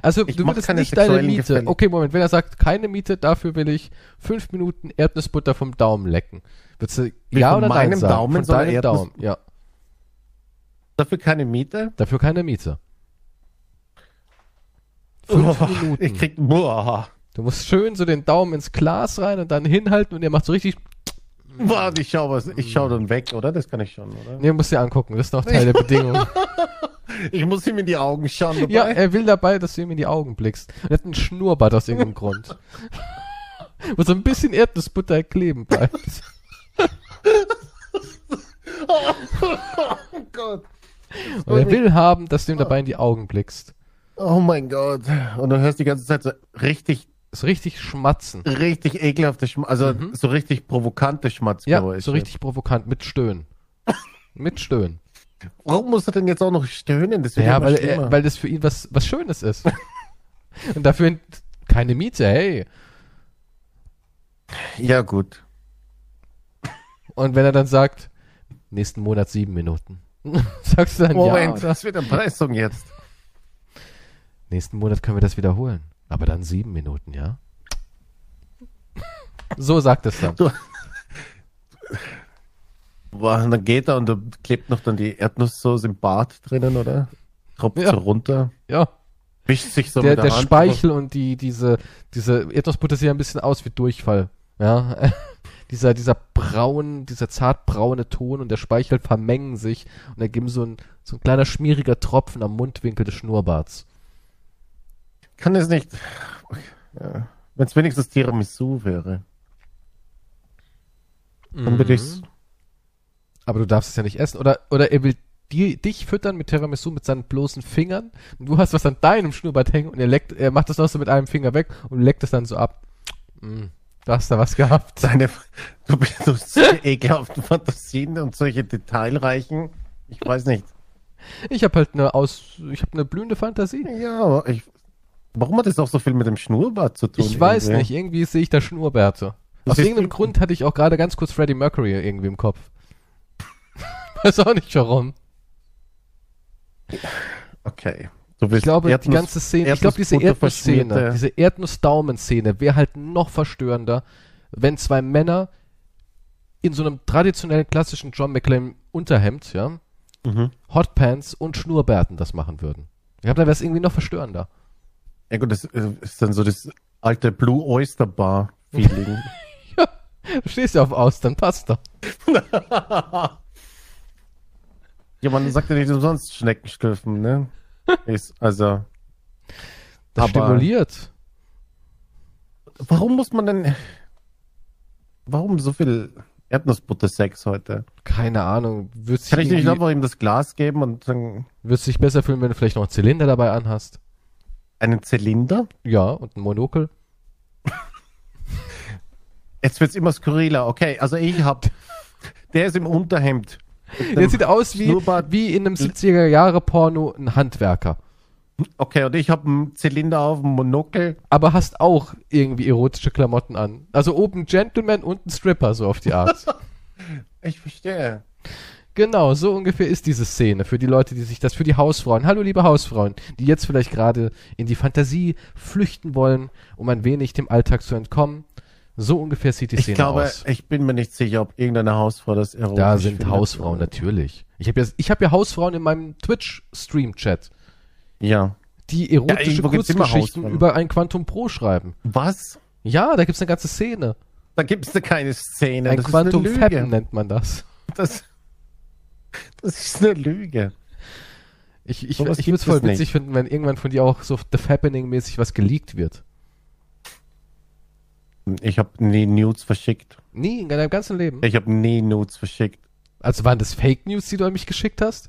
[SPEAKER 1] Also
[SPEAKER 2] Ich
[SPEAKER 1] du
[SPEAKER 2] mach
[SPEAKER 1] würdest
[SPEAKER 2] keine
[SPEAKER 1] nicht deine
[SPEAKER 2] sexuellen
[SPEAKER 1] Miete.
[SPEAKER 2] Gefälle.
[SPEAKER 1] Okay, Moment, wenn er sagt, keine Miete, dafür will ich fünf Minuten Erdnussbutter vom Daumen lecken. Würdest du ja
[SPEAKER 2] von
[SPEAKER 1] oder nein
[SPEAKER 2] meinem
[SPEAKER 1] sagen?
[SPEAKER 2] Daumen,
[SPEAKER 1] von
[SPEAKER 2] sondern
[SPEAKER 1] deinem
[SPEAKER 2] Erdnuss-
[SPEAKER 1] Daumen, ja.
[SPEAKER 2] Dafür keine Miete?
[SPEAKER 1] Dafür keine Miete. Fünf
[SPEAKER 2] Boah,
[SPEAKER 1] Minuten.
[SPEAKER 2] [LAUGHS] Ich krieg. Boah,
[SPEAKER 1] Du musst schön so den Daumen ins Glas rein und dann hinhalten und er macht so richtig.
[SPEAKER 2] Boah, ich schau was. Ich schau dann weg, oder? Das kann ich schon, oder?
[SPEAKER 1] Nee, musst dir angucken, das ist noch
[SPEAKER 2] [LAUGHS]
[SPEAKER 1] Teil der Bedingung.
[SPEAKER 2] Ich muss ihm in die Augen schauen. Dabei.
[SPEAKER 1] Ja, er will dabei, dass du ihm in die Augen blickst. Und er hat einen Schnurrbart aus irgendeinem
[SPEAKER 2] [LAUGHS]
[SPEAKER 1] Grund. Wo so ein bisschen Erdnussbutter kleben bleibt.
[SPEAKER 2] oh Gott.
[SPEAKER 1] Und Ah. er will haben, dass du ihm dabei in die Augen blickst.
[SPEAKER 2] Oh mein Gott. Und du hörst die ganze Zeit so richtig,
[SPEAKER 1] Ist richtig schmatzen.
[SPEAKER 2] richtig ekelhafte Schmatz, also so richtig provokante Schmatzgeräusche.
[SPEAKER 1] Mhm. Ja, so richtig provokant. Mit [LAUGHS] Stöhnen. Mit Stöhnen.
[SPEAKER 2] Warum muss er denn jetzt auch noch stöhnen? Das wird
[SPEAKER 1] Ja,
[SPEAKER 2] immer
[SPEAKER 1] weil,
[SPEAKER 2] schlimmer.
[SPEAKER 1] er, weil das für ihn was, was Schönes [LAUGHS] ist. Und dafür keine Miete, hey.
[SPEAKER 2] ja, gut.
[SPEAKER 1] Und wenn er dann sagt, nächsten Monat sieben Minuten. [LAUGHS] Sagst du dann
[SPEAKER 2] Moment,
[SPEAKER 1] ja. oder?
[SPEAKER 2] das wird Erpressung jetzt.
[SPEAKER 1] Nächsten Monat können wir das wiederholen. Aber dann sieben Minuten, [LAUGHS] ja? So sagt es dann.
[SPEAKER 2] Boah, und dann geht er und da klebt noch dann die Erdnusssoße im Bart drinnen, oder? Tropft
[SPEAKER 1] Ja.
[SPEAKER 2] so runter,
[SPEAKER 1] Ja.
[SPEAKER 2] wischt sich so
[SPEAKER 1] Der,
[SPEAKER 2] mit der,
[SPEAKER 1] der
[SPEAKER 2] Hand.
[SPEAKER 1] Speichel und die, diese, diese Erdnussbutter sieht ja ein bisschen aus wie Durchfall. Ja. [LAUGHS] dieser, dieser braun, dieser zartbraune Ton und der Speichel vermengen sich und ergeben so ein, so ein kleiner schmieriger Tropfen am Mundwinkel des Schnurrbarts.
[SPEAKER 2] Kann es nicht. Ja. Wenn es wenigstens Tiramisu wäre, dann würde ich's.
[SPEAKER 1] Mhm. Aber du darfst es ja nicht essen. Oder, oder er will dir, dich füttern mit Tiramisu mit seinen bloßen Fingern. Und du hast was an deinem Schnurrbart hängen und er leckt, er macht das noch so mit einem Finger weg und leckt es dann so ab. Mm, da hast du was
[SPEAKER 2] [LAUGHS]
[SPEAKER 1] gehabt.
[SPEAKER 2] Deine, du bist so sehr ekelhaften Fantasien und solche detailreichen. Ich weiß nicht.
[SPEAKER 1] Ich habe halt eine aus, ich habe eine blühende Fantasie.
[SPEAKER 2] Ja, aber ich, warum hat das auch so viel mit dem Schnurrbart zu tun?
[SPEAKER 1] Ich weiß
[SPEAKER 2] irgendwie?
[SPEAKER 1] nicht, irgendwie sehe ich da Schnurrbärte.
[SPEAKER 2] Das
[SPEAKER 1] Aus
[SPEAKER 2] ist-
[SPEAKER 1] irgendeinem Grund hatte ich auch gerade ganz kurz Freddie Mercury irgendwie im Kopf. [LAUGHS] weiß auch nicht warum.
[SPEAKER 2] Okay. Du bist
[SPEAKER 1] Ich glaube, die ganze Szene, ich glaube, diese Erdnusszene, diese Erdnussdaumen-Szene wäre halt noch verstörender, wenn zwei Männer in so einem traditionellen klassischen John McClane Unterhemd, ja,
[SPEAKER 2] Mhm.
[SPEAKER 1] Hotpants und Schnurrbärten das machen würden. Ich glaube, dann wäre es irgendwie noch verstörender. [LAUGHS]
[SPEAKER 2] Ja gut, das äh, ist dann so das alte Blue Oyster Bar
[SPEAKER 1] [LAUGHS]
[SPEAKER 2] Feeling.
[SPEAKER 1] Du stehst ja auf aus, dann passt doch.
[SPEAKER 2] ja, man sagt ja nicht umsonst Schneckenstülpen,
[SPEAKER 1] [LAUGHS]
[SPEAKER 2] ne? Ist, also,
[SPEAKER 1] Das
[SPEAKER 2] Aber-
[SPEAKER 1] stimuliert.
[SPEAKER 2] warum muss man denn, warum so viel Erdnussbutter-Sex heute?
[SPEAKER 1] Keine Ahnung. Würdest
[SPEAKER 2] Kann ich nicht
[SPEAKER 1] irgendwie-
[SPEAKER 2] einfach ihm das Glas geben und dann
[SPEAKER 1] würdest dich besser fühlen, wenn du vielleicht noch einen Zylinder dabei anhast.
[SPEAKER 2] einen Zylinder?
[SPEAKER 1] Ja, und ein Monokel.
[SPEAKER 2] Jetzt wird's immer skurriler. Okay, also ich hab, der ist im Unterhemd. Mit
[SPEAKER 1] Der
[SPEAKER 2] dem-
[SPEAKER 1] sieht aus wie,
[SPEAKER 2] Schnurrbart.
[SPEAKER 1] wie in einem 70er-Jahre-Porno ein Handwerker.
[SPEAKER 2] Okay, und ich hab einen Zylinder auf, einen Monokel.
[SPEAKER 1] aber hast auch irgendwie erotische Klamotten an. Also oben Gentleman, unten Stripper, so auf die
[SPEAKER 2] [LAUGHS]
[SPEAKER 1] Art.
[SPEAKER 2] Ich verstehe.
[SPEAKER 1] genau, so ungefähr ist diese Szene für die Leute, die sich das, für die Hausfrauen. Hallo, liebe Hausfrauen, die jetzt vielleicht gerade in die Fantasie flüchten wollen, um ein wenig dem Alltag zu entkommen. So ungefähr sieht die
[SPEAKER 2] Ich
[SPEAKER 1] Szene
[SPEAKER 2] glaube,
[SPEAKER 1] aus.
[SPEAKER 2] ich bin mir nicht sicher, ob irgendeine Hausfrau das erotisch
[SPEAKER 1] Da sind
[SPEAKER 2] findet.
[SPEAKER 1] Hausfrauen natürlich. Ich habe ja, ich hab ja Hausfrauen in meinem Twitch-Stream-Chat,
[SPEAKER 2] Ja.
[SPEAKER 1] die erotische
[SPEAKER 2] irgendwo gibt's immer
[SPEAKER 1] Kurzgeschichten
[SPEAKER 2] Hausfrauen.
[SPEAKER 1] über ein Quantum Pro schreiben.
[SPEAKER 2] Was?
[SPEAKER 1] Ja, da gibt's eine ganze Szene.
[SPEAKER 2] Da gibt's da keine Szene.
[SPEAKER 1] ein
[SPEAKER 2] das
[SPEAKER 1] Quantum
[SPEAKER 2] ist eine
[SPEAKER 1] Fappen
[SPEAKER 2] Lüge.
[SPEAKER 1] nennt man das.
[SPEAKER 2] Das, das ist eine Lüge.
[SPEAKER 1] Ich, ich,
[SPEAKER 2] Sowas
[SPEAKER 1] ich würde
[SPEAKER 2] gibt
[SPEAKER 1] es voll
[SPEAKER 2] es nicht.
[SPEAKER 1] witzig finden, wenn irgendwann von dir auch so The Fappening-mäßig was geleakt wird.
[SPEAKER 2] Ich habe nie Nudes verschickt.
[SPEAKER 1] Nie, in deinem ganzen Leben.
[SPEAKER 2] Ich habe nie Nudes verschickt.
[SPEAKER 1] Also waren das Fake News, die du an mich geschickt
[SPEAKER 2] [LAUGHS]
[SPEAKER 1] hast?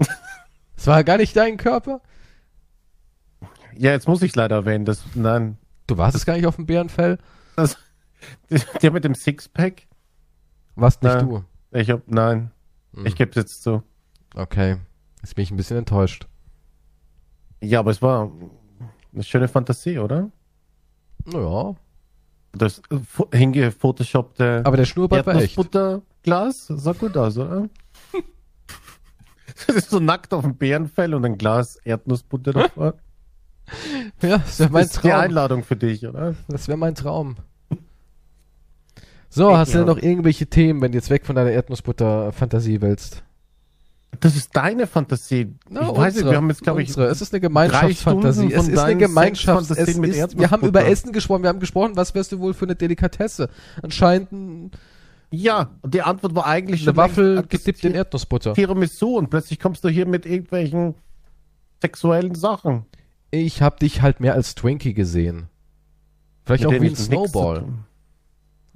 [SPEAKER 1] Das war gar nicht dein Körper?
[SPEAKER 2] Ja, jetzt muss ich leider erwähnen, dass nein,
[SPEAKER 1] Du warst es gar nicht auf dem Bärenfell?
[SPEAKER 2] das, der mit dem Sixpack.
[SPEAKER 1] Warst nicht
[SPEAKER 2] Nein.
[SPEAKER 1] du.
[SPEAKER 2] Ich habe nein.
[SPEAKER 1] Hm.
[SPEAKER 2] Ich gebe es jetzt zu.
[SPEAKER 1] Okay. Jetzt bin ich ein bisschen enttäuscht.
[SPEAKER 2] Ja, aber es war eine schöne Fantasie, oder?
[SPEAKER 1] Naja.
[SPEAKER 2] Das äh, fo- hingefotoshoppte.
[SPEAKER 1] Aber der Schnurrbart war echt.
[SPEAKER 2] Erdnussbutterglas sah gut aus, oder? das ist so nackt auf dem Bärenfell und ein Glas
[SPEAKER 1] [LAUGHS]
[SPEAKER 2] Erdnussbutter davor.
[SPEAKER 1] Ja, das wäre mein
[SPEAKER 2] Das ist die
[SPEAKER 1] Traum.
[SPEAKER 2] Einladung für dich, oder?
[SPEAKER 1] Das wäre mein Traum. So, hast du denn noch irgendwelche Themen, wenn du jetzt weg von deiner Erdnussbutter-Fantasie willst?
[SPEAKER 2] Das ist deine Fantasie.
[SPEAKER 1] Na,
[SPEAKER 2] ich weiß nicht,
[SPEAKER 1] unsere,
[SPEAKER 2] wir haben jetzt, glaube ich,
[SPEAKER 1] unsere. Es ist eine
[SPEAKER 2] drei
[SPEAKER 1] Gemeinschaftsfantasie.
[SPEAKER 2] Stunden
[SPEAKER 1] Es
[SPEAKER 2] von
[SPEAKER 1] ist eine
[SPEAKER 2] deinen
[SPEAKER 1] Gemeinschafts.
[SPEAKER 2] Sexfantasien
[SPEAKER 1] Es
[SPEAKER 2] mit
[SPEAKER 1] ist, wir
[SPEAKER 2] Erdnussbutter.
[SPEAKER 1] haben über Essen gesprochen. Wir haben gesprochen, was wärst du wohl für eine Delikatesse? Anscheinend ein-
[SPEAKER 2] ja, und die Antwort war eigentlich
[SPEAKER 1] eine
[SPEAKER 2] längst
[SPEAKER 1] Waffel
[SPEAKER 2] akzeptiert.
[SPEAKER 1] getippt in Erdnussbutter.
[SPEAKER 2] Tiramisu und plötzlich kommst du hier mit irgendwelchen sexuellen Sachen.
[SPEAKER 1] Ich hab dich halt mehr als Twinkie gesehen. Vielleicht
[SPEAKER 2] mit
[SPEAKER 1] auch
[SPEAKER 2] denen
[SPEAKER 1] wie ein
[SPEAKER 2] ich nichts zu
[SPEAKER 1] Snowball.
[SPEAKER 2] tun-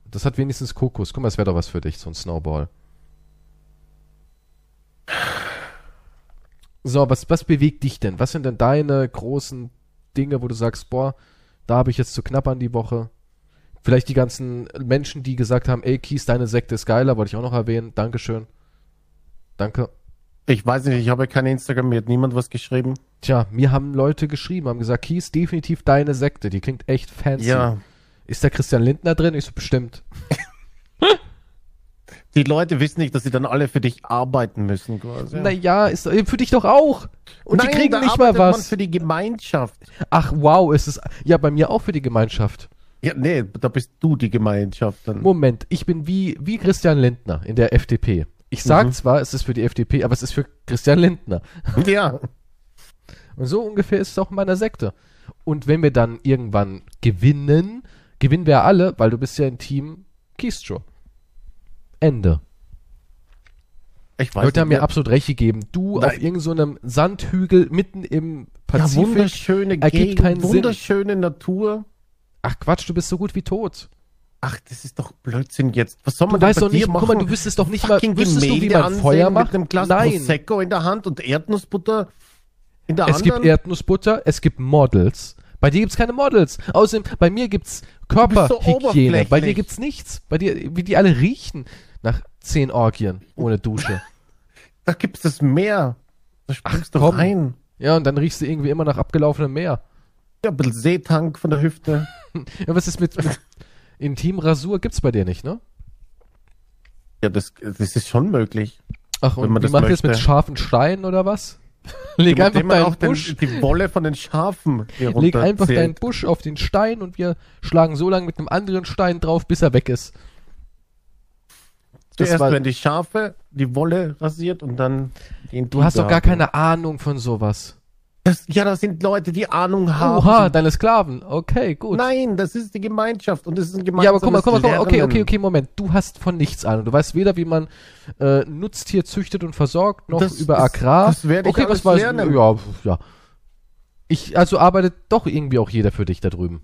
[SPEAKER 1] Das hat wenigstens Kokos. Guck mal, es wäre doch was für dich, so ein Snowball. So, was, was bewegt dich denn? Was sind denn deine großen Dinge, wo du sagst, boah, da habe ich jetzt zu knabbern die Woche? Vielleicht die ganzen Menschen, die gesagt haben, ey, Kies, deine Sekte ist geiler, wollte ich auch noch erwähnen. Dankeschön. Danke.
[SPEAKER 2] Ich weiß nicht, ich habe kein Instagram, mir hat niemand was geschrieben.
[SPEAKER 1] Tja, mir haben Leute geschrieben, haben gesagt, Kies, definitiv deine Sekte, die klingt echt fancy.
[SPEAKER 2] Ja,
[SPEAKER 1] Ist da Christian Lindner drin? Ich so, bestimmt.
[SPEAKER 2] Die Leute wissen nicht, dass sie dann alle für dich arbeiten müssen quasi.
[SPEAKER 1] Naja, ist äh, für dich doch auch. Und
[SPEAKER 2] Nein,
[SPEAKER 1] die kriegen
[SPEAKER 2] da
[SPEAKER 1] nicht mal
[SPEAKER 2] arbeitet man
[SPEAKER 1] was.
[SPEAKER 2] für die Gemeinschaft.
[SPEAKER 1] Ach wow, es ist ja bei mir auch für die Gemeinschaft.
[SPEAKER 2] Ja, nee, da bist du die Gemeinschaft dann.
[SPEAKER 1] Moment, ich bin wie, wie Christian Lindner in der FDP. Ich sag
[SPEAKER 2] Mhm.
[SPEAKER 1] zwar, es ist für die FDP, aber es ist für Christian Lindner.
[SPEAKER 2] Ja.
[SPEAKER 1] Und so ungefähr ist es auch in meiner Sekte. Und wenn wir dann irgendwann gewinnen, gewinnen wir alle, weil du bist ja im Team Keystro. Ende.
[SPEAKER 2] Ich weiß
[SPEAKER 1] Leute haben mir
[SPEAKER 2] wer-
[SPEAKER 1] absolut recht gegeben. Du auf
[SPEAKER 2] Nein.
[SPEAKER 1] irgendeinem so einem Sandhügel mitten im
[SPEAKER 2] ja,
[SPEAKER 1] Pazifik.
[SPEAKER 2] wunderschöne
[SPEAKER 1] ergibt
[SPEAKER 2] Gegend,
[SPEAKER 1] keinen Sinn.
[SPEAKER 2] wunderschöne Natur.
[SPEAKER 1] Ach Quatsch, du bist so gut wie tot.
[SPEAKER 2] Ach, das ist doch Blödsinn jetzt. Was soll
[SPEAKER 1] Du
[SPEAKER 2] man denn
[SPEAKER 1] weißt
[SPEAKER 2] bei
[SPEAKER 1] doch
[SPEAKER 2] dir
[SPEAKER 1] nicht,
[SPEAKER 2] machen?
[SPEAKER 1] guck mal, du wüsstest doch nicht mal,
[SPEAKER 2] Fucking
[SPEAKER 1] wüsstest du, wie
[SPEAKER 2] Gemälde
[SPEAKER 1] man Feuer
[SPEAKER 2] ansehen
[SPEAKER 1] macht?
[SPEAKER 2] Mit einem Glas
[SPEAKER 1] Nein.
[SPEAKER 2] Prosecco in der Hand und Erdnussbutter in der
[SPEAKER 1] Es gibt
[SPEAKER 2] anderen.
[SPEAKER 1] Erdnussbutter, es gibt Models. Bei dir gibt's keine Models. Außerdem, bei mir gibt's
[SPEAKER 2] bist so
[SPEAKER 1] Körperhygiene. bei dir
[SPEAKER 2] oberflächlich.
[SPEAKER 1] gibt's nichts. Bei dir, wie die alle riechen nach zehn Orgien ohne [LAUGHS] Dusche.
[SPEAKER 2] da gibt's das Meer. Da springst du
[SPEAKER 1] komm.
[SPEAKER 2] rein.
[SPEAKER 1] ja, und dann riechst du irgendwie immer nach abgelaufenem Meer.
[SPEAKER 2] Ja, ein bisschen Seetank von der Hüfte.
[SPEAKER 1] Ja, was ist mit, mit Intimrasur gibt's bei dir nicht, ne?
[SPEAKER 2] Ja, das, das ist schon möglich.
[SPEAKER 1] Ach, und
[SPEAKER 2] Wenn man
[SPEAKER 1] wie
[SPEAKER 2] das
[SPEAKER 1] macht ihr das mit
[SPEAKER 2] möchte.
[SPEAKER 1] scharfen Steinen oder was? Leg einfach
[SPEAKER 2] Indem man
[SPEAKER 1] deinen
[SPEAKER 2] auch den,
[SPEAKER 1] Busch,
[SPEAKER 2] die Wolle von den Schafen hier
[SPEAKER 1] leg einfach
[SPEAKER 2] runterzieht.
[SPEAKER 1] deinen Busch auf den Stein und wir schlagen so lange mit einem anderen Stein drauf, bis er weg ist.
[SPEAKER 2] Zuerst
[SPEAKER 1] das war-
[SPEAKER 2] werden die Schafe, die Wolle rasiert und dann den
[SPEAKER 1] Du hast doch gar keine Ahnung von sowas.
[SPEAKER 2] Das, ja, das sind Leute, die Ahnung haben.
[SPEAKER 1] Oha, deine Sklaven. Okay, gut.
[SPEAKER 2] Nein, das ist die Gemeinschaft und es ist ein gemeinsames
[SPEAKER 1] ja, aber guck mal, guck mal, guck mal. Okay,
[SPEAKER 2] Lernen.
[SPEAKER 1] okay, okay, Moment. Du hast von nichts Ahnung. Du weißt weder, wie man äh, Nutztier züchtet und versorgt, noch
[SPEAKER 2] Das
[SPEAKER 1] über
[SPEAKER 2] ist-
[SPEAKER 1] Agrar.
[SPEAKER 2] das werde ich
[SPEAKER 1] okay,
[SPEAKER 2] alles
[SPEAKER 1] weiß-
[SPEAKER 2] lernen.
[SPEAKER 1] Ja, pf, ja. Ich, also arbeitet doch irgendwie auch jeder für dich da drüben.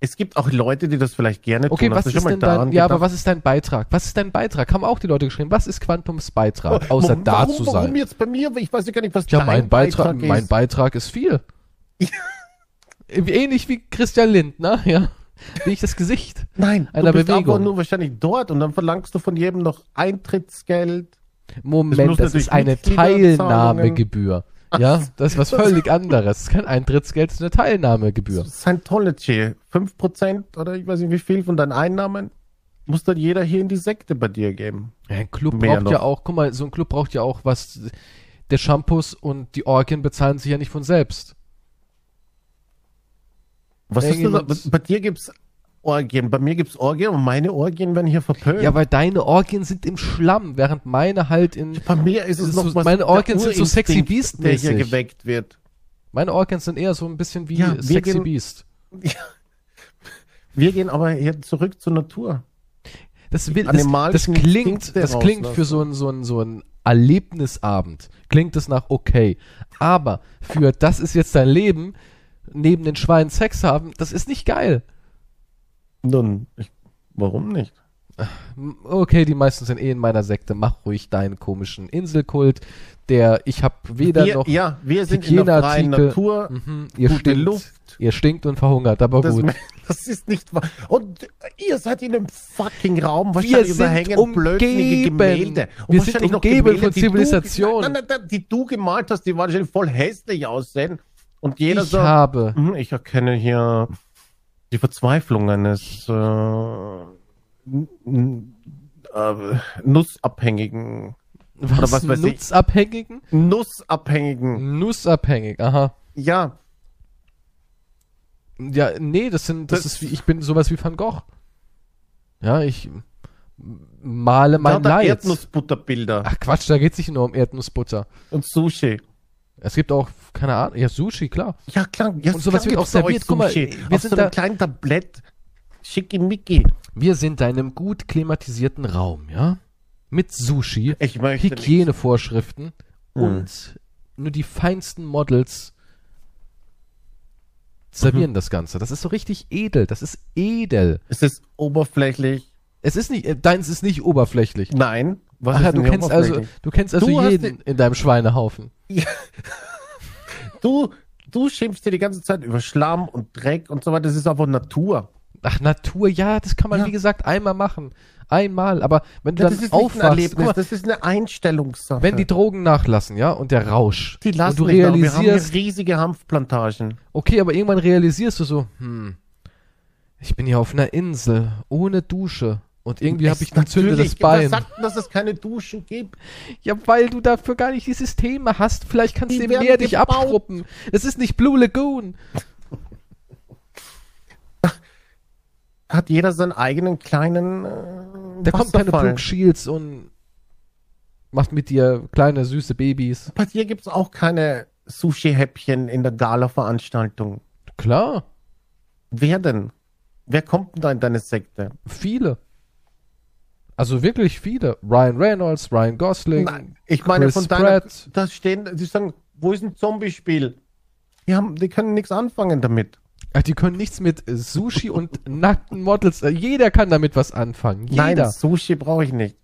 [SPEAKER 2] Es gibt auch Leute, die das vielleicht gerne
[SPEAKER 1] Okay,
[SPEAKER 2] tun.
[SPEAKER 1] was
[SPEAKER 2] Hast du
[SPEAKER 1] ist
[SPEAKER 2] schon
[SPEAKER 1] denn
[SPEAKER 2] mal daran
[SPEAKER 1] dein, ja, aber
[SPEAKER 2] gedacht?
[SPEAKER 1] was ist dein Beitrag? Was ist dein Beitrag? Haben auch die Leute geschrieben. Was ist Quantums Beitrag?
[SPEAKER 2] Oh,
[SPEAKER 1] außer
[SPEAKER 2] warum,
[SPEAKER 1] da
[SPEAKER 2] warum,
[SPEAKER 1] zu
[SPEAKER 2] Warum
[SPEAKER 1] sein.
[SPEAKER 2] jetzt bei mir? Ich weiß ja gar nicht, was
[SPEAKER 1] Ja,
[SPEAKER 2] dein
[SPEAKER 1] mein Beitrag,
[SPEAKER 2] ist.
[SPEAKER 1] mein Beitrag ist [LAUGHS] viel. Ähnlich wie Christian Lindner, ja. Wie ich das Gesicht.
[SPEAKER 2] Nein,
[SPEAKER 1] einer
[SPEAKER 2] du bist aber
[SPEAKER 1] Bewegung.
[SPEAKER 2] nur wahrscheinlich dort und dann verlangst du von jedem noch Eintrittsgeld. Es muss
[SPEAKER 1] Moment, das ist
[SPEAKER 2] natürlich
[SPEAKER 1] eine
[SPEAKER 2] Mitgliederzahlungen-
[SPEAKER 1] Teilnahmegebühr. Ja, das ist was völlig anderes. Das ist kein Eintrittsgeld, das ist eine Teilnahmegebühr.
[SPEAKER 2] Scientology, 5% oder ich weiß nicht wie viel von deinen Einnahmen muss dann jeder hier in die Sekte bei dir geben.
[SPEAKER 1] Ja, Ein Club
[SPEAKER 2] Mehr
[SPEAKER 1] braucht ja
[SPEAKER 2] noch.
[SPEAKER 1] auch, guck mal, so ein Club braucht ja auch was. Der Shampoos und die Orgien bezahlen sich ja nicht von selbst.
[SPEAKER 2] Was ist denn da?
[SPEAKER 1] Irgendjemand-
[SPEAKER 2] Bei dir gibt's Orgien, bei mir gibt's Orgien und meine Orgien werden hier verpönt.
[SPEAKER 1] Ja, weil deine Orgien sind im Schlamm, während meine halt in.
[SPEAKER 2] bei mir ist
[SPEAKER 1] Das
[SPEAKER 2] es
[SPEAKER 1] ist
[SPEAKER 2] noch
[SPEAKER 1] so-
[SPEAKER 2] was
[SPEAKER 1] meine
[SPEAKER 2] der
[SPEAKER 1] Orgien sind so
[SPEAKER 2] Urinstinkt,
[SPEAKER 1] sexy beast
[SPEAKER 2] der hier
[SPEAKER 1] mäßig.
[SPEAKER 2] geweckt wird.
[SPEAKER 1] Meine Orgien sind eher so ein bisschen wie
[SPEAKER 2] Ja, wir
[SPEAKER 1] Sexy
[SPEAKER 2] gehen-
[SPEAKER 1] Beast.
[SPEAKER 2] Wir gehen aber hier zurück zur Natur.
[SPEAKER 1] Das, will, das, das
[SPEAKER 2] animalischen
[SPEAKER 1] klingt,
[SPEAKER 2] Instinkte
[SPEAKER 1] das klingt für
[SPEAKER 2] rauslassen.
[SPEAKER 1] so einen so ein, so ein Erlebnisabend, klingt es nach okay. Aber für das ist jetzt dein Leben, neben den Schweinen Sex haben, das ist nicht geil.
[SPEAKER 2] Nun, ich, warum nicht?
[SPEAKER 1] M- Okay, die meisten sind eh in meiner Sekte, mach ruhig deinen komischen Inselkult, der ich hab weder
[SPEAKER 2] Wir,
[SPEAKER 1] noch,
[SPEAKER 2] ja, wir sind in der freien
[SPEAKER 1] Hygieneartikel.
[SPEAKER 2] Natur.
[SPEAKER 1] Mhm, ihr
[SPEAKER 2] gute
[SPEAKER 1] stinkt,
[SPEAKER 2] Luft.
[SPEAKER 1] ihr stinkt und verhungert, aber
[SPEAKER 2] Das,
[SPEAKER 1] gut.
[SPEAKER 2] [LAUGHS] das ist nicht wahr. Und äh, ihr seid in einem fucking Raum.
[SPEAKER 1] Wir
[SPEAKER 2] Wahrscheinlich
[SPEAKER 1] sind
[SPEAKER 2] überhängen blödsinnige
[SPEAKER 1] umgeben.
[SPEAKER 2] Gemälde.
[SPEAKER 1] Wir sind
[SPEAKER 2] wahrscheinlich noch
[SPEAKER 1] umgeben von
[SPEAKER 2] die
[SPEAKER 1] Zivilisation.
[SPEAKER 2] Du, nein, nein, nein, die du gemalt hast, die wahrscheinlich voll hässlich aussehen. Und jeder
[SPEAKER 1] Ich
[SPEAKER 2] so,
[SPEAKER 1] habe
[SPEAKER 2] "Hm, ich erkenne hier die Verzweiflung eines äh, n- n- äh, Nussabhängigen.
[SPEAKER 1] was,
[SPEAKER 2] was weiß ich.
[SPEAKER 1] Nutzabhängigen?
[SPEAKER 2] Nussabhängigen.
[SPEAKER 1] Nussabhängig, aha.
[SPEAKER 2] Ja,
[SPEAKER 1] Ja, nee, das sind, das,
[SPEAKER 2] Das-
[SPEAKER 1] ist wie, ich bin sowas wie Van Gogh. Ja, ich m- male mein
[SPEAKER 2] Lauter
[SPEAKER 1] Leid.
[SPEAKER 2] Erdnussbutterbilder
[SPEAKER 1] Ach Quatsch, da geht's nicht nur um Erdnussbutter.
[SPEAKER 2] und Sushi.
[SPEAKER 1] Es gibt auch, keine Ahnung, ja, Sushi, klar.
[SPEAKER 2] Ja, klar. Ja,
[SPEAKER 1] Und sowas
[SPEAKER 2] klar
[SPEAKER 1] wird auch
[SPEAKER 2] gibt's bei euch
[SPEAKER 1] serviert. Guck mal,
[SPEAKER 2] Sushi.
[SPEAKER 1] wir
[SPEAKER 2] auf
[SPEAKER 1] sind
[SPEAKER 2] so
[SPEAKER 1] da-
[SPEAKER 2] einem kleinen Tablett. Schickimicki.
[SPEAKER 1] Wir sind da in einem gut klimatisierten Raum, ja? Mit Sushi,
[SPEAKER 2] Ich möchte nicht. Hm.
[SPEAKER 1] Hygienevorschriften und nur die feinsten Models
[SPEAKER 2] Mhm.
[SPEAKER 1] servieren das Ganze. Das ist so richtig edel. Das ist edel.
[SPEAKER 2] Es ist oberflächlich.
[SPEAKER 1] Es ist nicht, äh, deins ist nicht oberflächlich.
[SPEAKER 2] Nein. Was
[SPEAKER 1] Ach,
[SPEAKER 2] ist
[SPEAKER 1] du
[SPEAKER 2] denn hier
[SPEAKER 1] kennst also,
[SPEAKER 2] oberflächlich?
[SPEAKER 1] du kennst also
[SPEAKER 2] Du hast
[SPEAKER 1] jeden in deinem Schweinehaufen.
[SPEAKER 2] Du, du schimpfst dir die ganze Zeit über Schlamm und Dreck und so weiter. Das ist einfach Natur.
[SPEAKER 1] Ach, Natur, ja, das kann man,
[SPEAKER 2] Ja.
[SPEAKER 1] wie gesagt, einmal machen. Einmal. Aber wenn du
[SPEAKER 2] Ja,
[SPEAKER 1] dann
[SPEAKER 2] das ist nicht ein
[SPEAKER 1] aufwachst,
[SPEAKER 2] Erlebnis.
[SPEAKER 1] guck mal,
[SPEAKER 2] Das ist eine Einstellungssache.
[SPEAKER 1] wenn die Drogen nachlassen, ja, und der Rausch,
[SPEAKER 2] die lassen
[SPEAKER 1] und du
[SPEAKER 2] nicht nach. Wir haben
[SPEAKER 1] realisierst,
[SPEAKER 2] hier riesige Hanfplantagen.
[SPEAKER 1] okay, aber irgendwann realisierst du so, hm, ich bin hier auf einer Insel, ohne Dusche Und irgendwie habe
[SPEAKER 2] Es
[SPEAKER 1] ich ein zünderes
[SPEAKER 2] natürlich- Wer
[SPEAKER 1] Bein.
[SPEAKER 2] sagt denn, dass es keine Duschen gibt?
[SPEAKER 1] Ja, weil du dafür gar nicht die Systeme hast. Vielleicht kannst
[SPEAKER 2] Die
[SPEAKER 1] du im
[SPEAKER 2] werden
[SPEAKER 1] Meer dich
[SPEAKER 2] gebaut.
[SPEAKER 1] abschruppen. Es ist nicht Blue Lagoon.
[SPEAKER 2] Hat jeder seinen eigenen kleinen äh,
[SPEAKER 1] Da kommt keine
[SPEAKER 2] Wasserfall.
[SPEAKER 1] Brooke Shields und macht mit dir kleine süße Babys.
[SPEAKER 2] Bei dir gibt's auch keine Sushi-Häppchen in der Gala-Veranstaltung.
[SPEAKER 1] Klar,
[SPEAKER 2] Wer denn? Wer kommt denn da in deine Sekte?
[SPEAKER 1] viele. Also wirklich viele. Ryan Reynolds, Ryan Gosling.
[SPEAKER 2] Nein, ich meine
[SPEAKER 1] Chris
[SPEAKER 2] von deiner,
[SPEAKER 1] Pratt.
[SPEAKER 2] da stehen, sie sagen, wo ist ein Zombie-Spiel? Die haben, die können nichts anfangen damit.
[SPEAKER 1] Ach, die können nichts mit Sushi und nackten Models. Äh, Jeder kann damit was anfangen.
[SPEAKER 2] Nein,
[SPEAKER 1] Jeder.
[SPEAKER 2] Sushi brauche ich nicht.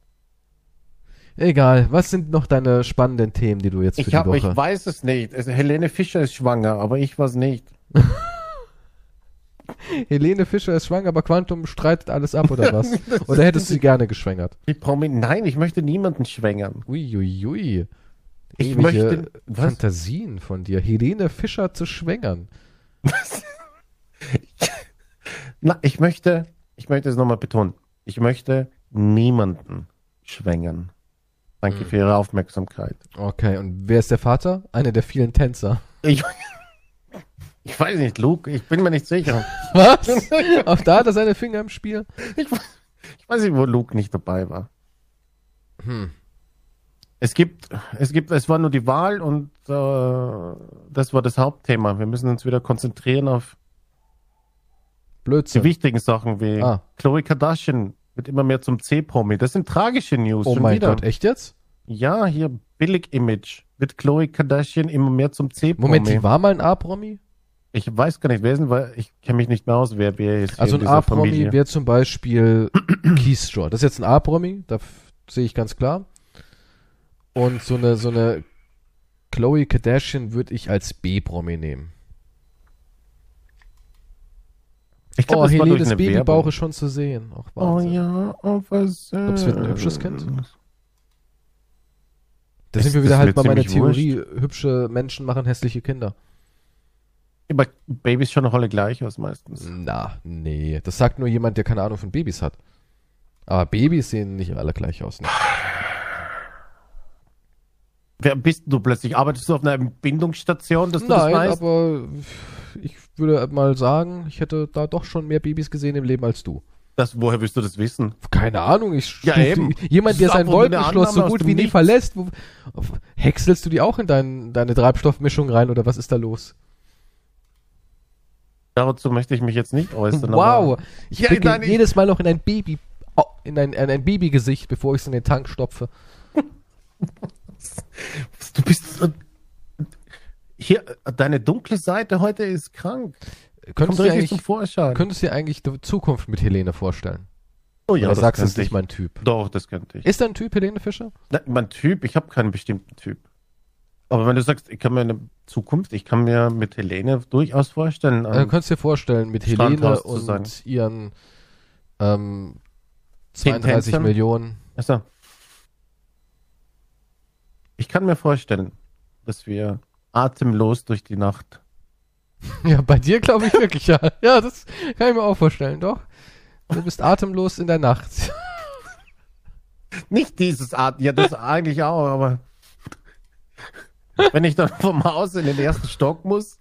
[SPEAKER 1] Egal. Was sind noch deine spannenden Themen, die du jetzt für
[SPEAKER 2] Ich,
[SPEAKER 1] die
[SPEAKER 2] hab,
[SPEAKER 1] Woche?
[SPEAKER 2] ich weiß es nicht. Also Helene Fischer ist schwanger, aber ich weiß nicht.
[SPEAKER 1] Helene Fischer ist schwanger, aber Quantum streitet alles ab,
[SPEAKER 2] [LAUGHS]
[SPEAKER 1] oder was? oder hättest du sie gerne geschwängert?
[SPEAKER 2] Die Promi Nein, ich möchte niemanden schwängern.
[SPEAKER 1] Uiuiui. Ui, ui.
[SPEAKER 2] Ich
[SPEAKER 1] Ewige
[SPEAKER 2] möchte. Was?
[SPEAKER 1] Fantasien von dir. Helene Fischer zu schwängern.
[SPEAKER 2] Na, ich möchte, ich möchte es nochmal betonen. Ich möchte niemanden schwängern. Danke
[SPEAKER 1] Hm.
[SPEAKER 2] für Ihre Aufmerksamkeit.
[SPEAKER 1] Okay, und wer ist der Vater? Einer der vielen
[SPEAKER 2] [LAUGHS]
[SPEAKER 1] Tänzer.
[SPEAKER 2] Ich, ich weiß nicht, Luke, ich bin mir nicht sicher.
[SPEAKER 1] Was? [LAUGHS] Auch da hat er seine Finger im Spiel?
[SPEAKER 2] Ich, we- ich weiß nicht, wo Luke nicht dabei war.
[SPEAKER 1] Hm.
[SPEAKER 2] Es gibt, es gibt, es war nur die Wahl und äh, das war das Hauptthema. Wir müssen uns wieder konzentrieren auf die
[SPEAKER 1] Blödsinn.
[SPEAKER 2] wichtigen Sachen wie
[SPEAKER 1] Ah.
[SPEAKER 2] Chloe Kardashian wird immer mehr zum C-Promi. Das sind tragische News.
[SPEAKER 1] oh
[SPEAKER 2] schon
[SPEAKER 1] mein
[SPEAKER 2] wieder.
[SPEAKER 1] Gott, echt jetzt?
[SPEAKER 2] Ja, hier Billig-Image. Wird Chloe Kardashian immer mehr zum C-Promi.
[SPEAKER 1] Moment, die war mal ein A-Promi?
[SPEAKER 2] Ich weiß gar nicht, wer ist denn, weil ich kenne mich nicht mehr aus, wer wer ist. hier
[SPEAKER 1] Also ein
[SPEAKER 2] in dieser
[SPEAKER 1] A-Promi
[SPEAKER 2] Familie.
[SPEAKER 1] wäre zum
[SPEAKER 2] [CLEARS THROAT]
[SPEAKER 1] Beispiel Keyshaw. Das ist jetzt ein A-Promi, da f- sehe ich ganz klar. Und so eine, so eine Chloe Kardashian würde ich als B-Promi nehmen.
[SPEAKER 2] Ich glaub,
[SPEAKER 1] oh,
[SPEAKER 2] das war durch
[SPEAKER 1] Helenes
[SPEAKER 2] eine
[SPEAKER 1] Babybauch
[SPEAKER 2] Werbung.
[SPEAKER 1] ist schon zu sehen. Ach,
[SPEAKER 2] Oh
[SPEAKER 1] Wahnsinn.
[SPEAKER 2] ja, oh was.
[SPEAKER 1] Glaubst du, wird ein hübsches Kind? Da
[SPEAKER 2] Ist-
[SPEAKER 1] sind wir
[SPEAKER 2] das
[SPEAKER 1] wieder halt
[SPEAKER 2] wird
[SPEAKER 1] bei meiner
[SPEAKER 2] ziemlich wurscht.
[SPEAKER 1] Theorie, hübsche Menschen machen hässliche Kinder.
[SPEAKER 2] Aber Babys schauen doch alle gleich aus
[SPEAKER 1] Mhm.
[SPEAKER 2] meistens.
[SPEAKER 1] Na, nee. Das sagt nur jemand, der keine Ahnung von Babys hat. Aber Babys sehen nicht alle gleich aus. Ne?
[SPEAKER 2] Wer bist du plötzlich? Arbeitest du auf einer Bindungsstation, dass du das
[SPEAKER 1] Nein,
[SPEAKER 2] weißt?
[SPEAKER 1] aber ich würde mal sagen, ich hätte da doch schon mehr Babys gesehen im Leben als du.
[SPEAKER 2] Das, woher willst du das wissen?
[SPEAKER 1] Keine Ahnung, ich
[SPEAKER 2] Ja,
[SPEAKER 1] stuf-
[SPEAKER 2] eben.
[SPEAKER 1] jemand, der
[SPEAKER 2] Das ist
[SPEAKER 1] sein
[SPEAKER 2] einfach nur eine
[SPEAKER 1] Wolkenschloss so
[SPEAKER 2] Annahme aus
[SPEAKER 1] gut
[SPEAKER 2] dem
[SPEAKER 1] wie nie
[SPEAKER 2] Nichts.
[SPEAKER 1] verlässt, wo, auf- häckselst du die auch in dein, deine Treibstoffmischung rein oder was ist da los?
[SPEAKER 2] Dazu möchte ich mich jetzt nicht äußern.
[SPEAKER 1] Wow,
[SPEAKER 2] Aber
[SPEAKER 1] ich
[SPEAKER 2] Ja,
[SPEAKER 1] blicke
[SPEAKER 2] nein, ich-
[SPEAKER 1] jedes Mal noch in ein Baby, oh, in ein, in ein Babygesicht, bevor ich es in den Tank stopfe.
[SPEAKER 2] du bist. Hier, deine dunkle Seite heute ist krank. Kommt
[SPEAKER 1] Könntest du, dir
[SPEAKER 2] richtig zum
[SPEAKER 1] eigentlich,
[SPEAKER 2] Vorschein.
[SPEAKER 1] könntest du dir eigentlich die Zukunft mit Helene vorstellen?
[SPEAKER 2] oh
[SPEAKER 1] Ja, oder
[SPEAKER 2] das
[SPEAKER 1] sagst du, es
[SPEAKER 2] könnte
[SPEAKER 1] nicht
[SPEAKER 2] ich.
[SPEAKER 1] mein Typ?
[SPEAKER 2] Doch, das könnte ich.
[SPEAKER 1] Ist da ein Typ Helene Fischer?
[SPEAKER 2] Nein, mein Typ, ich habe keinen bestimmten Typ. Aber wenn du sagst, ich kann mir eine Zukunft, ich kann mir mit Helene durchaus vorstellen.
[SPEAKER 1] Dann
[SPEAKER 2] ähm,
[SPEAKER 1] Äh, könntest du dir vorstellen, mit Helene
[SPEAKER 2] Strandhaus zu sein.
[SPEAKER 1] und ihren ähm,
[SPEAKER 2] Zehn
[SPEAKER 1] 32
[SPEAKER 2] Tänzern?
[SPEAKER 1] Millionen. [LAUGHS]
[SPEAKER 2] Achso. also, Ich kann mir vorstellen, dass wir atemlos durch die Nacht. [LAUGHS]
[SPEAKER 1] Ja, bei dir glaube ich wirklich, ja. Ja, das kann ich mir auch vorstellen, doch. Du bist atemlos in der Nacht. [LAUGHS]
[SPEAKER 2] Nicht dieses Atem, ja, das eigentlich auch, aber. Wenn ich dann vom Haus in den ersten Stock muss,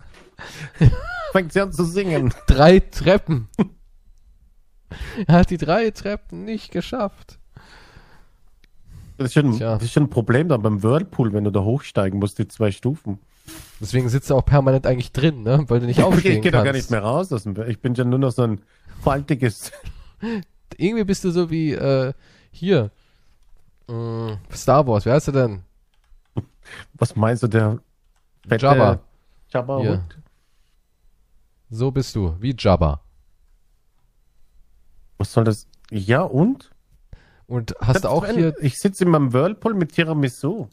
[SPEAKER 2] fängt sie an zu singen.
[SPEAKER 1] Drei Treppen. [LAUGHS] Er hat die drei Treppen nicht geschafft.
[SPEAKER 2] Das ist schon,
[SPEAKER 1] Tja.
[SPEAKER 2] das ist schon ein Problem dann beim Whirlpool, wenn du da hochsteigen musst, die zwei Stufen.
[SPEAKER 1] Deswegen sitzt er auch permanent eigentlich drin, ne? Weil du [LAUGHS] nicht
[SPEAKER 2] Ich,
[SPEAKER 1] aufstehen
[SPEAKER 2] ich gehe
[SPEAKER 1] kannst.
[SPEAKER 2] da gar nicht mehr raus. Aus dem, ich bin ja nur noch so ein faltiges.
[SPEAKER 1] Irgendwie bist du so wie äh, hier. Mm, Star Wars, wer heißt er denn?
[SPEAKER 2] [LAUGHS] Was meinst du, der fette
[SPEAKER 1] Jabba.
[SPEAKER 2] Jabba
[SPEAKER 1] Hier.
[SPEAKER 2] Hutt?
[SPEAKER 1] So bist du, wie Jabba.
[SPEAKER 2] Was soll das? Ja, und?
[SPEAKER 1] Und hast du auch
[SPEAKER 2] Selbst
[SPEAKER 1] hier.
[SPEAKER 2] wenn- Ich sitze in meinem Whirlpool mit Tiramisu.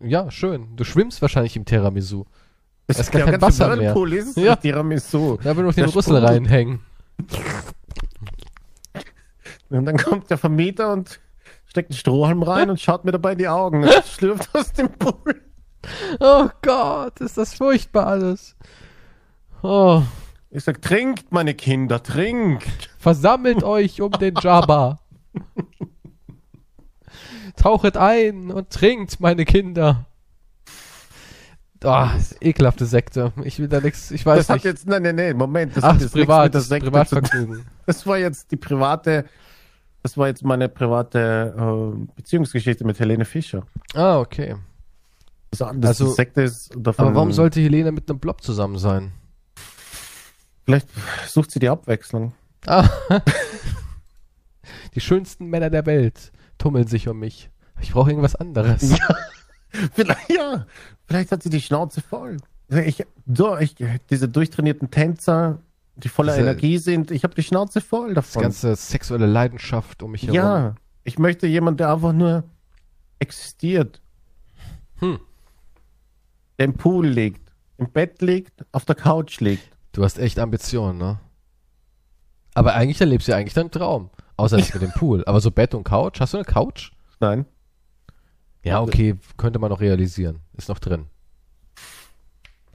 [SPEAKER 1] Ja, schön. Du schwimmst wahrscheinlich im Tiramisu.
[SPEAKER 2] Das
[SPEAKER 1] ist gar kein Wasser mehr.
[SPEAKER 2] Whirlpool ist
[SPEAKER 1] Ja.
[SPEAKER 2] ja. Tiramisu.
[SPEAKER 1] Da will noch den
[SPEAKER 2] Der
[SPEAKER 1] Rüssel
[SPEAKER 2] sprudelt.
[SPEAKER 1] reinhängen.
[SPEAKER 2] Und dann kommt der Vermieter und steckt einen Strohhalm rein und schaut mir dabei in
[SPEAKER 1] [LAUGHS]
[SPEAKER 2] die Augen und schlürft aus dem Pool.
[SPEAKER 1] Oh Gott, ist das furchtbar alles. Oh,
[SPEAKER 2] Ich sag, trinkt, meine Kinder, trinkt. [LAUGHS]
[SPEAKER 1] Versammelt euch um den Jabba. Tauchet ein und trinkt, meine Kinder. Ah, ekelhafte Sekte. Ich will da nichts, ich weiß
[SPEAKER 2] das hat
[SPEAKER 1] nicht.
[SPEAKER 2] jetzt, nein, nein, nein, Moment. Das
[SPEAKER 1] Ach,
[SPEAKER 2] hat
[SPEAKER 1] das ist
[SPEAKER 2] jetzt nichts
[SPEAKER 1] privat,
[SPEAKER 2] mit der
[SPEAKER 1] das ist
[SPEAKER 2] Sekte zu tun.
[SPEAKER 1] Privatvergnügen.
[SPEAKER 2] Das war jetzt die private, das war jetzt meine private äh, Beziehungsgeschichte mit Helene Fischer.
[SPEAKER 1] Ah, okay.
[SPEAKER 2] Das, das
[SPEAKER 1] Also-
[SPEAKER 2] die Sekte ist davon.
[SPEAKER 1] Aber warum sollte Helene mit einem Blob zusammen sein?
[SPEAKER 2] Vielleicht sucht sie die Abwechslung.
[SPEAKER 1] Ah. [LAUGHS] Die schönsten Männer der Welt tummeln sich um mich. Ich brauche irgendwas anderes.
[SPEAKER 2] [LAUGHS] Vielleicht, ja, vielleicht hat sie die Schnauze voll. Ich, so, ich, diese durchtrainierten Tänzer, die voller
[SPEAKER 1] Diese-
[SPEAKER 2] Energie sind, ich habe die Schnauze voll
[SPEAKER 1] Das
[SPEAKER 2] davon.
[SPEAKER 1] ganze sexuelle Leidenschaft um mich herum.
[SPEAKER 2] Ja, ich möchte jemanden, der einfach nur existiert.
[SPEAKER 1] Hm.
[SPEAKER 2] Der im Pool liegt, im Bett liegt, auf der Couch liegt.
[SPEAKER 1] Du hast echt Ambitionen, ne? Aber eigentlich, dann lebst du ja eigentlich deinen Traum. Außer das mit dem Pool. Aber so Bett und Couch. Hast du eine Couch?
[SPEAKER 2] Nein.
[SPEAKER 1] Ja, okay, könnte man noch realisieren. Ist noch drin.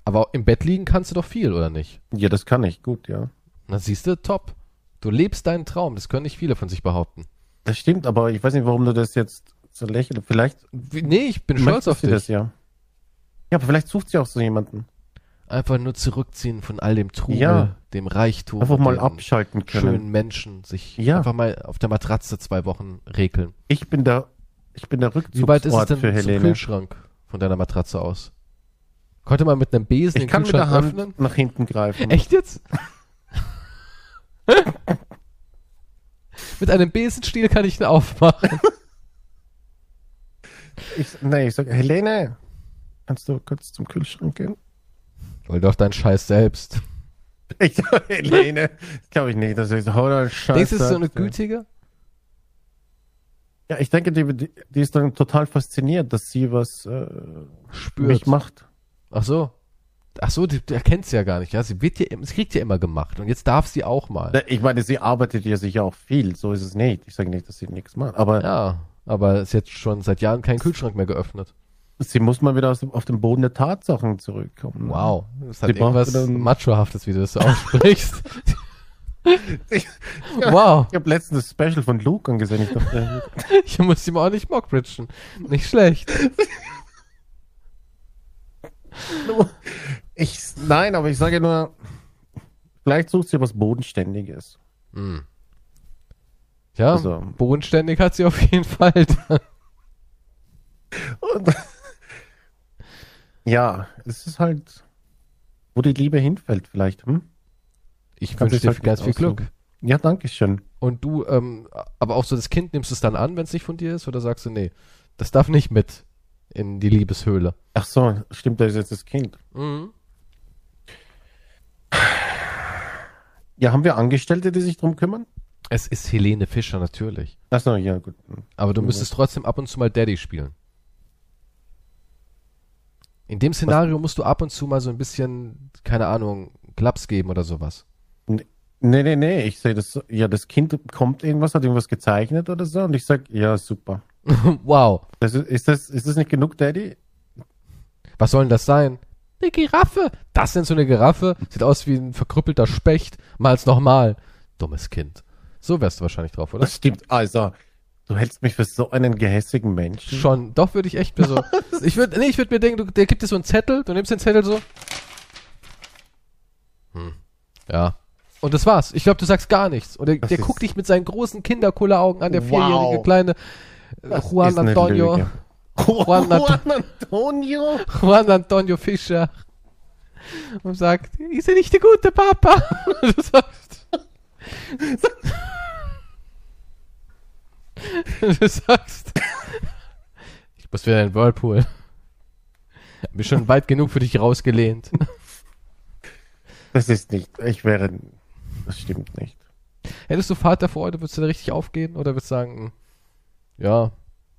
[SPEAKER 1] Aber im Bett liegen kannst du doch viel, oder nicht?
[SPEAKER 2] Ja, das kann ich, gut, ja.
[SPEAKER 1] Na, siehst du, top. Du lebst deinen Traum. Das können nicht viele von sich behaupten.
[SPEAKER 2] Das stimmt, aber ich weiß nicht, warum du das jetzt so lächelst. Vielleicht
[SPEAKER 1] Wie, nee, ich bin stolz
[SPEAKER 2] möchtest
[SPEAKER 1] auf
[SPEAKER 2] du
[SPEAKER 1] dich.
[SPEAKER 2] das ja. Ja, aber vielleicht sucht sie auch so jemanden.
[SPEAKER 1] Einfach nur zurückziehen von all dem Trubel,
[SPEAKER 2] Ja.
[SPEAKER 1] dem Reichtum.
[SPEAKER 2] Einfach mal
[SPEAKER 1] den
[SPEAKER 2] abschalten können.
[SPEAKER 1] Schönen Menschen. Sich
[SPEAKER 2] Ja.
[SPEAKER 1] einfach mal auf der Matratze zwei Wochen regeln.
[SPEAKER 2] Ich bin der, ich bin der
[SPEAKER 1] Wie weit ist es
[SPEAKER 2] Rückzugsort
[SPEAKER 1] denn
[SPEAKER 2] für
[SPEAKER 1] zum
[SPEAKER 2] Helene.
[SPEAKER 1] Kühlschrank von deiner Matratze aus? Konnte man mit einem Besen
[SPEAKER 2] Ich
[SPEAKER 1] den
[SPEAKER 2] kann mit der
[SPEAKER 1] Kühlschrank
[SPEAKER 2] Hand
[SPEAKER 1] öffnen?
[SPEAKER 2] nach hinten greifen.
[SPEAKER 1] Echt jetzt? [LAUGHS] mit einem Besenstiel kann ich ihn
[SPEAKER 2] [LAUGHS]
[SPEAKER 1] aufmachen.
[SPEAKER 2] Ich, nee, ich sag, Helene, kannst du kurz zum Kühlschrank gehen? [LAUGHS]
[SPEAKER 1] Hol doch deinen Scheiß selbst.
[SPEAKER 2] Ich sag, Helene, glaube ich nicht, dass ich so, oder Scheiße.
[SPEAKER 1] Denkst du, das ist so eine gütige?
[SPEAKER 2] Ja, ich denke, die, die die ist dann total fasziniert, dass sie was äh,
[SPEAKER 1] Spürt.
[SPEAKER 2] mich macht.
[SPEAKER 1] Ach so. Ach so, die, die erkennt's ja gar nicht. Ja, sie wird ja, sie kriegt ja immer gemacht. Und jetzt darf sie auch mal.
[SPEAKER 2] Ich meine, sie arbeitet ja sicher auch viel, so ist es nicht. Ich sage nicht, dass sie nichts macht, aber
[SPEAKER 1] Ja, aber ist jetzt schon seit Jahren kein Kühlschrank mehr geöffnet.
[SPEAKER 2] sie muss mal wieder aus, dem- auf den Boden der Tatsachen zurückkommen.
[SPEAKER 1] Wow. Das
[SPEAKER 2] Sie
[SPEAKER 1] hat
[SPEAKER 2] braucht
[SPEAKER 1] irgendwas
[SPEAKER 2] wieder ein-
[SPEAKER 1] Machohaftes, wie du das so [LAUGHS] aussprichst.
[SPEAKER 2] Ich,
[SPEAKER 1] wow.
[SPEAKER 2] ich habe letztens das Special von Luke angesehen. Ich dachte, [LAUGHS]
[SPEAKER 1] Ich muss ihm auch nicht mockbridgen. Nicht schlecht.
[SPEAKER 2] Ich, nein, aber ich sage nur, vielleicht sucht sie was Bodenständiges.
[SPEAKER 1] Hm. Ja,
[SPEAKER 2] Also-
[SPEAKER 1] bodenständig hat sie auf jeden Fall.
[SPEAKER 2] Und, ja, es ist halt, wo die Liebe hinfällt vielleicht. Hm?
[SPEAKER 1] Ich
[SPEAKER 2] Kann
[SPEAKER 1] wünsche
[SPEAKER 2] sich
[SPEAKER 1] dir
[SPEAKER 2] halt
[SPEAKER 1] ganz viel
[SPEAKER 2] nicht
[SPEAKER 1] Glück.
[SPEAKER 2] aussuchen. Ja, danke schön.
[SPEAKER 1] Und du, ähm, aber auch so das Kind, nimmst du es dann an, wenn es nicht von dir ist? Oder sagst du, nee, das darf nicht mit in die Liebeshöhle?
[SPEAKER 2] Ach so, stimmt, da ist jetzt das Kind.
[SPEAKER 1] Mhm.
[SPEAKER 2] Ja, haben wir Angestellte, die sich drum kümmern?
[SPEAKER 1] Es ist Helene Fischer natürlich.
[SPEAKER 2] Ach so, ja, gut.
[SPEAKER 1] Aber du
[SPEAKER 2] Mhm.
[SPEAKER 1] müsstest trotzdem ab und zu mal Daddy spielen. In dem Szenario musst du ab und zu mal so ein bisschen, keine Ahnung, Klaps geben oder sowas. [LAUGHS]
[SPEAKER 2] Nee, nee, nee, ich sehe das, so- ja, das Kind kommt irgendwas, hat irgendwas gezeichnet oder so und ich sage, ja, super.
[SPEAKER 1] wow.
[SPEAKER 2] Das ist, ist, das, ist das nicht genug, Daddy?
[SPEAKER 1] Was soll denn das sein? Eine Giraffe. Das denn so eine Giraffe? Sieht aus wie ein verkrüppelter Specht. Mal's nochmal. Dummes Kind. So wärst du wahrscheinlich drauf, oder?
[SPEAKER 2] Das stimmt, also, du hältst mich für so einen gehässigen Menschen.
[SPEAKER 1] Schon. Doch, würde ich echt mir so.
[SPEAKER 2] [LAUGHS]
[SPEAKER 1] ich würde nee, ich würde mir denken, du, der gibt dir so einen Zettel, du nimmst den Zettel so. Hm. Ja. Und das war's. Ich glaube, du sagst gar nichts. Und der,
[SPEAKER 2] Das
[SPEAKER 1] der
[SPEAKER 2] ist-
[SPEAKER 1] guckt dich mit seinen großen Kinderkulleraugen an, der
[SPEAKER 2] Wow.
[SPEAKER 1] vierjährige kleine äh,
[SPEAKER 2] Das
[SPEAKER 1] Juan
[SPEAKER 2] ist eine
[SPEAKER 1] Antonio.
[SPEAKER 2] Lüge. Juan,
[SPEAKER 1] Juan
[SPEAKER 2] Antonio?
[SPEAKER 1] Juan Antonio Fischer. Und sagt, ist er nicht der gute Papa? [LAUGHS] du sagst. du sagst. Ich muss wieder in den Whirlpool. Hab mich schon weit genug für dich rausgelehnt.
[SPEAKER 2] Das ist nicht. Ich wäre. Das stimmt nicht.
[SPEAKER 1] Hättest du Vaterfreude, würdest du da richtig aufgehen oder würdest du sagen, "Hm, ja,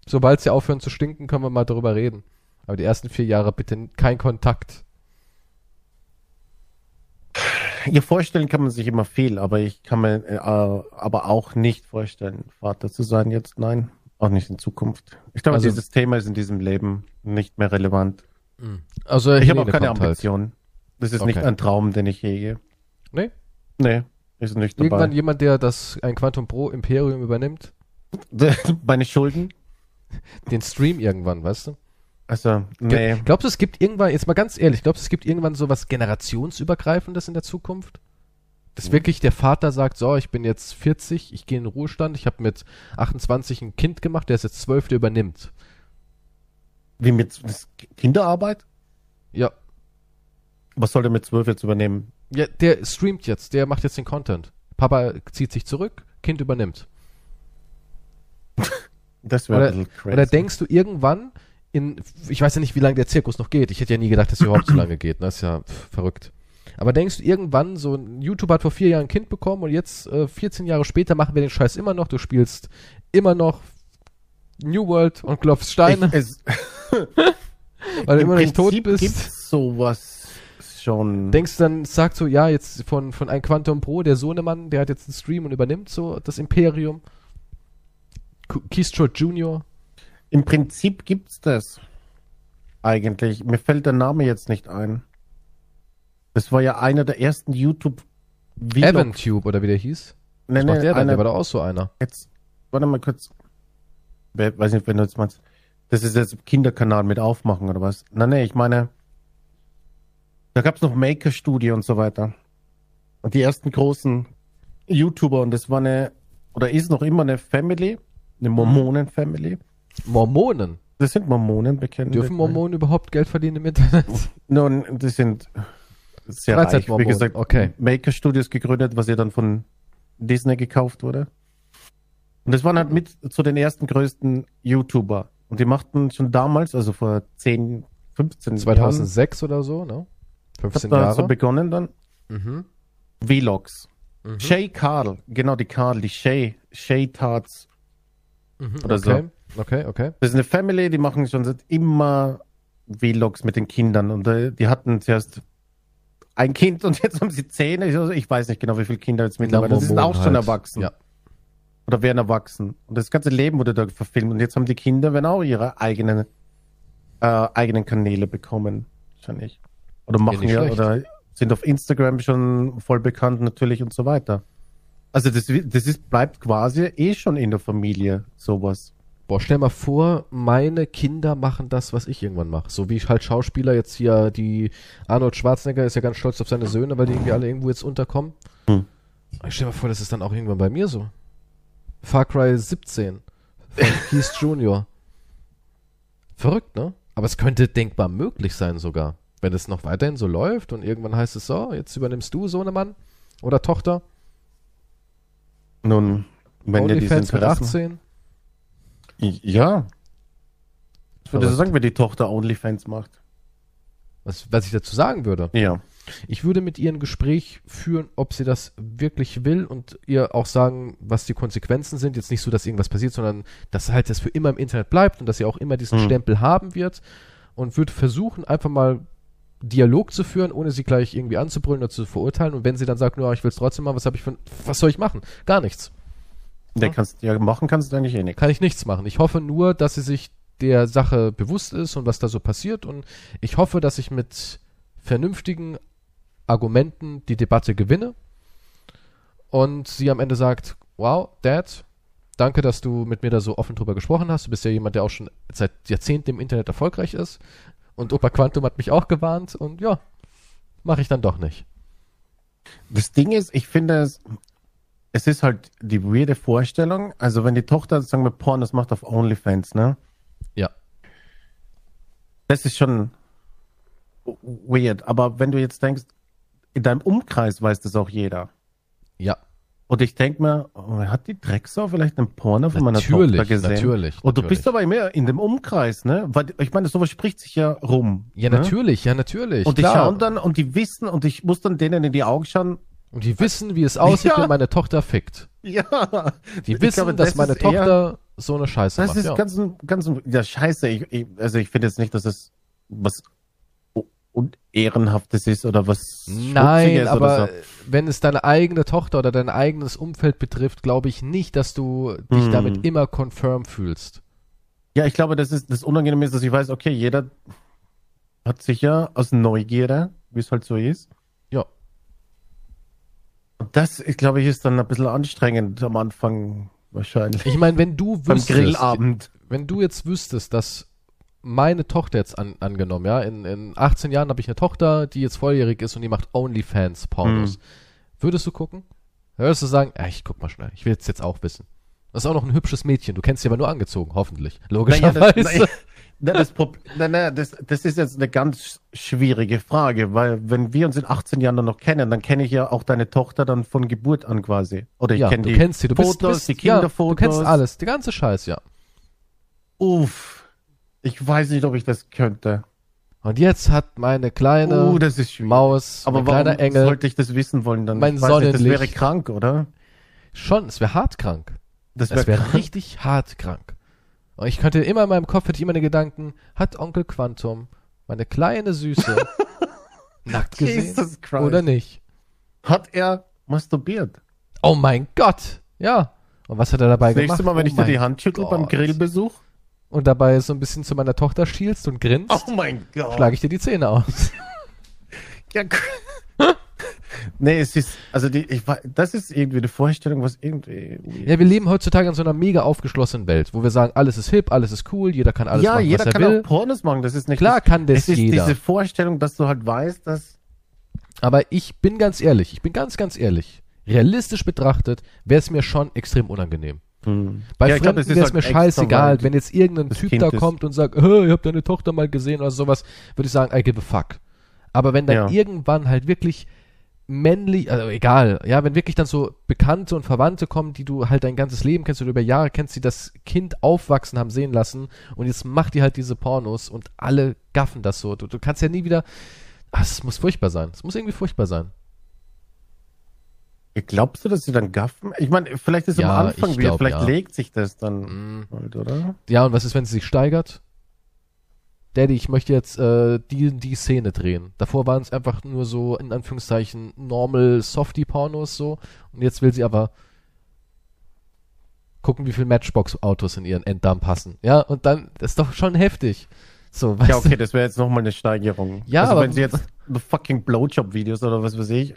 [SPEAKER 1] sobald sie aufhören zu stinken, können wir mal darüber reden. Aber die ersten vier Jahre bitte n- kein Kontakt.
[SPEAKER 2] Ja, vorstellen kann man sich immer viel, aber ich kann mir äh, aber auch nicht vorstellen, Vater zu sein jetzt. Nein, auch nicht in Zukunft. Ich glaube,
[SPEAKER 1] Also-
[SPEAKER 2] dieses Thema ist in diesem Leben nicht mehr relevant.
[SPEAKER 1] Also
[SPEAKER 2] Ich habe auch
[SPEAKER 1] Helene
[SPEAKER 2] keine
[SPEAKER 1] kommt halt.
[SPEAKER 2] Ambition. Das ist nicht
[SPEAKER 1] Okay.
[SPEAKER 2] ein Traum, den ich hege.
[SPEAKER 1] Nee?
[SPEAKER 2] Nee, ist
[SPEAKER 1] Irgendwann
[SPEAKER 2] nicht [LAUGHS] dabei.
[SPEAKER 1] jemand, der das ein Quantum Pro Imperium übernimmt,
[SPEAKER 2] Meine Schulden?
[SPEAKER 1] den Stream irgendwann, weißt du?
[SPEAKER 2] Also,
[SPEAKER 1] Ge-
[SPEAKER 2] nee.
[SPEAKER 1] Glaubst du, es gibt irgendwann, jetzt mal ganz ehrlich, glaubst du, es gibt irgendwann so was generationsübergreifendes in der Zukunft?
[SPEAKER 2] Hm.
[SPEAKER 1] Dass wirklich der Vater sagt, so, ich bin jetzt 40, ich gehe in den Ruhestand, ich habe mit 28 ein Kind gemacht, der ist jetzt 12, der übernimmt.
[SPEAKER 2] Wie mit das Kinderarbeit?
[SPEAKER 1] Ja,
[SPEAKER 2] Was soll der mit zwölf jetzt übernehmen?
[SPEAKER 1] ja, der streamt jetzt, der macht jetzt den Content. Papa zieht sich zurück, Kind übernimmt.
[SPEAKER 2] Das wäre
[SPEAKER 1] Oder,
[SPEAKER 2] ein bisschen crazy.
[SPEAKER 1] oder denkst du irgendwann in, ich weiß ja nicht, wie lange der Zirkus noch geht. Ich hätte ja nie gedacht, dass es überhaupt so lange geht. ne? Das ist ja pff, verrückt. Aber denkst du irgendwann, so ein YouTuber hat vor vier Jahren ein Kind bekommen und jetzt, äh, 14 Jahre später, machen wir den Scheiß immer noch. Du spielst immer noch New World und klopfst Steine,
[SPEAKER 2] ich, es,
[SPEAKER 1] weil du
[SPEAKER 2] Im
[SPEAKER 1] immer noch nicht tot
[SPEAKER 2] Prinzip
[SPEAKER 1] bist.
[SPEAKER 2] gibt's sowas schon.
[SPEAKER 1] Denkst du dann, sagst du, ja, jetzt von, von ein Quantum Pro, der Sohnemann, der hat jetzt einen Stream und übernimmt so das Imperium. Ku- Keystroke Junior.
[SPEAKER 2] Im Prinzip gibt's das. Eigentlich. Mir fällt der Name jetzt nicht ein. Das war ja einer der ersten YouTube Vlog-
[SPEAKER 1] Eventube oder wie der hieß.
[SPEAKER 2] Nee,
[SPEAKER 1] Was macht
[SPEAKER 2] nee,
[SPEAKER 1] der dann? Der
[SPEAKER 2] einer,
[SPEAKER 1] war doch auch so einer.
[SPEAKER 2] jetzt, warte mal kurz. We- Weiß nicht, wenn du jetzt meinst. Das ist jetzt Kinderkanal mit aufmachen oder was? Nein, nee, ich meine, da gab's noch Maker Studio und so weiter. Und die ersten großen YouTuber und das war eine, oder ist noch immer eine Family, eine Mormonen-Family.
[SPEAKER 1] Mormonen.
[SPEAKER 2] Das sind Mormonen bekannt.
[SPEAKER 1] Dürfen Mormonen überhaupt Geld verdienen im Internet?
[SPEAKER 2] [LAUGHS]
[SPEAKER 1] [LAUGHS]
[SPEAKER 2] Nun, die sind sehr reich. Wie
[SPEAKER 1] Freizeitmormonen,
[SPEAKER 2] gesagt,
[SPEAKER 1] okay.
[SPEAKER 2] Maker Studios gegründet, was ja dann von Disney gekauft wurde. Und das waren halt mit zu den ersten größten YouTuber. Und die machten schon damals, also vor 10, 15 Jahren,
[SPEAKER 1] 2006 oder so, ne?
[SPEAKER 2] hat
[SPEAKER 1] 15
[SPEAKER 2] da so
[SPEAKER 1] Jahre.
[SPEAKER 2] begonnen dann,
[SPEAKER 1] Mhm.
[SPEAKER 2] Vlogs.
[SPEAKER 1] Mhm.
[SPEAKER 2] Shay Carl, genau die Carl, die Shay, Shay Tarts.
[SPEAKER 1] Mhm.
[SPEAKER 2] oder
[SPEAKER 1] okay. Okay, okay.
[SPEAKER 2] Das ist eine Family, die machen schon seit immer Vlogs mit den Kindern. Und äh, die hatten zuerst ein Kind und jetzt haben sie zehn. Ich- Also ich weiß nicht genau, wie viele Kinder jetzt mittlerweile. Sie sind
[SPEAKER 1] Mormonen
[SPEAKER 2] auch schon
[SPEAKER 1] halt.
[SPEAKER 2] erwachsen.
[SPEAKER 1] Ja.
[SPEAKER 2] Oder werden erwachsen. Und das ganze Leben wurde da verfilmt. Und jetzt haben die Kinder, werden auch ihre eigenen, äh, eigenen Kanäle bekommen. Wahrscheinlich. Oder machen
[SPEAKER 1] nicht
[SPEAKER 2] ja,
[SPEAKER 1] schlecht.
[SPEAKER 2] oder sind auf Instagram schon voll bekannt natürlich und so weiter. Also das, das ist, bleibt quasi eh schon in der Familie sowas.
[SPEAKER 1] Boah, stell mal vor, meine Kinder machen das, was ich irgendwann mache. So wie halt Schauspieler jetzt hier, die Arnold Schwarzenegger ist ja ganz stolz auf seine Söhne, weil die irgendwie alle irgendwo jetzt unterkommen.
[SPEAKER 2] Hm.
[SPEAKER 1] Ich stell mal vor, das ist dann auch irgendwann bei mir so. Far Cry 17
[SPEAKER 2] [LAUGHS]
[SPEAKER 1] von Keith Junior. Verrückt, ne? Aber es könnte denkbar möglich sein sogar, wenn es noch weiterhin so läuft und irgendwann heißt es so, jetzt übernimmst du Sohnemann oder Tochter,
[SPEAKER 2] Nun, wenn dir diese
[SPEAKER 1] OnlyFans mit
[SPEAKER 2] Interessen
[SPEAKER 1] 18.
[SPEAKER 2] Ja. Ich würde
[SPEAKER 1] Verrückt.
[SPEAKER 2] sagen, wenn die Tochter OnlyFans macht.
[SPEAKER 1] Was, was ich dazu sagen würde.
[SPEAKER 2] Ja.
[SPEAKER 1] Ich würde mit ihr ein Gespräch führen, ob sie das wirklich will und ihr auch sagen, was die Konsequenzen sind. Jetzt nicht so, dass irgendwas passiert, sondern dass halt das für immer im Internet bleibt und dass sie auch immer diesen
[SPEAKER 2] Hm.
[SPEAKER 1] Stempel haben wird und würde versuchen, einfach mal Dialog zu führen, ohne sie gleich irgendwie anzubrüllen oder zu verurteilen. Und wenn sie dann sagt, nur, ich will es trotzdem machen, was habe ich von, was soll ich machen? Gar nichts.
[SPEAKER 2] Der
[SPEAKER 1] Ja.
[SPEAKER 2] kannst, ja, machen kannst du eigentlich eh nichts.
[SPEAKER 1] Kann ich nichts machen. Ich hoffe nur, dass sie sich der Sache bewusst ist und was da so passiert. Und ich hoffe, dass ich mit vernünftigen Argumenten die Debatte gewinne. Und sie am Ende sagt, wow, Dad, danke, dass du mit mir da so offen drüber gesprochen hast. Du bist ja jemand, der auch schon seit Jahrzehnten im Internet erfolgreich ist. Und Opa Quantum hat mich auch gewarnt. Und ja, mache ich dann doch nicht.
[SPEAKER 2] Das Ding ist, ich finde es, es ist halt die weirde Vorstellung. Also wenn die Tochter, sagen wir, Pornos macht auf OnlyFans, ne?
[SPEAKER 1] Ja.
[SPEAKER 2] Das ist schon weird. Aber wenn du jetzt denkst, in deinem Umkreis weiß das auch jeder.
[SPEAKER 1] Ja.
[SPEAKER 2] Und ich denke mir, oh, hat die Drecksau vielleicht einen Porno von meiner
[SPEAKER 1] Natürlich,
[SPEAKER 2] Tochter gesehen?
[SPEAKER 1] natürlich,
[SPEAKER 2] Und du
[SPEAKER 1] natürlich.
[SPEAKER 2] bist aber immer in dem Umkreis, ne? Weil, ich meine, sowas spricht sich ja rum.
[SPEAKER 1] Ja,
[SPEAKER 2] ne?
[SPEAKER 1] natürlich, ja, natürlich.
[SPEAKER 2] Und die
[SPEAKER 1] klar.
[SPEAKER 2] schauen dann und die wissen und ich muss dann denen in die Augen schauen. [LAUGHS]
[SPEAKER 1] Und die wissen, wie es aussieht,
[SPEAKER 2] Ja.
[SPEAKER 1] wenn meine Tochter fickt.
[SPEAKER 2] Ja.
[SPEAKER 1] Die
[SPEAKER 2] Ich
[SPEAKER 1] wissen,
[SPEAKER 2] glaube,
[SPEAKER 1] dass
[SPEAKER 2] das
[SPEAKER 1] meine
[SPEAKER 2] ist eher-
[SPEAKER 1] Tochter so eine Scheiße
[SPEAKER 2] Das
[SPEAKER 1] macht.
[SPEAKER 2] ist
[SPEAKER 1] ja.
[SPEAKER 2] ganz, ein- ganz, ein- ja, scheiße. Ich, ich, also ich finde jetzt nicht, dass das was u- und ehrenhaftes ist oder was
[SPEAKER 1] Nein,
[SPEAKER 2] Schmutziges
[SPEAKER 1] aber
[SPEAKER 2] oder so.
[SPEAKER 1] wenn es deine eigene Tochter oder dein eigenes Umfeld betrifft, glaube ich nicht, dass du dich
[SPEAKER 2] Hm.
[SPEAKER 1] damit immer confirm fühlst.
[SPEAKER 2] Ja, ich glaube, das ist das Unangenehme ist, dass ich weiß, okay, jeder hat sicher aus Neugierde, wie es halt so ist,
[SPEAKER 1] Ja.
[SPEAKER 2] Das, ich glaube ich, ist dann ein bisschen anstrengend am Anfang wahrscheinlich.
[SPEAKER 1] Ich meine, wenn du
[SPEAKER 2] Beim
[SPEAKER 1] wüsstest,
[SPEAKER 2] Grillabend.
[SPEAKER 1] wenn du jetzt wüsstest, dass meine Tochter jetzt an, angenommen, ja, in, in 18 Jahren habe ich eine Tochter, die jetzt volljährig ist und die macht
[SPEAKER 2] Hm.
[SPEAKER 1] OnlyFans-Pornos. Würdest du gucken? Würdest du sagen, ja, ich guck mal schnell, ich will jetzt jetzt auch wissen. Das ist auch noch ein hübsches Mädchen, du kennst sie aber nur angezogen, hoffentlich.
[SPEAKER 2] Naja, das,
[SPEAKER 1] Logischerweise.
[SPEAKER 2] naja, na, das, Prob- na, na, das, das ist jetzt eine ganz schwierige Frage, weil wenn wir uns in 18 Jahren dann noch kennen, dann kenne ich ja auch deine Tochter dann von Geburt an quasi. Oder ich
[SPEAKER 1] ja,
[SPEAKER 2] kenne
[SPEAKER 1] du
[SPEAKER 2] die
[SPEAKER 1] kennst sie, du
[SPEAKER 2] Fotos,
[SPEAKER 1] bist, du bist
[SPEAKER 2] die
[SPEAKER 1] Ja, du
[SPEAKER 2] Kinderfotos.
[SPEAKER 1] kennst alles, die ganze Scheiß, ja.
[SPEAKER 2] Uff, ich weiß nicht, ob ich das könnte.
[SPEAKER 1] Und jetzt hat meine kleine
[SPEAKER 2] Uh, das ist schwierig.
[SPEAKER 1] Genau. Maus,
[SPEAKER 2] Aber
[SPEAKER 1] mein
[SPEAKER 2] warum
[SPEAKER 1] kleiner Engel,
[SPEAKER 2] sollte ich das wissen wollen? Dann
[SPEAKER 1] Mein
[SPEAKER 2] ich weiß nicht, das
[SPEAKER 1] Sonnenlicht.
[SPEAKER 2] wäre krank, oder?
[SPEAKER 1] schon, es wäre hart krank.
[SPEAKER 2] Das
[SPEAKER 1] Es
[SPEAKER 2] wäre
[SPEAKER 1] wäre
[SPEAKER 2] krank.
[SPEAKER 1] richtig hart krank. Und ich könnte immer in meinem Kopf, hätte ich immer den Gedanken, hat Onkel Quantum meine kleine
[SPEAKER 2] [LAUGHS]
[SPEAKER 1] Süße nackt gesehen
[SPEAKER 2] Jesus Christ.
[SPEAKER 1] oder nicht?
[SPEAKER 2] Hat er masturbiert?
[SPEAKER 1] Oh mein Gott, ja. Und was hat er dabei
[SPEAKER 2] Das nächste
[SPEAKER 1] gemacht?
[SPEAKER 2] Mal, wenn
[SPEAKER 1] oh
[SPEAKER 2] ich dir die
[SPEAKER 1] mein
[SPEAKER 2] Hand schüttel beim
[SPEAKER 1] Gott.
[SPEAKER 2] Grillbesuch.
[SPEAKER 1] Und dabei so ein bisschen zu meiner Tochter schielst und grinst,
[SPEAKER 2] Oh mein Gott.
[SPEAKER 1] schlage ich dir die Zähne aus. [LAUGHS]
[SPEAKER 2] Ja. cool. nee, es ist, also die, ich, wa- das ist irgendwie eine Vorstellung, was irgendwie.
[SPEAKER 1] ja, wir leben heutzutage in so einer mega aufgeschlossenen Welt, wo wir sagen, alles ist hip, alles ist cool, jeder kann alles
[SPEAKER 2] ja,
[SPEAKER 1] machen,
[SPEAKER 2] jeder
[SPEAKER 1] was er
[SPEAKER 2] kann
[SPEAKER 1] will.
[SPEAKER 2] auch Pornos machen, das ist nicht.
[SPEAKER 1] Klar
[SPEAKER 2] das,
[SPEAKER 1] kann das
[SPEAKER 2] Es ist
[SPEAKER 1] jeder.
[SPEAKER 2] diese Vorstellung, dass du halt weißt, dass.
[SPEAKER 1] Aber ich bin ganz ehrlich, ich bin ganz, ganz ehrlich. Realistisch betrachtet wäre es mir schon extrem unangenehm. Bei
[SPEAKER 2] Ja, ich glaub,
[SPEAKER 1] Fremden
[SPEAKER 2] es ist
[SPEAKER 1] wäre es
[SPEAKER 2] halt
[SPEAKER 1] mir
[SPEAKER 2] extra,
[SPEAKER 1] scheißegal,
[SPEAKER 2] weil
[SPEAKER 1] wenn jetzt irgendein
[SPEAKER 2] das
[SPEAKER 1] Typ
[SPEAKER 2] Kind
[SPEAKER 1] da
[SPEAKER 2] ist.
[SPEAKER 1] kommt und sagt, "Äh, ich hab deine Tochter mal gesehen oder sowas, würde ich sagen, I give a fuck. Aber wenn dann
[SPEAKER 2] Ja.
[SPEAKER 1] irgendwann halt wirklich männlich, also egal, ja, wenn wirklich dann so Bekannte und Verwandte kommen, die du halt dein ganzes Leben kennst oder über Jahre kennst, die das Kind aufwachsen haben sehen lassen und jetzt macht die halt diese Pornos und alle gaffen das so. Du, du kannst ja nie wieder, Ah, es muss furchtbar sein, es muss irgendwie furchtbar sein.
[SPEAKER 2] Glaubst du, dass sie dann gaffen? Ich meine, vielleicht ist
[SPEAKER 1] Ja,
[SPEAKER 2] am Anfang
[SPEAKER 1] ich
[SPEAKER 2] wieder,
[SPEAKER 1] glaub,
[SPEAKER 2] vielleicht
[SPEAKER 1] ja.
[SPEAKER 2] legt sich das dann halt, oder?
[SPEAKER 1] Ja, und was ist, wenn sie sich steigert? Daddy, ich möchte jetzt äh, die, die Szene drehen. Davor waren es einfach nur so, in Anführungszeichen, normal Softie-Pornos so. Und jetzt will sie aber gucken, wie viel Matchbox-Autos in ihren Enddarm passen. Ja, und dann, das ist doch schon heftig. So, weißt
[SPEAKER 2] Ja, okay, das wäre jetzt nochmal eine Steigerung.
[SPEAKER 1] Ja,
[SPEAKER 2] also
[SPEAKER 1] aber-
[SPEAKER 2] wenn sie jetzt
[SPEAKER 1] [LAUGHS]
[SPEAKER 2] the fucking Blowjob-Videos oder was weiß ich.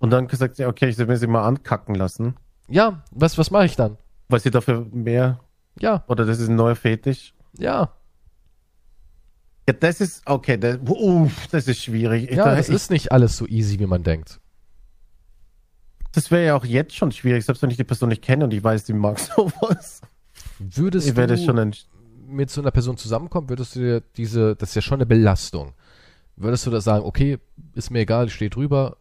[SPEAKER 2] Und dann gesagt, sie, okay, ich will sie mal ankacken lassen,
[SPEAKER 1] du? Ja, was, was mache ich dann?
[SPEAKER 2] weil sie dafür mehr,
[SPEAKER 1] Ja,
[SPEAKER 2] oder das ist ein neuer Fetisch.
[SPEAKER 1] ja,
[SPEAKER 2] Ja, das ist, okay, das, uff, das ist schwierig. Ich,
[SPEAKER 1] ja,
[SPEAKER 2] da,
[SPEAKER 1] das
[SPEAKER 2] ich,
[SPEAKER 1] ist nicht alles so easy, wie man denkt.
[SPEAKER 2] das wäre ja auch jetzt schon schwierig, selbst wenn ich die Person nicht kenne und ich weiß, die mag [LAUGHS] sowas.
[SPEAKER 1] Würdest
[SPEAKER 2] Ich wäre das
[SPEAKER 1] du-
[SPEAKER 2] schon ein,
[SPEAKER 1] mit so einer Person zusammenkommt, würdest du dir diese, das ist ja schon eine Belastung. Würdest du da sagen, okay, ist mir egal, ich stehe drüber,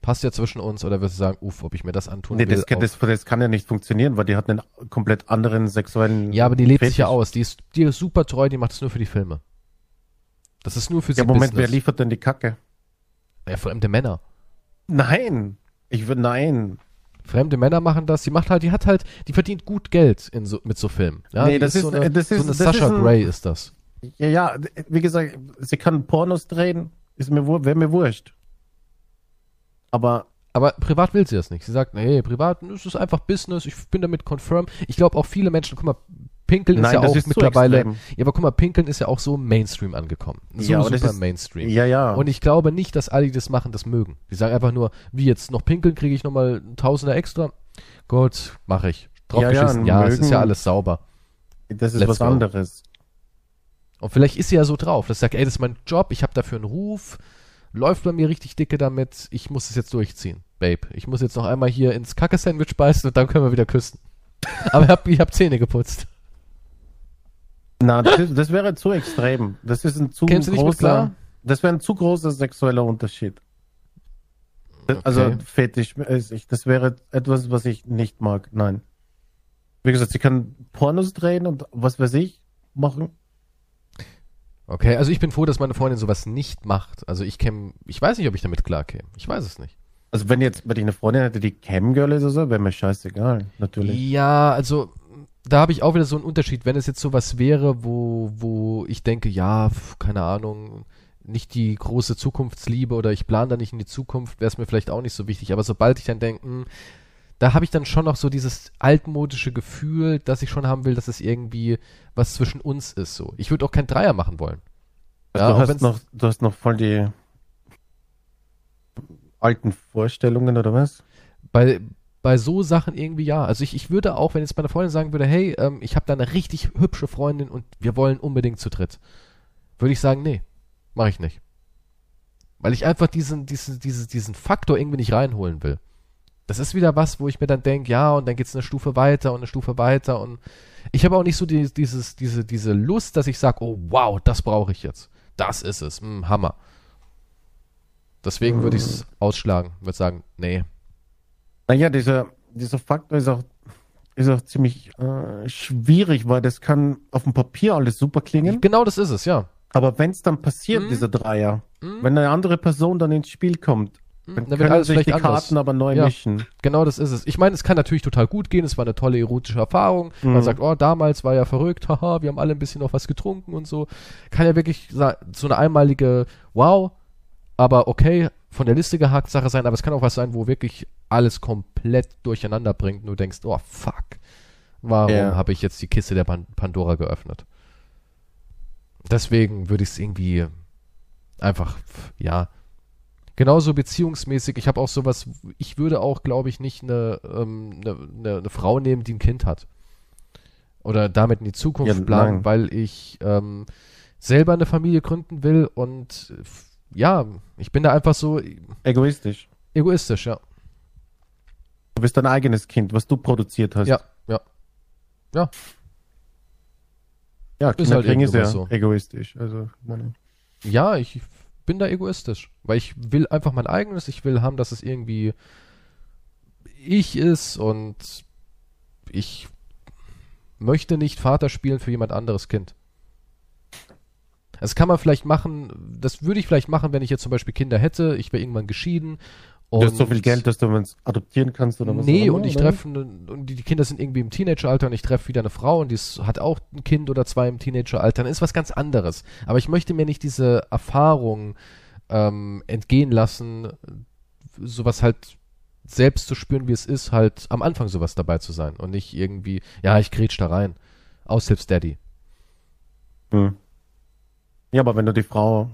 [SPEAKER 1] passt ja zwischen uns, oder würdest du sagen, uff, ob ich mir das antun
[SPEAKER 2] nee,
[SPEAKER 1] will? oh.
[SPEAKER 2] das kann,
[SPEAKER 1] auf-
[SPEAKER 2] das, das kann ja nicht funktionieren, weil die hat einen komplett anderen sexuellen
[SPEAKER 1] ja, aber die lebt sich
[SPEAKER 2] Fetisch.
[SPEAKER 1] ja aus. Die ist dir super treu, die macht es nur für die Filme. Das ist nur für sie
[SPEAKER 2] Ja, Moment, wer
[SPEAKER 1] Business.
[SPEAKER 2] liefert denn die Kacke?
[SPEAKER 1] ja, fremde Männer.
[SPEAKER 2] Nein! Ich würde, nein.
[SPEAKER 1] Fremde Männer machen das. Die macht halt, die hat halt, die verdient gut Geld in so, mit so Filmen. Ja,
[SPEAKER 2] Nee,
[SPEAKER 1] die
[SPEAKER 2] das
[SPEAKER 1] so
[SPEAKER 2] ist-
[SPEAKER 1] eine,
[SPEAKER 2] das
[SPEAKER 1] so
[SPEAKER 2] ist-
[SPEAKER 1] eine
[SPEAKER 2] das
[SPEAKER 1] Sascha
[SPEAKER 2] ist ein-
[SPEAKER 1] Grey ist das.
[SPEAKER 2] Ja, ja, wie gesagt, sie kann Pornos drehen, ist mir wäre mir wurscht. Aber
[SPEAKER 1] Aber privat will sie das nicht. Sie sagt, nee, privat es ist es einfach Business, ich bin damit confirm. Ich glaube auch viele Menschen, guck mal, Pinkeln ist
[SPEAKER 2] Nein,
[SPEAKER 1] ja
[SPEAKER 2] das
[SPEAKER 1] auch
[SPEAKER 2] ist zu
[SPEAKER 1] mittlerweile.
[SPEAKER 2] extrem.
[SPEAKER 1] Ja, aber guck mal, Pinkeln ist ja auch so Mainstream angekommen. So
[SPEAKER 2] Ja, aber das
[SPEAKER 1] super
[SPEAKER 2] ist-
[SPEAKER 1] Mainstream.
[SPEAKER 2] ja, ja.
[SPEAKER 1] Und ich glaube nicht, dass alle, die das machen, das mögen. Die sagen einfach nur, wie jetzt noch pinkeln, kriege ich nochmal einen Tausender extra. Gut, mache ich.
[SPEAKER 2] Ja, ja,
[SPEAKER 1] Draufgeschissen, ja, es ist
[SPEAKER 2] mögen-
[SPEAKER 1] ja alles sauber.
[SPEAKER 2] das ist
[SPEAKER 1] Let's
[SPEAKER 2] was
[SPEAKER 1] go.
[SPEAKER 2] anderes.
[SPEAKER 1] Und vielleicht ist sie ja so drauf, dass sie sagt, ey, das ist mein Job, ich habe dafür einen Ruf, läuft bei mir richtig dicke damit, ich muss es jetzt durchziehen, Babe. Ich muss jetzt noch einmal hier ins Kacke-Sandwich beißen und dann können wir wieder [LAUGHS] küssen. Aber ich habe ich hab Zähne geputzt.
[SPEAKER 2] Na, das, ist, das wäre zu extrem. Das ist ein zu
[SPEAKER 1] Kämst du nicht mit klar?
[SPEAKER 2] großer, das wäre ein zu großer sexueller Unterschied. Das- Also
[SPEAKER 1] Okay.
[SPEAKER 2] Fetisch, äh, ich, das wäre etwas, was ich nicht mag. Nein. Wie gesagt, sie kann Pornos drehen und was weiß ich machen.
[SPEAKER 1] Okay, also ich bin froh, dass meine Freundin sowas nicht macht. Also ich käme, ich weiß nicht, ob ich damit klarkäme. Ich weiß es nicht.
[SPEAKER 2] Also wenn jetzt, wenn ich eine Freundin hätte, die Camgirl ist oder so, wäre mir scheißegal, natürlich.
[SPEAKER 1] Ja, also da habe ich auch wieder so einen Unterschied. Wenn es jetzt sowas wäre, wo, wo ich denke, ja, pf, keine Ahnung, nicht die große Zukunftsliebe oder ich plane da nicht in die Zukunft, wäre es mir vielleicht auch nicht so wichtig. Aber sobald ich dann denke, hm, da habe ich dann schon noch so dieses altmodische Gefühl, dass ich schon haben will, dass es irgendwie was zwischen uns ist. So, ich würde auch kein Dreier machen wollen. Ja, auch
[SPEAKER 2] Also du,
[SPEAKER 1] wenn's-
[SPEAKER 2] hast noch, du hast noch voll die alten Vorstellungen oder was?
[SPEAKER 1] bei, bei so Sachen irgendwie ja. Also ich, ich würde auch, wenn jetzt meine Freundin sagen würde, hey, ähm, ich habe da eine richtig hübsche Freundin und wir wollen unbedingt zu dritt, würde ich sagen, nee, mache ich nicht. Weil ich einfach diesen, diesen, diesen, diesen Faktor irgendwie nicht reinholen will. Das ist wieder was, wo ich mir dann denke, ja, und dann geht's eine Stufe weiter und eine Stufe weiter und ich habe auch nicht so die, dieses, diese, diese Lust, dass ich sage, oh wow, das brauche ich jetzt. Das ist es. Hm, Hammer. Deswegen würde ich es ausschlagen, würde sagen, nee.
[SPEAKER 2] Naja, dieser, dieser Faktor ist auch, ist auch ziemlich äh, schwierig, weil das kann auf dem Papier alles super klingen.
[SPEAKER 1] Genau das ist es, ja.
[SPEAKER 2] Aber wenn es dann passiert,
[SPEAKER 1] Mhm.
[SPEAKER 2] dieser Dreier,
[SPEAKER 1] Mhm.
[SPEAKER 2] wenn eine andere Person dann ins Spiel kommt,
[SPEAKER 1] Hm,
[SPEAKER 2] dann,
[SPEAKER 1] dann wird
[SPEAKER 2] können
[SPEAKER 1] alles
[SPEAKER 2] sich die
[SPEAKER 1] vielleicht anders.
[SPEAKER 2] Karten aber neu
[SPEAKER 1] Ja.
[SPEAKER 2] mischen.
[SPEAKER 1] Genau das ist es. Ich meine, es kann natürlich total gut gehen, es war eine tolle erotische Erfahrung. Man
[SPEAKER 2] Mhm.
[SPEAKER 1] sagt, oh, damals war ja verrückt, [LAUGHS] haha, wir haben alle ein bisschen noch was getrunken und so. Kann ja wirklich sa- so eine einmalige Wow, aber okay, von der Liste gehakt Sache sein, aber es kann auch was sein, wo wirklich alles komplett durcheinander bringt und du denkst, oh fuck, warum
[SPEAKER 2] Ja.
[SPEAKER 1] habe ich jetzt die Kiste der Pan Pandora geöffnet? Deswegen würde ich es irgendwie einfach, pf, ja. Genauso beziehungsmäßig, ich habe auch sowas, ich würde auch, glaube ich, nicht eine, ähm, eine, eine, eine Frau nehmen, die ein Kind hat. Oder damit in die Zukunft
[SPEAKER 2] Ja,
[SPEAKER 1] planen,
[SPEAKER 2] nein.
[SPEAKER 1] weil ich ähm, selber eine Familie gründen will und äh, f- ja, ich bin da einfach so
[SPEAKER 2] Egoistisch.
[SPEAKER 1] egoistisch, ja.
[SPEAKER 2] Du bist dein eigenes Kind, was du produziert hast.
[SPEAKER 1] Ja, ja.
[SPEAKER 2] ja Kinder
[SPEAKER 1] halt
[SPEAKER 2] kriegen ist ja
[SPEAKER 1] irgendwas so.
[SPEAKER 2] egoistisch. Also, meine,
[SPEAKER 1] Ja, ich bin da egoistisch, weil ich will einfach mein eigenes, ich will haben, dass es irgendwie ich ist und ich möchte nicht Vater spielen für jemand anderes Kind. Das kann man vielleicht machen, das würde ich vielleicht machen, wenn ich jetzt zum Beispiel Kinder hätte, ich wäre irgendwann geschieden.
[SPEAKER 2] du hast so
[SPEAKER 1] und-
[SPEAKER 2] viel Geld, dass du es adoptieren kannst oder was auch
[SPEAKER 1] Nee,
[SPEAKER 2] immer,
[SPEAKER 1] und ich
[SPEAKER 2] oder?
[SPEAKER 1] treffe, ne- und die die Kinder sind irgendwie im Teenageralter und ich treffe wieder eine Frau und die ist, hat auch ein Kind oder zwei im Teenageralter, dann ist was ganz anderes. Aber ich möchte mir nicht diese Erfahrung ähm, entgehen lassen, sowas halt selbst zu spüren, wie es ist, halt am Anfang sowas dabei zu sein und nicht irgendwie, ja, ich grätsch da rein. Aushilfs-Daddy.
[SPEAKER 2] Hm. Ja, aber wenn du die Frau,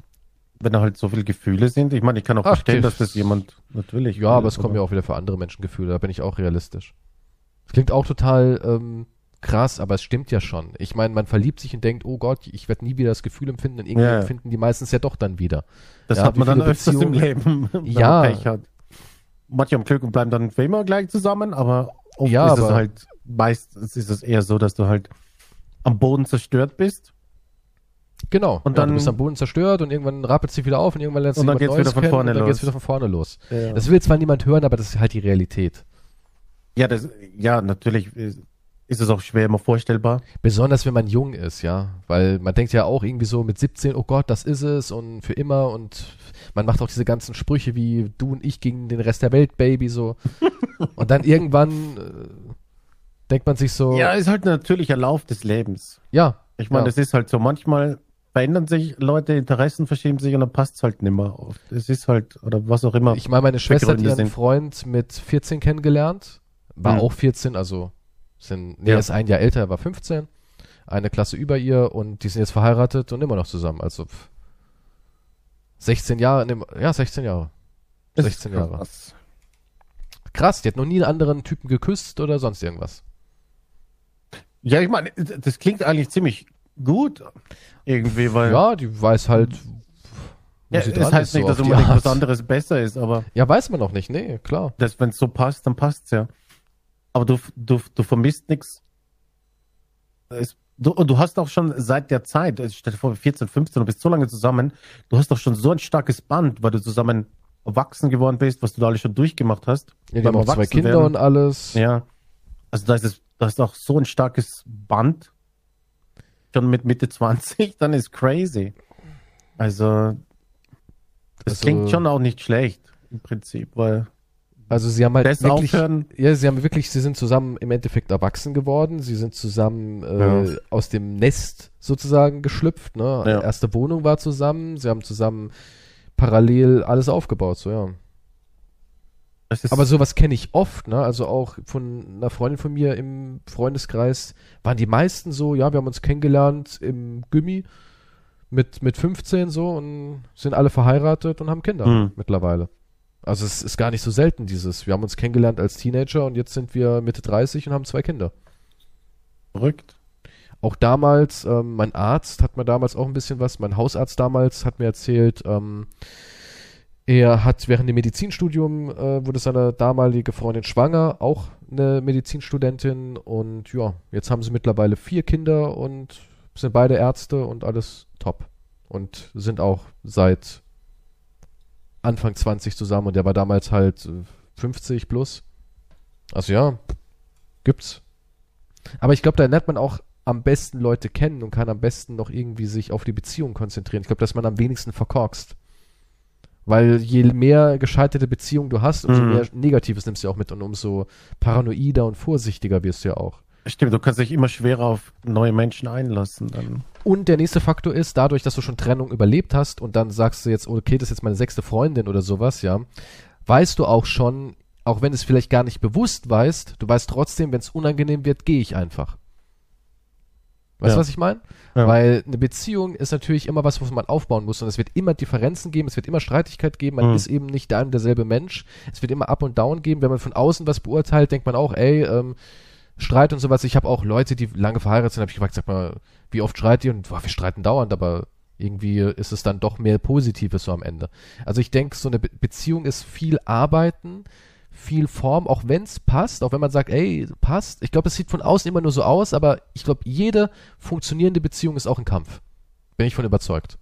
[SPEAKER 2] wenn da halt so viele Gefühle sind, ich meine, ich kann auch
[SPEAKER 1] Ach,
[SPEAKER 2] verstehen,
[SPEAKER 1] das-
[SPEAKER 2] dass das jemand natürlich.
[SPEAKER 1] Ja, aber es kommen ja auch wieder für andere Menschen Gefühle, da bin ich auch realistisch. Es klingt auch total ähm, krass, aber es stimmt ja schon. Ich meine, man verliebt sich und denkt, oh Gott, ich werde nie wieder das Gefühl empfinden und irgendwie
[SPEAKER 2] Ja, ja.
[SPEAKER 1] empfinden die meistens ja doch dann wieder.
[SPEAKER 2] Das
[SPEAKER 1] ja,
[SPEAKER 2] hat
[SPEAKER 1] wie
[SPEAKER 2] man dann
[SPEAKER 1] viele
[SPEAKER 2] öfters im Leben, [LAUGHS] wenn
[SPEAKER 1] Ja.
[SPEAKER 2] man Pech hat. Manche haben Glück und bleiben dann für immer gleich zusammen, aber oft
[SPEAKER 1] Ja,
[SPEAKER 2] ist es
[SPEAKER 1] aber-
[SPEAKER 2] halt, meistens ist es eher so, dass du halt am Boden zerstört bist
[SPEAKER 1] Genau.
[SPEAKER 2] Und
[SPEAKER 1] ja, du
[SPEAKER 2] dann-
[SPEAKER 1] bist am Boden zerstört und irgendwann rappelt sie wieder auf und irgendwann lernst du
[SPEAKER 2] Und dann
[SPEAKER 1] jemand
[SPEAKER 2] geht's wieder von
[SPEAKER 1] kennen
[SPEAKER 2] vorne
[SPEAKER 1] und dann geht's
[SPEAKER 2] los.
[SPEAKER 1] wieder von vorne los.
[SPEAKER 2] Ja.
[SPEAKER 1] Das will zwar niemand hören, aber das ist halt die Realität.
[SPEAKER 2] Ja, das, ja, natürlich ist ist es auch schwer immer vorstellbar.
[SPEAKER 1] Besonders wenn man jung ist, ja. Weil man denkt ja auch irgendwie so mit 17, oh Gott, das ist es und für immer und man macht auch diese ganzen Sprüche wie du und ich gegen den Rest der Welt, Baby,
[SPEAKER 2] [LAUGHS]
[SPEAKER 1] so. und dann irgendwann äh, denkt man sich so,
[SPEAKER 2] Ja,
[SPEAKER 1] ja,
[SPEAKER 2] ist halt ein natürlicher Lauf des Lebens.
[SPEAKER 1] ja,
[SPEAKER 2] Ich meine,
[SPEAKER 1] Ja.
[SPEAKER 2] das ist halt so, manchmal verändern sich Leute, Interessen verschieben sich und dann passt es halt nicht mehr. Es ist halt, oder was auch immer.
[SPEAKER 1] ich meine, meine Schwester hat
[SPEAKER 2] Gründe
[SPEAKER 1] ihren
[SPEAKER 2] sind-
[SPEAKER 1] Freund mit 14 kennengelernt, war
[SPEAKER 2] Mhm.
[SPEAKER 1] auch 14, also sind, nee,
[SPEAKER 2] Ja.
[SPEAKER 1] ist ein Jahr älter, er war 15, eine Klasse über ihr und die sind jetzt verheiratet und immer noch zusammen, also pff. 16 Jahre, nee, ja, 16 Jahre. 16 Jahre.
[SPEAKER 2] Krass.
[SPEAKER 1] Krass, die hat noch nie einen anderen Typen geküsst oder sonst irgendwas.
[SPEAKER 2] Ja, ich meine, das klingt eigentlich ziemlich gut. Irgendwie, weil.
[SPEAKER 1] Ja, die weiß halt,
[SPEAKER 2] Ja,
[SPEAKER 1] sie
[SPEAKER 2] das heißt
[SPEAKER 1] so
[SPEAKER 2] nicht,
[SPEAKER 1] auf
[SPEAKER 2] dass
[SPEAKER 1] die
[SPEAKER 2] unbedingt
[SPEAKER 1] Art.
[SPEAKER 2] was anderes besser ist, aber
[SPEAKER 1] Ja, weiß man noch nicht, nee, klar.
[SPEAKER 2] das, wenn es so passt, dann passt's ja. Aber du, du, du vermisst nichts. Es, du, und du hast auch schon seit der Zeit, also stell dir vor, 14, 15, du bist so lange zusammen, du hast doch schon so ein starkes Band, weil du zusammen erwachsen geworden bist, was du da alles schon durchgemacht hast.
[SPEAKER 1] Ja, die
[SPEAKER 2] Beim
[SPEAKER 1] haben auch zwei
[SPEAKER 2] Erwachsen
[SPEAKER 1] Kinder
[SPEAKER 2] werden.
[SPEAKER 1] und alles.
[SPEAKER 2] Ja. Also da ist es, da ist auch so ein starkes Band. Schon mit Mitte 20, dann ist crazy. Also, das
[SPEAKER 1] Also-
[SPEAKER 2] klingt schon auch nicht schlecht im Prinzip, weil
[SPEAKER 1] Also sie haben halt
[SPEAKER 2] das
[SPEAKER 1] wirklich,
[SPEAKER 2] aufhören.
[SPEAKER 1] ja, sie haben wirklich, sie sind zusammen im Endeffekt erwachsen geworden. Sie sind zusammen äh,
[SPEAKER 2] Ja.
[SPEAKER 1] aus dem Nest sozusagen geschlüpft. Ne,
[SPEAKER 2] Ja.
[SPEAKER 1] erste Wohnung war zusammen. Sie haben zusammen parallel alles aufgebaut. So ja.
[SPEAKER 2] Das ist,
[SPEAKER 1] Aber sowas kenne ich oft, ne? Also auch von einer Freundin von mir im Freundeskreis waren die meisten so, ja, wir haben uns kennengelernt im Gummi mit, mit 15 so und sind alle verheiratet und haben Kinder
[SPEAKER 2] Hm.
[SPEAKER 1] mittlerweile. Also es ist gar nicht so selten dieses. Wir haben uns kennengelernt als Teenager und jetzt sind wir Mitte 30 und haben zwei Kinder.
[SPEAKER 2] Verrückt.
[SPEAKER 1] Auch damals, ähm, mein Arzt hat mir damals auch ein bisschen was, mein Hausarzt damals hat mir erzählt, ähm, er hat während dem Medizinstudium, äh, wurde seine damalige Freundin schwanger, auch eine Medizinstudentin und ja, jetzt haben sie mittlerweile vier Kinder und sind beide Ärzte und alles top. Und sind auch seit Anfang 20 zusammen und der war damals halt äh, 50 plus. Also ja, gibt's. Aber ich glaube, da lernt man auch am besten Leute kennen und kann am besten noch irgendwie sich auf die Beziehung konzentrieren. Ich glaube, dass man am wenigsten verkorkst. Weil je mehr gescheiterte Beziehungen du hast, umso
[SPEAKER 2] Mhm.
[SPEAKER 1] mehr Negatives nimmst du auch mit und umso paranoider und vorsichtiger wirst du ja auch.
[SPEAKER 2] Stimmt, du kannst dich immer schwerer auf neue Menschen einlassen. Dann.
[SPEAKER 1] Und der nächste Faktor ist, dadurch, dass du schon Trennung überlebt hast und dann sagst du jetzt, okay, das ist jetzt meine sechste Freundin oder sowas, ja, weißt du auch schon, auch wenn du es vielleicht gar nicht bewusst weißt, du weißt trotzdem, wenn es unangenehm wird, gehe ich einfach. Weißt du,
[SPEAKER 2] Ja.
[SPEAKER 1] was ich meine?
[SPEAKER 2] Ja.
[SPEAKER 1] Weil eine Beziehung ist natürlich immer was, was man aufbauen muss und es wird immer Differenzen geben, es wird immer Streitigkeit geben, man
[SPEAKER 2] Mhm.
[SPEAKER 1] ist eben nicht der ein und derselbe Mensch, es wird immer Up und Down geben, wenn man von außen was beurteilt, denkt man auch, ey, ähm, Streit und sowas. Ich habe auch Leute, die lange verheiratet sind, habe ich gefragt, sag mal, wie oft streitet ihr? Und boah, wir streiten dauernd, aber irgendwie ist es dann doch mehr Positives so am Ende. Also ich denke, so eine Be Beziehung ist viel Arbeiten, viel Form, auch wenn es passt, auch wenn man sagt, ey, passt. Ich glaube, es sieht von außen immer nur so aus, aber ich glaube, jede funktionierende Beziehung ist auch ein Kampf. Bin ich von überzeugt.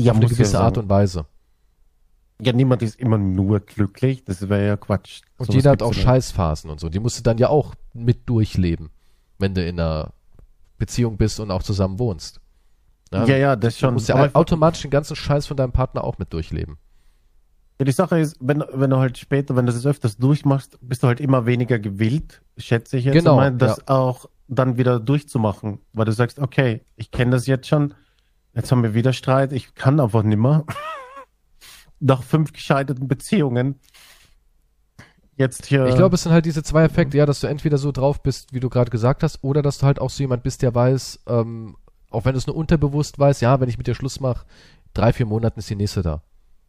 [SPEAKER 2] Ja,
[SPEAKER 1] Auf eine gewisse Art und Weise.
[SPEAKER 2] Ja, niemand ist immer nur glücklich. Das wäre ja Quatsch.
[SPEAKER 1] Und
[SPEAKER 2] Sowas
[SPEAKER 1] jeder hat
[SPEAKER 2] gibt's
[SPEAKER 1] auch
[SPEAKER 2] ja
[SPEAKER 1] Scheißphasen und so. Die musst du dann ja auch mit durchleben, wenn du in einer Beziehung bist und auch zusammen wohnst.
[SPEAKER 2] nicht. ne? Ja, ja, das
[SPEAKER 1] Du
[SPEAKER 2] schon.
[SPEAKER 1] musst ne? ja
[SPEAKER 2] Aber
[SPEAKER 1] au- automatisch den ganzen Scheiß von deinem Partner auch mit durchleben.
[SPEAKER 2] Ja, die Sache ist, wenn, wenn du halt später, wenn du das öfters durchmachst, bist du halt immer weniger gewillt, schätze ich jetzt
[SPEAKER 1] Genau,
[SPEAKER 2] mal, das auch dann wieder durchzumachen, weil du sagst, okay, ich kenne das jetzt schon, jetzt haben wir wieder Streit, ich kann einfach nimmer. [LAUGHS] Nach fünf gescheiterten Beziehungen. Jetzt hier.
[SPEAKER 1] Ich glaube, es sind halt diese zwei Effekte, ja, dass du entweder so drauf bist, wie du gerade gesagt hast, oder dass du halt auch so jemand bist, der weiß, ähm, auch wenn du es nur unterbewusst weißt, ja, wenn ich mit dir Schluss mache, drei, vier Monaten ist die nächste da.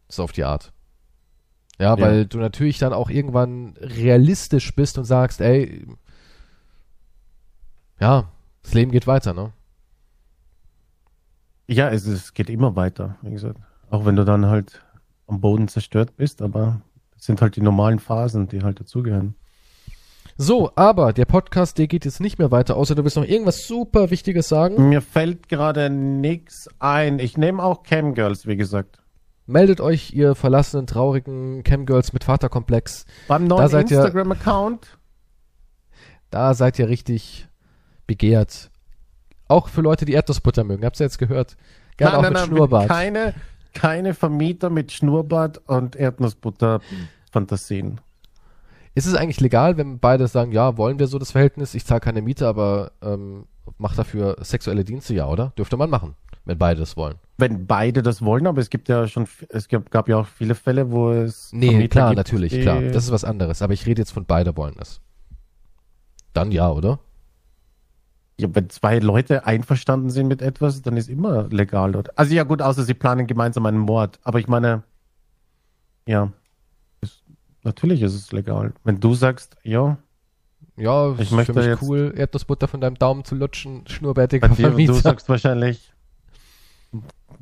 [SPEAKER 1] So auf die Art. Ja,
[SPEAKER 2] Ja.
[SPEAKER 1] weil du natürlich dann auch irgendwann realistisch bist und sagst, ey, ja, das Leben geht weiter, ne?
[SPEAKER 2] ja, es, es geht immer weiter, wie gesagt. Auch wenn du dann halt am Boden zerstört bist, aber es sind halt die normalen Phasen, die halt dazugehören.
[SPEAKER 1] So, aber der Podcast, der geht jetzt nicht mehr weiter, außer du willst noch irgendwas super Wichtiges sagen.
[SPEAKER 2] Mir fällt gerade nichts ein. Ich nehme auch Camgirls, wie gesagt.
[SPEAKER 1] Meldet euch, ihr verlassenen, traurigen Camgirls mit Vaterkomplex.
[SPEAKER 2] Beim
[SPEAKER 1] Da
[SPEAKER 2] neuen
[SPEAKER 1] seid ihr-
[SPEAKER 2] Instagram-Account.
[SPEAKER 1] Da seid ihr richtig begehrt. Auch für Leute, die Erdnussbutter mögen. Habt ihr jetzt gehört? Gerne auch mit Schnurrbart.
[SPEAKER 2] Keine, keine Vermieter mit Schnurrbart und Erdnussbutter-Fantasien.
[SPEAKER 1] Ist es eigentlich legal, wenn beide sagen, ja, wollen wir so das Verhältnis? Ich zahle keine Miete, aber ähm, mach dafür sexuelle Dienste, ja, oder? Dürfte man machen, wenn beide das wollen.
[SPEAKER 2] Wenn beide das wollen, aber es gibt ja schon, es gab, gab ja auch viele Fälle, wo es.
[SPEAKER 1] Nee,
[SPEAKER 2] Vermieter
[SPEAKER 1] klar,
[SPEAKER 2] gibt,
[SPEAKER 1] natürlich,
[SPEAKER 2] die-
[SPEAKER 1] klar. Das ist was anderes. Aber ich rede jetzt von beide wollen es. Dann ja, oder?
[SPEAKER 2] ja, wenn zwei Leute einverstanden sind mit etwas, dann ist immer legal dort. Also ja, gut, außer sie planen gemeinsam einen Mord. Aber ich meine, ja, ist, natürlich ist es legal. Wenn du sagst, ja,
[SPEAKER 1] Ja,
[SPEAKER 2] Ich
[SPEAKER 1] ist
[SPEAKER 2] möchte
[SPEAKER 1] für mich
[SPEAKER 2] jetzt-
[SPEAKER 1] cool, Erdnussbutter von deinem Daumen zu lutschen,
[SPEAKER 2] bei
[SPEAKER 1] schnurrbärtiger
[SPEAKER 2] dir, du
[SPEAKER 1] Vermieter.
[SPEAKER 2] sagst wahrscheinlich,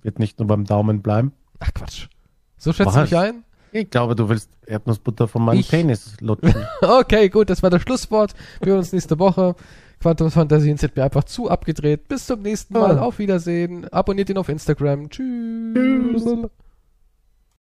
[SPEAKER 2] wird nicht nur beim Daumen bleiben.
[SPEAKER 1] Ach Quatsch. So schätzt du
[SPEAKER 2] Was?
[SPEAKER 1] mich ein?
[SPEAKER 2] Ich glaube, du willst Erdnussbutter von meinem
[SPEAKER 1] Ich-
[SPEAKER 2] Penis lutschen.
[SPEAKER 1] [LAUGHS] Okay, gut, das war das Schlusswort. Wir hören uns nächste Woche. Quantum Fantasien sind mir einfach zu abgedreht. Bis zum nächsten Mal.
[SPEAKER 2] Oh.
[SPEAKER 1] Auf Wiedersehen. Abonniert ihn auf Instagram. Tschüss.